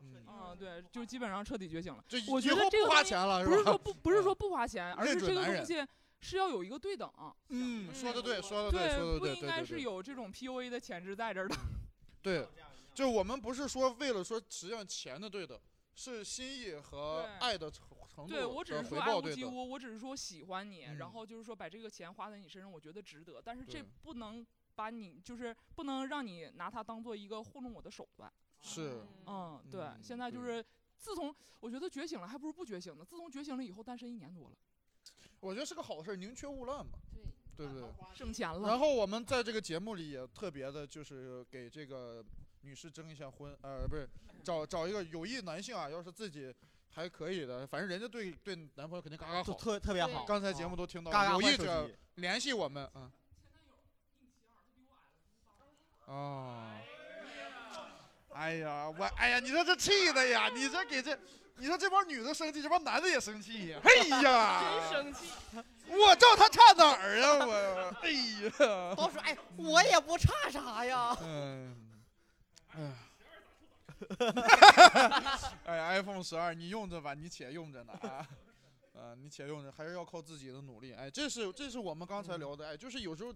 Speaker 1: 嗯
Speaker 10: 啊，对，就基本上彻底觉醒了
Speaker 1: 就。
Speaker 10: 我
Speaker 1: 以
Speaker 10: 觉得
Speaker 1: 后
Speaker 10: 这个
Speaker 1: 不花
Speaker 10: 东西
Speaker 1: 钱了是
Speaker 10: 不是
Speaker 1: 吧嗯
Speaker 10: 说不不是说不花钱，而
Speaker 1: 认
Speaker 10: 是这
Speaker 1: 准
Speaker 10: 个
Speaker 1: 男
Speaker 10: 东
Speaker 1: 人
Speaker 10: 西是要有一个对等。啊
Speaker 1: 嗯，说的对，说的
Speaker 10: 对，
Speaker 1: 说的
Speaker 10: 不
Speaker 1: 对，
Speaker 10: 应
Speaker 1: 对
Speaker 10: 该
Speaker 1: 对
Speaker 10: 是
Speaker 1: 对
Speaker 10: 有这种 PUA 的潜质在这儿的。 (laughs)
Speaker 1: 对，就是我们不是说为了说实际上钱的对等，是心意和
Speaker 10: 对
Speaker 1: 爱的程程度
Speaker 10: 对我只
Speaker 1: 的
Speaker 10: 是
Speaker 1: 回
Speaker 10: 说爱
Speaker 1: 报
Speaker 10: 屋
Speaker 1: 对
Speaker 10: 及
Speaker 1: 等。
Speaker 10: 乌，我只是说喜欢你，
Speaker 1: 嗯
Speaker 10: 然后就是说把这个钱花在你身上，我觉得值得。但是这
Speaker 1: 对
Speaker 10: 不能把你，就是不能让你拿它当做一个糊弄我的手段。
Speaker 1: 是，
Speaker 10: 嗯，对，现在就是自从我觉得觉醒了，还不如不觉醒呢。自从觉醒了以后，单身一年多了，
Speaker 1: 我觉得是个好事，宁缺毋滥嘛，对不对？
Speaker 10: 挣钱了。
Speaker 1: 然后我们在这个节目里也特别的，就是给这个女士征一下婚，呃，不是找找一个有意男性啊，要是自己还可以的，反正人家对对男朋友肯定嘎嘎好，
Speaker 14: 就特特别好
Speaker 1: 刚才节目都听到
Speaker 14: 嘎
Speaker 1: 了，
Speaker 14: 嘎
Speaker 1: 有
Speaker 14: 换
Speaker 1: 意
Speaker 14: 手
Speaker 1: 者
Speaker 14: 机
Speaker 1: 联系我们啊。哦，哎呀，我哎呀，你说这气的呀，你这给这，你说这帮女的生气，这帮男的也生气呀，嘿
Speaker 10: 哎
Speaker 1: 呀，
Speaker 13: 真生气，
Speaker 1: 我照他差哪儿啊？我，哎呀，
Speaker 14: 到时候哎，我也不差啥呀。
Speaker 1: 嗯，哎呀。哎，iPhone 十二你用着吧，你且用着呢啊，啊，你且用着，还是要靠自己的努力。哎，这是这是我们
Speaker 14: 嗯
Speaker 1: 刚才聊的，哎，就是有时候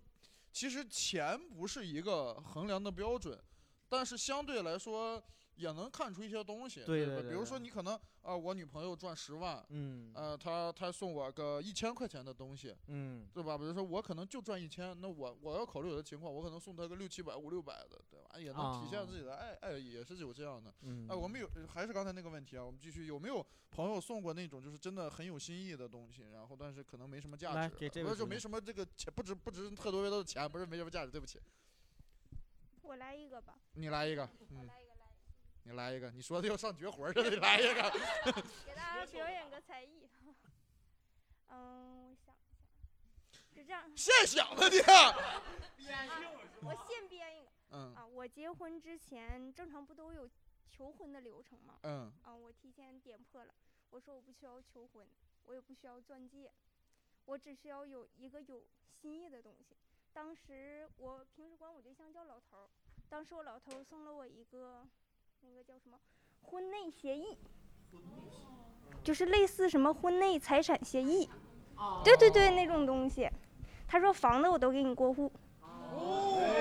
Speaker 1: 其实钱不是一个衡量的标准，但是相对来说也能看出一些东西。
Speaker 14: 对
Speaker 1: 吧
Speaker 14: 对对
Speaker 1: 比如说
Speaker 14: 对
Speaker 1: 你可能啊、我女朋友赚十万，
Speaker 14: 嗯
Speaker 1: 呃，她她送我个一千块钱的东西，
Speaker 14: 嗯，
Speaker 1: 对吧？比如说我可能就赚一千，那我我要考虑我的情况，我可能送他个六七百、五六百的，对吧？哎也能体
Speaker 2: 啊
Speaker 1: 现自己的爱、爱，也是有这样的。
Speaker 14: 嗯
Speaker 1: 哎，我们有还是刚才那个问题啊，我们继续有没有朋友送过那种就是真的很有心意的东西，然后但是可能没什么价
Speaker 14: 来
Speaker 1: 值，
Speaker 14: 给这
Speaker 1: 不
Speaker 14: 位
Speaker 1: 是就
Speaker 14: 姑
Speaker 1: 没
Speaker 14: 娘
Speaker 1: 什么这个钱，不值不值特多多的钱，不是没什么价值，对不起，
Speaker 15: 我来一个吧。
Speaker 1: 你来一个，嗯，你来一个，你说的要上绝活儿 (laughs) 似的，你来一个。
Speaker 15: (laughs) 给大家表演个才艺。 (laughs) 嗯，我想一想，就这样。
Speaker 1: 现想的你
Speaker 15: 编我现编一个。
Speaker 1: 嗯
Speaker 15: 啊，我结婚之前正常不都有求婚的流程吗？
Speaker 1: 嗯
Speaker 15: 啊，我提前点破了，我说我不需要求婚，我也不需要钻戒，我只需要有一个有心意的东西。当时我平时管我对象叫老头儿，当时我老头儿送了我一个，那个叫什么婚内协议。就是类似什么婚内财产协议，
Speaker 4: 哦
Speaker 15: 对对对，那种东西。他说房子我都给你过户，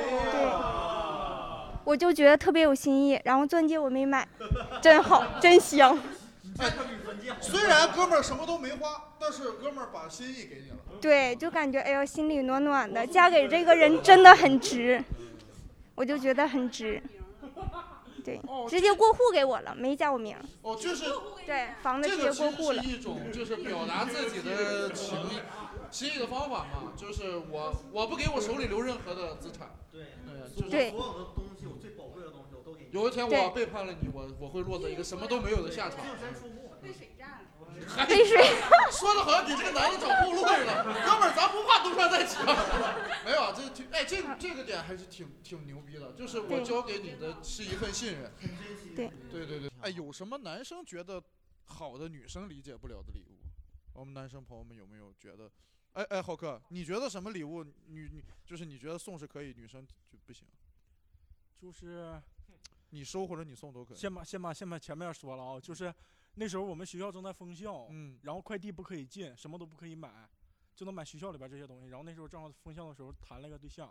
Speaker 15: 对，我就觉得特别有新意。然后钻戒我没买，真好，真香。
Speaker 1: 虽然哥们儿什么都没花，但是哥们儿把心意给你了。
Speaker 15: 对，就感觉哎呦心里暖暖的，嫁给这个人真的很值，我就觉得很值。对，直接过户给我了，没加我名儿。
Speaker 1: 哦，就是
Speaker 15: 对，房子直
Speaker 1: 这
Speaker 15: 接
Speaker 1: 个其
Speaker 15: 过户
Speaker 1: 实
Speaker 15: 了
Speaker 1: 是。一种就是表达自己的情意、心意的方法嘛，就是我我不给我手里留任何的资产，对嗯就是
Speaker 14: 所有的东西，我最宝贵的东西，我都给你。
Speaker 1: 有一天我背叛了你，我我会落在一个什么都没有的下场。
Speaker 12: 被谁占了？
Speaker 1: (laughs) 黑水，说的好像给这个男的找后路似的。哥们儿，咱不怕东山再起。啊 (laughs) 没有，这挺哎，这这个点还是挺挺牛逼的，就是我
Speaker 15: 对
Speaker 1: 交给你的是一份信任。
Speaker 15: 对
Speaker 1: 对对对，哎，有什么男生觉得好的女生理解不了的礼物？我们男生朋友们有没有觉得？哎哎，浩克，你觉得什么礼物女女就是你觉得送是可以，女生就不行？
Speaker 7: 就是
Speaker 1: 你收或者你送都可以。
Speaker 7: 先把先把先把前面说了啊、就是那时候我们学校正在封校，
Speaker 1: 嗯，
Speaker 7: 然后快递不可以进，什么都不可以买，就能买学校里边这些东西。然后那时候正好封校的时候谈了个对象，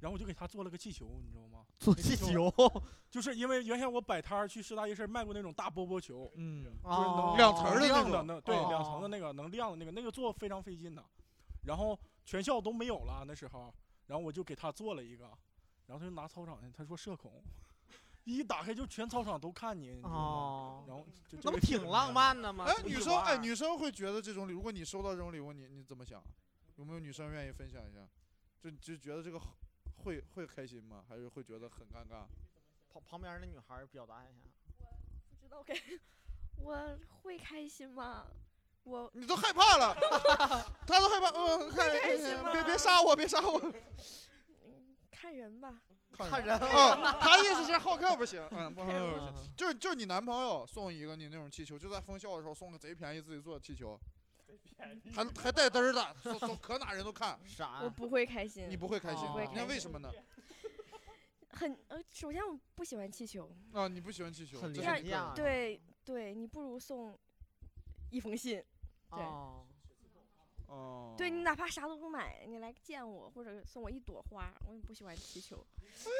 Speaker 7: 然后我就给他做了个气球，你知道吗？
Speaker 14: 做
Speaker 7: 那气
Speaker 14: 气
Speaker 7: 球
Speaker 14: 球
Speaker 7: (laughs) 就是因为原先我摆摊儿去师大夜市卖过那种大波波球，
Speaker 1: 嗯
Speaker 7: 就是
Speaker 14: 哦
Speaker 7: 能
Speaker 1: 两层儿的那
Speaker 7: 亮的
Speaker 1: 种
Speaker 7: 那对
Speaker 1: 哦
Speaker 7: 两层的那个能亮的那个那个做非常费劲的，然后全校都没有了啊那时候，然后我就给他做了一个，然后他就拿操场去，他说社恐。一打开就全操场都看你，你知道吗？然后就
Speaker 14: 那不挺浪漫的吗
Speaker 1: 哎，
Speaker 14: 出去
Speaker 1: 女生哎，
Speaker 14: 玩儿
Speaker 1: 女生会觉得这种礼，如果你收到这种礼物，你你怎么想？有没有女生愿意分享一下？就就觉得这个好会会开心吗？还是会觉得很尴尬？
Speaker 14: 旁旁边那女孩儿表达一下。
Speaker 16: 不知
Speaker 11: (laughs)
Speaker 16: 道该，我会开心吗？我
Speaker 1: 你都害怕了，他都害怕，嗯，
Speaker 16: 会
Speaker 1: 呃
Speaker 11: (laughs)
Speaker 1: 看
Speaker 16: 开心吗？
Speaker 1: 别别杀我，别杀我。
Speaker 16: 嗯，开看人吧，
Speaker 1: 看人啊，他意
Speaker 2: (laughs)
Speaker 1: 思是好客不行，嗯，不好客不行，就是就是你男朋友送一个你那种气球，就在封校的时候送个贼便宜自己做的气球，还还带嘚儿的，送送可哪人
Speaker 14: (laughs)
Speaker 1: 都看，
Speaker 14: 啥
Speaker 11: 嗯我不会开心，哦
Speaker 1: 你不会开心啊
Speaker 11: 不会，开
Speaker 1: 那
Speaker 11: 心
Speaker 1: 为什么呢？
Speaker 11: 很呃，首先我不喜欢气球，
Speaker 1: 啊，你不喜欢气球，
Speaker 11: 这
Speaker 1: 这是
Speaker 11: 样
Speaker 1: 你个人，
Speaker 11: 对对，你不如送一封信，对，
Speaker 14: 哦
Speaker 1: 哦
Speaker 11: 对你哪怕啥都不买，你来见我或者送我一朵花，我也不喜欢气球。
Speaker 1: 哎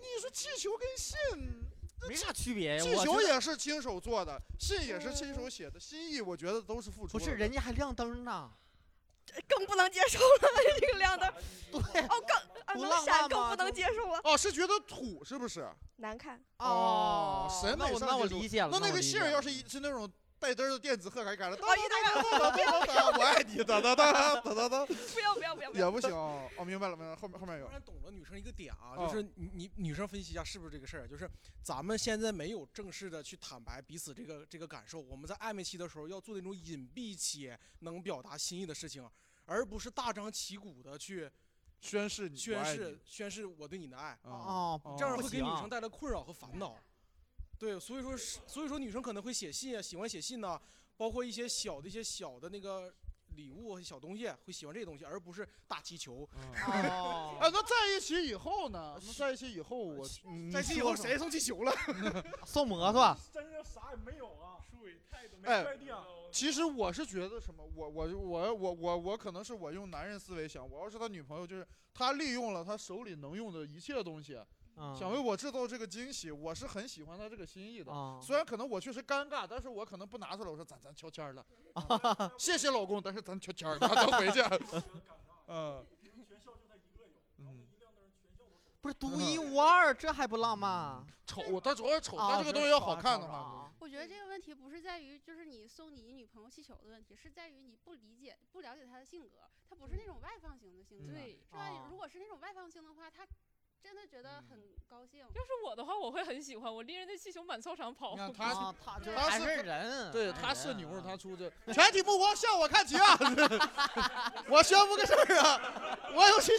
Speaker 1: 你说气球跟信
Speaker 14: 没啥区别呀。
Speaker 1: 气
Speaker 14: 我
Speaker 1: 球
Speaker 14: 觉得
Speaker 1: 也是亲手做的，信也是亲手写的，心意我觉得都是付
Speaker 14: 不
Speaker 1: 出。
Speaker 14: 是人家还亮灯呢，
Speaker 11: 更不能接受了，这个亮灯，
Speaker 14: 对，
Speaker 11: 哦，更啊
Speaker 1: 不
Speaker 11: 能
Speaker 1: 浪
Speaker 11: 闪
Speaker 1: 漫
Speaker 11: 更
Speaker 1: 吗
Speaker 11: 不能
Speaker 1: 就
Speaker 11: 接受了，
Speaker 1: 哦，是觉得土是不是？
Speaker 11: 难看。
Speaker 1: 哦，审
Speaker 14: 那
Speaker 1: 美
Speaker 14: 我
Speaker 1: 上
Speaker 14: 那我
Speaker 1: 接触
Speaker 14: 理解了
Speaker 1: 那
Speaker 14: 那
Speaker 1: 那
Speaker 14: 我
Speaker 1: 个
Speaker 14: 理
Speaker 1: 信
Speaker 14: 解
Speaker 1: 儿要
Speaker 14: 了
Speaker 1: 是一是那种带嘚儿的电子贺卡，改了，哒
Speaker 11: 哦一
Speaker 1: 哒哒
Speaker 11: 定
Speaker 1: 哒 (laughs)
Speaker 11: 要
Speaker 1: 哒哒哒，我爱你，哒哒哒哒哒哒，
Speaker 11: 不要不要不要，
Speaker 1: 也不行。哦，明白了，明白了，后面后面有
Speaker 6: 突。然懂了女生一个点啊，
Speaker 1: 哦
Speaker 6: 就是你你女生分析一下是不是这个事儿，啊就是咱们现在没有正式的去坦白彼此这个这个感受，我们在暧昧期的时候要做那种隐蔽且能表达心意的事情，而不是大张旗鼓的去
Speaker 1: 宣誓你
Speaker 6: 宣
Speaker 1: 我爱
Speaker 6: 誓
Speaker 1: 你
Speaker 6: 宣誓我对你的爱
Speaker 1: 哦
Speaker 6: 这样
Speaker 1: 不
Speaker 6: 会给女
Speaker 1: 行
Speaker 6: 生带来困扰和烦恼。对，所以说是，所以说女生可能会写信啊，喜欢写信呐、包括一些小的一些小的那个礼物、小东西，会喜欢这些东西，而不是大气球。嗯 (laughs)
Speaker 1: 哦，啊，那在一起以后呢？ (laughs) 那在一起以后，我嗯在一起以后谁送气球 (laughs) 了？
Speaker 14: 送摩
Speaker 1: 啊 (laughs)
Speaker 14: 托，
Speaker 7: 真是啥也没有啊，树伟太没
Speaker 1: 哎
Speaker 7: 快递啊，
Speaker 1: 其实我是觉得什么，我我我我我我可能是我用男人思维想，我要是他女朋友，就是他利用了他手里能用的一切东西，
Speaker 14: 嗯
Speaker 1: 想为我制造这个惊喜，我是很喜欢他这个心意的。
Speaker 14: 啊
Speaker 1: 虽然可能我确实尴尬，但是我可能不拿出来，我说咱咱悄悄
Speaker 14: (laughs)
Speaker 1: 儿的，啊谢谢老公，但是咱悄悄儿的，咱回去。嗯，
Speaker 6: 嗯
Speaker 14: 不是独一无二，这还不浪漫？
Speaker 1: 嗯丑，他主要是丑，
Speaker 14: 啊
Speaker 1: 他这
Speaker 14: 这
Speaker 1: 个东西要
Speaker 14: 丑
Speaker 1: 好
Speaker 14: 啊
Speaker 1: 看
Speaker 14: 丑啊
Speaker 1: 的话，
Speaker 4: (laughs) 我觉得这个问题不是在于就是你送你女朋友气球的问题，是在于你不理解、不了解她的性格，她不是那种外放型的性格，
Speaker 3: 嗯对
Speaker 4: 是吧
Speaker 3: 哦？
Speaker 4: 如果是那种外放型的话，她真的觉得很高兴。
Speaker 3: 要是我的话，我会很喜欢，我拎着那气球满操场跑。
Speaker 1: 你看他
Speaker 14: 啊他这
Speaker 1: 对他
Speaker 14: 还
Speaker 1: 是
Speaker 14: 是
Speaker 1: 个
Speaker 14: 人
Speaker 1: 对，
Speaker 14: 还
Speaker 1: 他
Speaker 14: 是
Speaker 1: 是
Speaker 14: 人啊
Speaker 1: 牛肉，他出去，全体目光向我看齐啊！ (laughs) 我宣布个事儿啊，我有气哎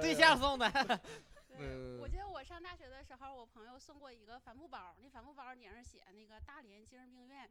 Speaker 14: (laughs) 对象送的，
Speaker 4: 我记得我上大学的时候，我朋友送过一个帆布包，那帆布包顶上写那个大连精神病
Speaker 1: (laughs)
Speaker 4: 院，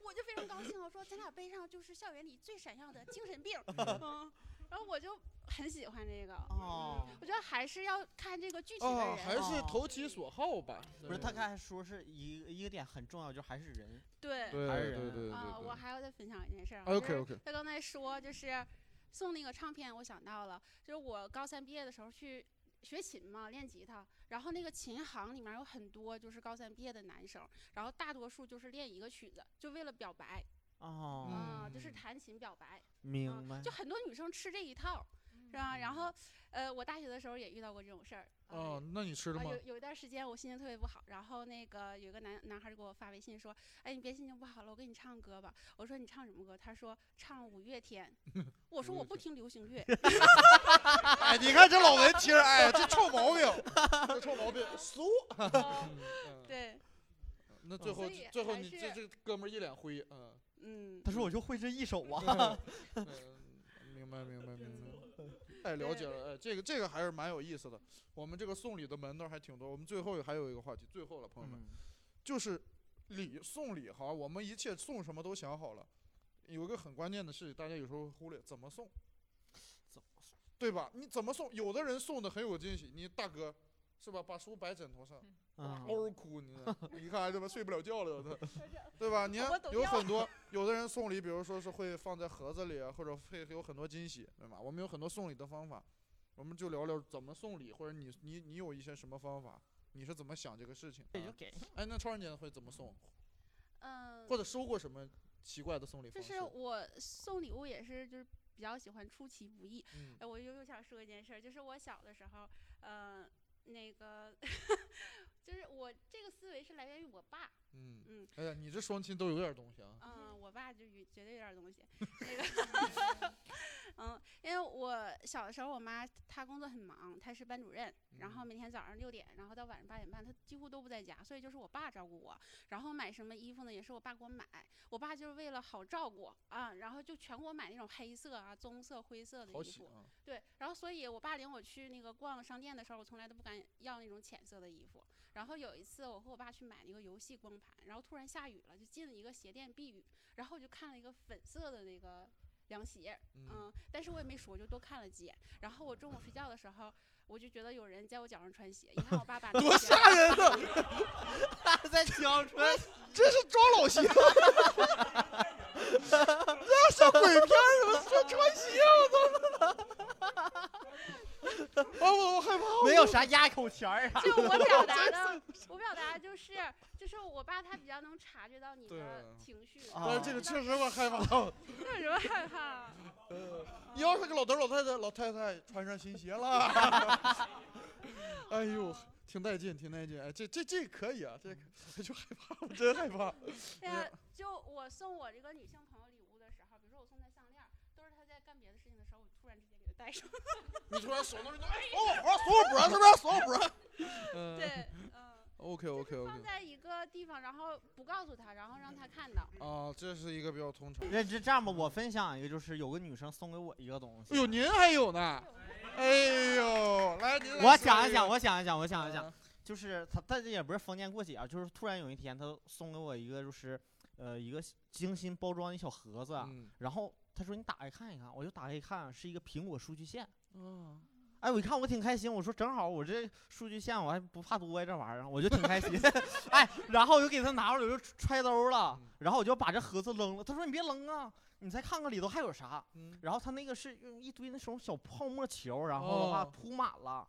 Speaker 4: 我就非常高兴，我说咱俩背上就是校园里最闪耀的精
Speaker 1: (laughs)
Speaker 4: 神病，嗯，然后我就很喜欢这个，
Speaker 14: 哦
Speaker 4: 嗯我觉得还是要看 (laughs) 这个具体的人，，
Speaker 1: 哦还是投其所好吧。嗯
Speaker 14: 不是他刚才说是一个一个点很重要，就还是人，
Speaker 4: 对，
Speaker 1: 对
Speaker 14: 还是
Speaker 1: 对
Speaker 14: 人
Speaker 1: 对对
Speaker 4: 啊、
Speaker 1: 对
Speaker 4: 我还要再分享一件事儿啊。
Speaker 1: OK，
Speaker 4: 就是
Speaker 1: OK
Speaker 4: 他刚才说就是送那个唱片，我想到了，就是我高三毕业的时候去学琴嘛，练吉他，然后那个琴行里面有很多就是高三毕业的男生，然后大多数就是练一个曲子，就为了表白。
Speaker 14: 哦
Speaker 4: 啊、就是弹琴表白。
Speaker 1: 嗯
Speaker 14: 明白
Speaker 4: 就很多女生吃这一套，是吧？然后，呃，我大学的时候也遇到过这种事儿。
Speaker 1: 哦，那你吃了
Speaker 4: 啊，
Speaker 1: 吗
Speaker 4: 有？有一段时间我心情特别不好，然后那个有个男男孩儿就给我发微信说：“哎，你别心情不好了，我给你唱歌吧。”我说：“你唱什么歌？”他说：“唱五月天。”我
Speaker 1: (laughs)
Speaker 4: 说：“我不听流行乐。
Speaker 1: 哎，你看这老文听，哎呀，这臭毛病，这臭毛病，俗。
Speaker 14: 嗯
Speaker 4: 对，
Speaker 1: 那最后
Speaker 4: 所以
Speaker 1: 最后
Speaker 4: 还
Speaker 1: 你这
Speaker 4: 是
Speaker 1: 这哥们儿一脸灰，嗯。
Speaker 4: 嗯，
Speaker 14: 他说我就会这一首啊， (laughs)
Speaker 1: 嗯明白明白明白，哎，了解了，哎，这个这个还是蛮有意思的。我们这个送礼的门道还挺多。我们最后还有一个话题，最后了，朋友
Speaker 14: 嗯
Speaker 1: 们，就是礼送礼哈，我们一切送什么都想好了，有一个很关键的事情，大家有时候忽略，怎么送，
Speaker 14: 怎么
Speaker 1: 送，对吧？你怎么送？有的人送的很有惊喜，你大哥。是吧？把书摆枕头上，哇
Speaker 14: 嗯
Speaker 1: 嗷嗷哭，你这一看还他妈睡不了觉
Speaker 4: (laughs)
Speaker 1: 了，他，对吧？你看
Speaker 14: 我懂
Speaker 1: 有
Speaker 14: 药
Speaker 1: 很多有的人送礼，比如说是会放在盒子里啊，或者会有很多惊喜，对吗？我们有很多送礼的方法，我们就聊聊怎么送礼，或者你你你有一些什么方法，你是怎么想这个事情？
Speaker 14: 也就
Speaker 1: 啊
Speaker 14: 给。
Speaker 1: 哎，那超人姐会怎么送，
Speaker 4: 嗯，
Speaker 1: 或者收过什么奇怪的送礼
Speaker 4: 就
Speaker 1: 方式
Speaker 4: 是？我送礼物也是就是比较喜欢出其不意。
Speaker 1: 嗯
Speaker 4: 哎，我又又想说一件事儿，就是我小的时候，嗯、那个 (laughs) 就是我这个思维是来源于我爸。
Speaker 1: 嗯
Speaker 4: 嗯
Speaker 1: 哎呀，你这双亲都有点东西啊。 (laughs)
Speaker 4: 嗯，我爸就有绝对有点东西。那个，嗯，因为我小的时候，我妈她工作很忙，她是班主任，
Speaker 1: 嗯
Speaker 4: 然后每天早上六点，然后到晚上八点半，她几乎都不在家，所以就是我爸照顾我。然后买什么衣服呢，也是我爸给我买。我爸就是为了好照顾啊，然后就全给我买那种黑色啊、棕色、灰色的
Speaker 1: 好
Speaker 4: 衣
Speaker 1: 洗
Speaker 4: 服。
Speaker 1: 啊
Speaker 4: 对，然后所以我爸领我去那个逛商店的时候，我从来都不敢要那种浅色的衣服。然后有一次，我和我爸去买那个游戏光盘，然后突然下雨了，就进了一个鞋店避雨，然后我就看了一个粉色的那个凉鞋，
Speaker 1: 嗯
Speaker 4: 但是我也没说，我就多看了几眼。然后我中午睡觉的时候，我就觉得有人在我脚上穿鞋，一看我爸把那
Speaker 2: 多
Speaker 4: 个鞋
Speaker 2: 吓
Speaker 4: 带
Speaker 2: 人
Speaker 4: 上
Speaker 2: 啊
Speaker 4: 他在脚穿，
Speaker 1: 这哎是装老鞋，这像鬼片儿似的，穿穿鞋，我操！啊，我我害怕，
Speaker 2: 没有啥压口钱儿啊。
Speaker 4: 就我表达
Speaker 2: (laughs)
Speaker 4: 的，我表达的就是，就是我爸他比较能察觉到你
Speaker 1: 对啊
Speaker 4: 的情绪，
Speaker 14: 啊
Speaker 1: 但是这个确实我害
Speaker 14: (laughs)
Speaker 1: 怕。
Speaker 4: (laughs) 这有什么害
Speaker 1: (laughs)
Speaker 4: 怕？啊
Speaker 1: 呃，你要是个老头儿老太太老太太穿上新鞋了， (laughs) 哎呦，挺带劲，挺带劲，哎，这这这可以啊，这可 (laughs) 就害怕，我真害怕。
Speaker 4: 对啊呀，就我送我这个女性朋友礼物的时候，比如说我送她项链儿，都是她在干别的事情的时候，我突然之间给她戴上。 (laughs)
Speaker 1: 你突然手那儿一动，哎，锁我脖，锁我脖，是不是？锁我脖。嗯
Speaker 4: 对，
Speaker 1: OK OK
Speaker 4: 放
Speaker 1: OK。
Speaker 4: 在一个地方，然后不告诉她，然后让她看到。
Speaker 1: 啊，这是一个比较通常。
Speaker 2: 那这这样吧，我分享一个，就是有个女生送给我一个东西。
Speaker 1: 哎呦，您还有呢？哎呦，来您来
Speaker 2: 我
Speaker 1: 说
Speaker 2: 想一想，
Speaker 1: 个嗯
Speaker 2: 我想一想，我想一想，就是他，但这也不是逢年过节啊，就是突然有一天，他送给我一个，就是呃，一个精心包装的一小盒子，啊
Speaker 1: 嗯
Speaker 2: 然后他说你打开看一看，我就打开一看，是一个苹果数据线。
Speaker 1: 嗯，
Speaker 2: 哎，我一看我挺开心，我说正好我这数据线我还不怕多呀，这玩意儿我就挺开心。 (laughs) 哎，然后我就给他拿出来，我就揣兜了，
Speaker 1: 嗯
Speaker 2: 然后我就把这盒子扔了。他说你别扔啊，你再看看里头还有啥。
Speaker 1: 嗯
Speaker 2: 然后他那个是用一堆那种小泡沫球，然后的话
Speaker 17: 哦
Speaker 2: 铺满了，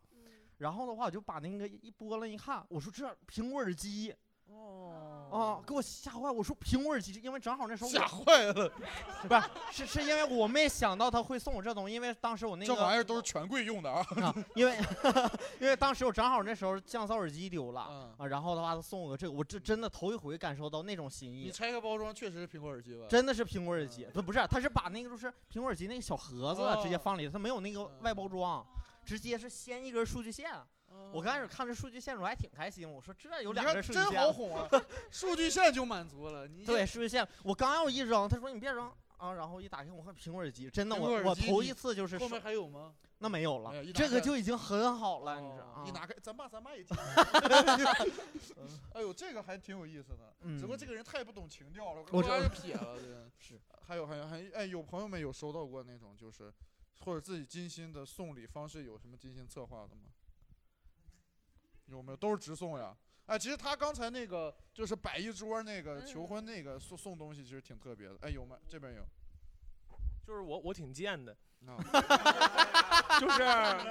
Speaker 2: 然后的话我就把那个一拨了一看，我说这苹果耳机。哦，啊，给我吓坏！我说苹果耳机，因为正好那时候我
Speaker 1: 吓坏了，
Speaker 2: 不是是是因为我没想到他会送我这东西，因为当时我那个
Speaker 1: 这玩意儿都是权贵用的啊。
Speaker 2: 因为 (laughs) 因为当时我正好那时候降噪耳机丢
Speaker 1: 嗯
Speaker 2: 了、啊，然后的话他送我个这个，我这真的头一回感受到那种心
Speaker 1: 你
Speaker 2: 意，
Speaker 1: 拆开嗯包装，确实是苹果耳机吧？
Speaker 2: 真的是苹果耳机，不、不是，他是把那个就是苹果耳机那个小盒子
Speaker 1: 哦
Speaker 2: 直接放里，他、没有那个外包装，
Speaker 1: 嗯
Speaker 2: 直接是先一根数据线。我刚开始看这数据线，我还挺开心，我说这有
Speaker 1: 哦你
Speaker 2: 两
Speaker 1: 看
Speaker 2: 根数据
Speaker 1: 真
Speaker 2: 线，
Speaker 1: 好
Speaker 2: (laughs)
Speaker 1: 哄啊！数据线就满足了。你
Speaker 2: 对，数据线，我刚要一扔，他说你别扔啊，然后一打开，我看苹果耳机，真的，
Speaker 1: 苹果
Speaker 2: 我
Speaker 1: 耳
Speaker 2: 我
Speaker 1: 机
Speaker 2: 头
Speaker 1: 你
Speaker 2: 一次就是
Speaker 1: 后面
Speaker 2: 手
Speaker 1: 还有吗？
Speaker 2: 那没有了
Speaker 1: 没有一，打
Speaker 2: 这个
Speaker 1: 开哦
Speaker 2: 就已经很好了，你知道
Speaker 1: 一
Speaker 2: 啊
Speaker 1: 拿开，咱爸咱妈也听。
Speaker 2: (laughs)
Speaker 1: (laughs) 哎呦，这个还挺有意思的，
Speaker 2: 嗯
Speaker 1: 只不过这个人太不懂情调了，
Speaker 2: 我
Speaker 1: 刚
Speaker 2: 知道
Speaker 1: 就
Speaker 2: (laughs)
Speaker 1: 撇了。对，
Speaker 2: 是。
Speaker 1: 还有还有还有哎，有朋友们有收到过那种就是，或者自己精心的送礼方式有什么精心策划的吗？有没有都是直送呀？哎，其实他刚才那个就是摆一桌那个求婚那个送送东西，其实挺特别的。哎，有吗？这
Speaker 2: (laughs)
Speaker 1: 边有。
Speaker 5: 就是我我挺贱的，
Speaker 1: 啊
Speaker 5: (laughs)
Speaker 2: (laughs)
Speaker 1: 就是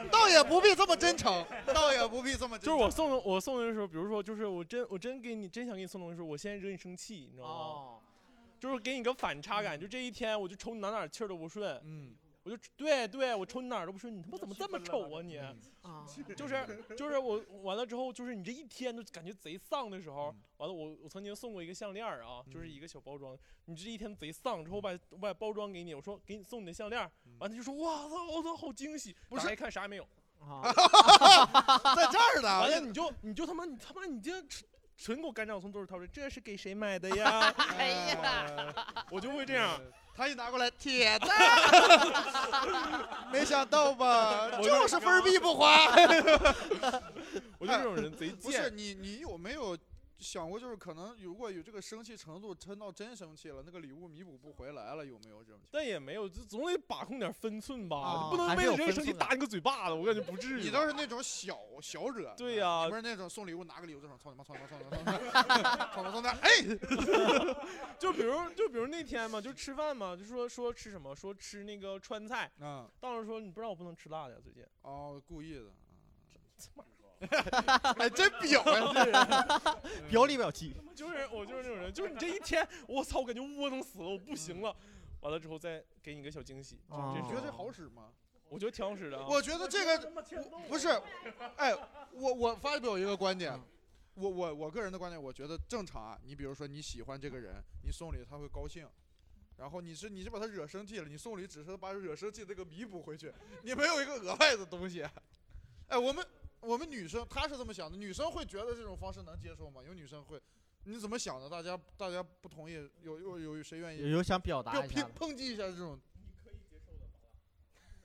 Speaker 1: 倒也不必这么真诚，倒也不必这么真
Speaker 5: 就
Speaker 1: 诚。
Speaker 5: 是我送的我送的时候，比如说就是我真我真给你真想给你送东西的时候，我先惹你生气，你知道吗？
Speaker 1: 哦
Speaker 5: 就是给你个反差感，就这一天我就瞅你哪哪气儿都不顺，
Speaker 1: 嗯，
Speaker 5: 我就对对，我瞅你哪儿都不顺，你他妈怎么这么丑啊你？
Speaker 1: 嗯
Speaker 2: 啊，
Speaker 5: (laughs) 就是就是我完了之后，就是你这一天都感觉贼丧的时
Speaker 1: 嗯
Speaker 5: 候，完了我我曾经送过一个项链儿啊，就是一个小包装，你这一天贼丧，之后我把我
Speaker 1: 嗯
Speaker 5: 把包装给你，我说给你送你的项链儿，完他就说哇操我操好惊喜，
Speaker 1: 不是
Speaker 5: 打开看啥也没有，
Speaker 1: (laughs) 在这儿呢
Speaker 5: (laughs) 完了你就你就他妈你他妈你这纯纯给我干仗，从兜里掏出来，这是给谁买的
Speaker 1: (laughs)
Speaker 5: 呀？
Speaker 1: 哎呀，
Speaker 5: 我就会这样。
Speaker 1: 他一拿过来，铁
Speaker 5: (laughs)
Speaker 1: 子， (laughs) 没想到吧，
Speaker 5: 我
Speaker 1: 就是分儿币不花。
Speaker 5: 我就这种人贼
Speaker 1: 不是
Speaker 5: 贱。
Speaker 1: 你，你有没有想过，就是可能如果有这个生气程度，真到真生气了，那个礼物弥补不回来了，有没有这种情
Speaker 5: 但也没有，就总得把控点分寸吧，
Speaker 1: 啊
Speaker 5: 不能
Speaker 1: 还是
Speaker 5: 为了
Speaker 1: 有
Speaker 5: 这个
Speaker 1: 分
Speaker 5: 生气
Speaker 1: 寸的
Speaker 5: 打你个嘴巴子，我感觉不至
Speaker 1: 况？
Speaker 5: 于。
Speaker 1: 你倒是那种小小惹，
Speaker 5: 对呀
Speaker 1: 你不是那种送礼物拿个礼物就想操你妈，操你妈，操你妈，操你妈，操你妈，操你妈，哎，
Speaker 5: (laughs) 就比如就比如那天嘛，就吃饭嘛，就说说吃什么，说吃那个川菜，
Speaker 1: 嗯，
Speaker 5: 当时说你不知道我不能吃辣的呀，最近。
Speaker 1: 哦，故意的。
Speaker 2: (laughs)
Speaker 1: 还真表呀，这人嗯
Speaker 2: 表里表气。
Speaker 5: (laughs) 就是我就是那种人，就是你这一天，我操，我感觉窝囊死了，我不行了。完了之后再给你个小惊喜，
Speaker 1: 哦
Speaker 5: 这
Speaker 1: 嗯你觉得这好使吗？
Speaker 5: 我觉得挺好使的啊。
Speaker 1: 我觉得这个我不是，哎，我我发表一个观点，我我我个人的观点，我觉得正常啊。你比如说你喜欢这个人，你送礼他会高兴，然后你是你是把他惹生气了，你送礼只是把惹生气这个弥补回去，你没有一个额外的东西。哎，我们我们女生她是这么想的，女生会觉得这种方式能接受吗？有女生会，你怎么想的？大家大家不同意，有有有谁愿意？
Speaker 2: 有想表达
Speaker 1: 要
Speaker 2: 一
Speaker 1: 拼
Speaker 2: 下的
Speaker 1: 抨击一下这种。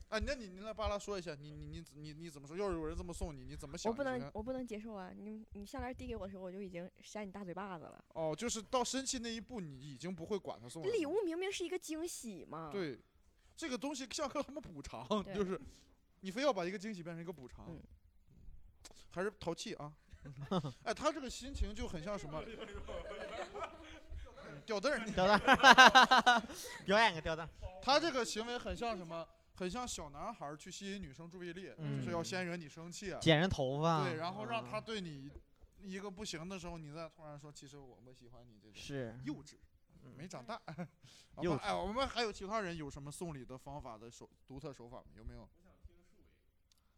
Speaker 1: 啊，那你你来巴拉说一下，你你你你你怎么说？要是有人这么送你，你怎么想？
Speaker 11: 我不
Speaker 1: 你
Speaker 11: 能
Speaker 1: 看，
Speaker 11: 我不能接受啊！你你项链递给我的时候，我就已经扇你大嘴巴子了。
Speaker 1: 哦，就是到生气那一步，你已经不会管他送了。
Speaker 11: 礼物明明是一个惊喜嘛。
Speaker 1: 啊对，这个东西像个他妈补偿，
Speaker 11: 嗯对
Speaker 1: 就是你非要把一个惊喜变成一个补偿，嗯还是淘气啊！ (laughs) 哎，他这个心情就很像
Speaker 2: (laughs)
Speaker 1: 什么吊凳儿，
Speaker 2: 吊凳儿 (laughs) 表演个吊凳儿。
Speaker 1: (laughs) 他这个行为很像什么？很像小男孩儿去吸引女生注意力，就是要
Speaker 2: 嗯
Speaker 1: 先惹你生气，啊
Speaker 2: 剪人头发
Speaker 1: 对，然后让他
Speaker 2: 啊
Speaker 1: 对你一个不行的时候，你再突然说，其实我我喜欢你这种，
Speaker 2: 是嗯
Speaker 1: 幼稚，没长大。 (laughs) 好
Speaker 2: 幼
Speaker 1: 吧
Speaker 2: 稚
Speaker 1: 哎，我们还有其他人有什么送礼的方法的手独特手法吗？有没有？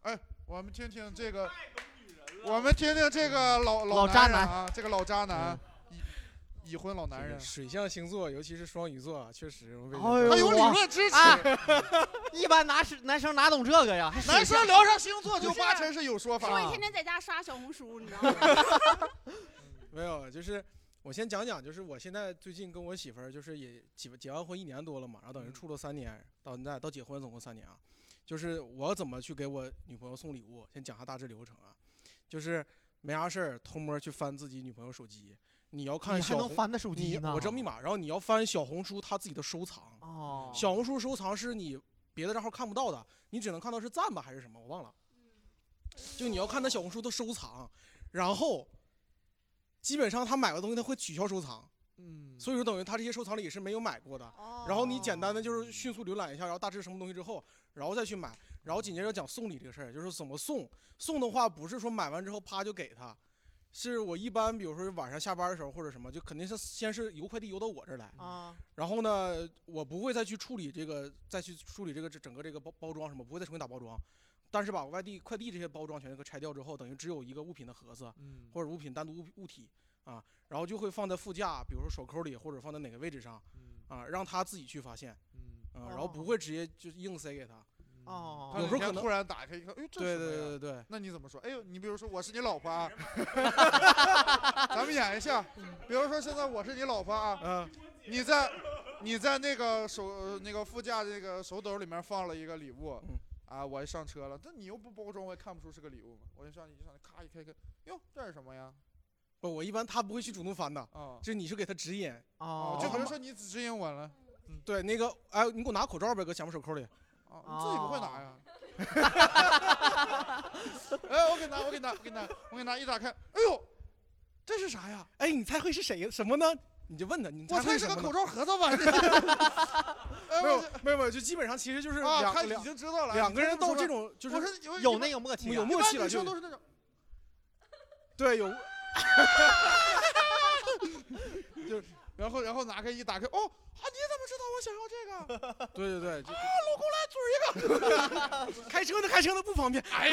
Speaker 1: 哎，我们听听这个， (laughs) 我们听听这个老
Speaker 6: 老渣
Speaker 1: 男人啊，
Speaker 6: 男
Speaker 1: 这个老渣男，已已婚老男
Speaker 6: 这个
Speaker 1: 人，
Speaker 6: 水象星座，尤其是双鱼座啊，确实我被
Speaker 2: 哎呦
Speaker 6: 他
Speaker 2: 有理哇论
Speaker 1: 支持
Speaker 4: 哎
Speaker 2: 啊 (laughs) 一般男生男生哪懂这个呀？还水
Speaker 1: 男生
Speaker 2: 象
Speaker 1: 聊上星座就
Speaker 4: 不是
Speaker 1: 八成是有说
Speaker 4: 我
Speaker 1: 法啊
Speaker 4: 一。天天在家刷小红书，你知道吗？
Speaker 6: 没有，就是我先讲讲，就是我现在最近跟我媳妇儿就是也结结完婚一年多了嘛，然后
Speaker 2: 嗯
Speaker 6: 等于处了三年，到现在到结婚总共三年啊。就是我怎么去给我女朋友送礼物，先讲一下大致流程啊。就是没啥事儿偷摸去翻自己女朋友手机，你要看
Speaker 2: 你还
Speaker 6: 小
Speaker 2: 能
Speaker 6: 红
Speaker 2: 翻她手
Speaker 6: 你
Speaker 2: 机呢
Speaker 6: 我知道密码，然后你要翻小红书她自己的收藏。
Speaker 2: 哦
Speaker 6: 小红书收藏是你别的账号看不到的，你只能看到是赞吧还是什么，我忘了。就你要看他小红书的收藏，然后基本上他买个东西他会取消收藏，
Speaker 1: 嗯，
Speaker 6: 所以说等于他这些收藏里是没有买过的。然后你简单的就是迅速浏览一下，然后大致什么东西之后，然后再去买。然后紧接着讲送礼这个事儿，就是怎么送。送的话不是说买完之后啪就给他，是我一般比如说晚上下班的时候或者什么，就肯定是先是邮快递邮到我这儿来，
Speaker 1: 哦
Speaker 2: 啊，
Speaker 6: 然后呢，我不会再去处理这个，再去处理这个这整个这个包包装什么，不会再重新打包装。但是把外地快递这些包装全给拆掉之后，等于只有一个物品的盒子，
Speaker 1: 嗯
Speaker 6: 或者物品单独物物体啊，然后就会放在副驾，比如说手扣里，或者放在哪个位置上，啊，让他自己去发现，
Speaker 1: 嗯
Speaker 6: 啊，然后不会直接就硬塞给他。
Speaker 2: 哦
Speaker 1: 他
Speaker 6: 有时候
Speaker 1: 哪天
Speaker 6: 可能
Speaker 1: 突然打开一看，哎呦，这
Speaker 6: 对
Speaker 1: 什么
Speaker 6: 对
Speaker 1: 呀
Speaker 6: 对对对
Speaker 1: 那你怎么说？哎呦，你比如说我是你老婆啊， (laughs) 咱们演一下，比如说现在我是你老婆啊，
Speaker 6: 嗯
Speaker 1: 你在你在那个手那个副驾这个手斗里面放了一个礼物，
Speaker 6: 嗯
Speaker 1: 啊，我一上车了，但你又不包装，我也看不出是个礼物嘛，我就上去一上去，咔一开开，哟，这是什么呀？
Speaker 6: 不，我一般他不会去主动翻的，
Speaker 1: 啊，
Speaker 6: 就你是给他指引，啊
Speaker 1: 哦就比如说你指引我了，
Speaker 6: 对，那个，哎，你给我拿口罩呗，搁前面手扣里，
Speaker 1: 哦你自己不会拿呀？ (laughs) 哎，我给拿，我给拿，我给拿，我给拿，一打开，哎呦，这是啥呀？
Speaker 6: 哎，你猜会是谁什么呢？你就问他，你
Speaker 1: 我
Speaker 6: 猜
Speaker 1: 猜
Speaker 6: 会
Speaker 1: 是个
Speaker 6: 什么呢
Speaker 1: 口罩盒子吧？
Speaker 6: (laughs) 没有没有没有，就基本上其实就是
Speaker 1: 啊，
Speaker 6: 两
Speaker 1: 他已
Speaker 6: 两
Speaker 1: 经知道了。
Speaker 6: 两个人
Speaker 1: 你看
Speaker 6: 到
Speaker 1: 不出
Speaker 6: 这
Speaker 1: 来
Speaker 6: 种就是
Speaker 1: 我说
Speaker 6: 有那个默契了啊
Speaker 1: 有
Speaker 6: 有默契了
Speaker 1: 女生
Speaker 6: 就
Speaker 1: 都是那种。
Speaker 6: 对有， (laughs)
Speaker 1: 就是然后然后拿开一打开，哦啊，你怎么知道我想要这
Speaker 5: (laughs)
Speaker 1: 个？
Speaker 6: 对对对，就
Speaker 1: 啊，老公来嘴一个。
Speaker 5: (laughs)
Speaker 6: 开车呢开车呢不方便。
Speaker 1: 哎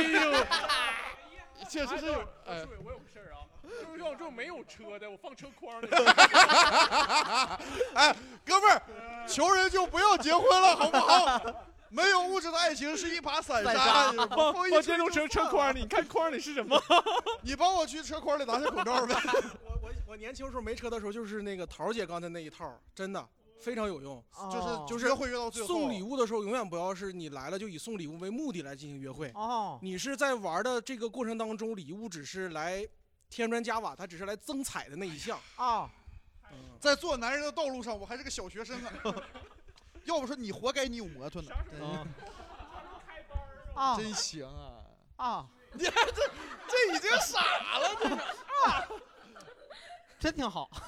Speaker 6: (laughs)
Speaker 1: 呦，
Speaker 6: 确实是有哎 (laughs)
Speaker 5: 对，我有个事儿啊，就是像我这种没有车的，我放车筐里。
Speaker 1: 哎，哥们儿，穷人就不要结婚了，好不好？没有物质的爱情是一把伞
Speaker 5: 伞
Speaker 1: 沙，
Speaker 5: 沙
Speaker 1: 把
Speaker 5: 放 (laughs)
Speaker 1: 风一
Speaker 5: 放
Speaker 1: 吹
Speaker 5: 电动
Speaker 1: 就
Speaker 5: 车车
Speaker 1: 散
Speaker 5: 筐
Speaker 1: 了
Speaker 5: 里你看筐里是什么？
Speaker 1: (laughs) 你帮我去车筐里拿下口罩呗。
Speaker 6: (laughs) 我我我年轻时候没车的时候，就是那个桃儿姐刚才那一套，真的非常有用。
Speaker 1: 哦
Speaker 6: 就
Speaker 1: 约
Speaker 6: 是
Speaker 1: 会约到最后
Speaker 6: 送礼物的时候，永远不要是你来了就以送礼物为目的来进行约会。
Speaker 2: 哦，
Speaker 6: 你是在玩的这个过程当中，礼物只是来添砖加瓦，它只是来增彩的那一项。
Speaker 2: 啊，
Speaker 1: 在做男人的道路上，我还是个小学生啊。要不说你活该你有摩托呢，
Speaker 2: 啊
Speaker 1: 真行啊！
Speaker 2: 啊，
Speaker 1: (laughs) 你看这这已经傻了，
Speaker 7: (laughs)
Speaker 1: 这个啊，
Speaker 2: 真挺好。
Speaker 1: (laughs)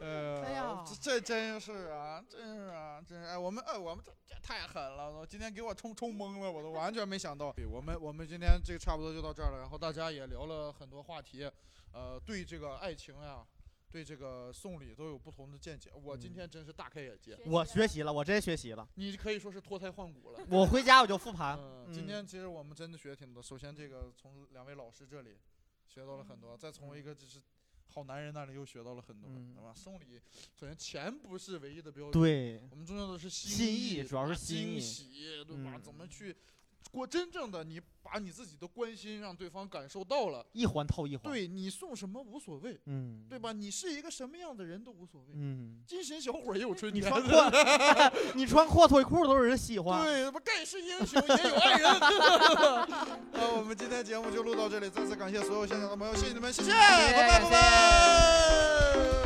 Speaker 1: 哎
Speaker 2: 哎呀
Speaker 1: 这这真是啊，真是啊，真是哎，我们哎，我们这这太狠了，我今天给我冲冲懵了，我都完全没想到。对我们我们今天这个差不多就到这儿了，然后大家也聊了很多话题，呃，对这个爱情呀、对这个送礼都有不同的见解。我今天真是大开眼界，
Speaker 2: 我嗯学习了，我真学习了。
Speaker 1: 你可以说是脱胎换骨了。
Speaker 2: (laughs) 我回家我就复盘
Speaker 1: 嗯
Speaker 2: 嗯
Speaker 1: 今天其实我
Speaker 2: 嗯
Speaker 1: 们真的学的挺多，首先这个从两位老师这里学到了很多，再从一个就是好男人那里又学到了很多，对吧？送礼首先钱不是唯一的标准，
Speaker 2: 对
Speaker 1: 我们重要的是
Speaker 2: 心意
Speaker 1: 意，
Speaker 2: 主要
Speaker 1: 对吧
Speaker 2: 是心意嗯
Speaker 1: 惊喜，对吧？怎么去过真正的你把你自己的关心让对方感受到了，
Speaker 2: 一环套一环。
Speaker 1: 对你送什么无所谓，
Speaker 2: 嗯
Speaker 1: 对吧？你是一个什么样的人都无所谓，
Speaker 2: 嗯，
Speaker 1: 精神小伙儿也有春
Speaker 2: 你
Speaker 1: 天，
Speaker 2: 穿阔，
Speaker 1: (laughs)
Speaker 2: (laughs) 你穿阔腿裤都有人喜欢。
Speaker 1: 对，不盖世英雄也有爱人。那我们今天节目就录到这里，再次感谢所有现场的朋友，谢谢你们，谢谢，拜拜，拜拜。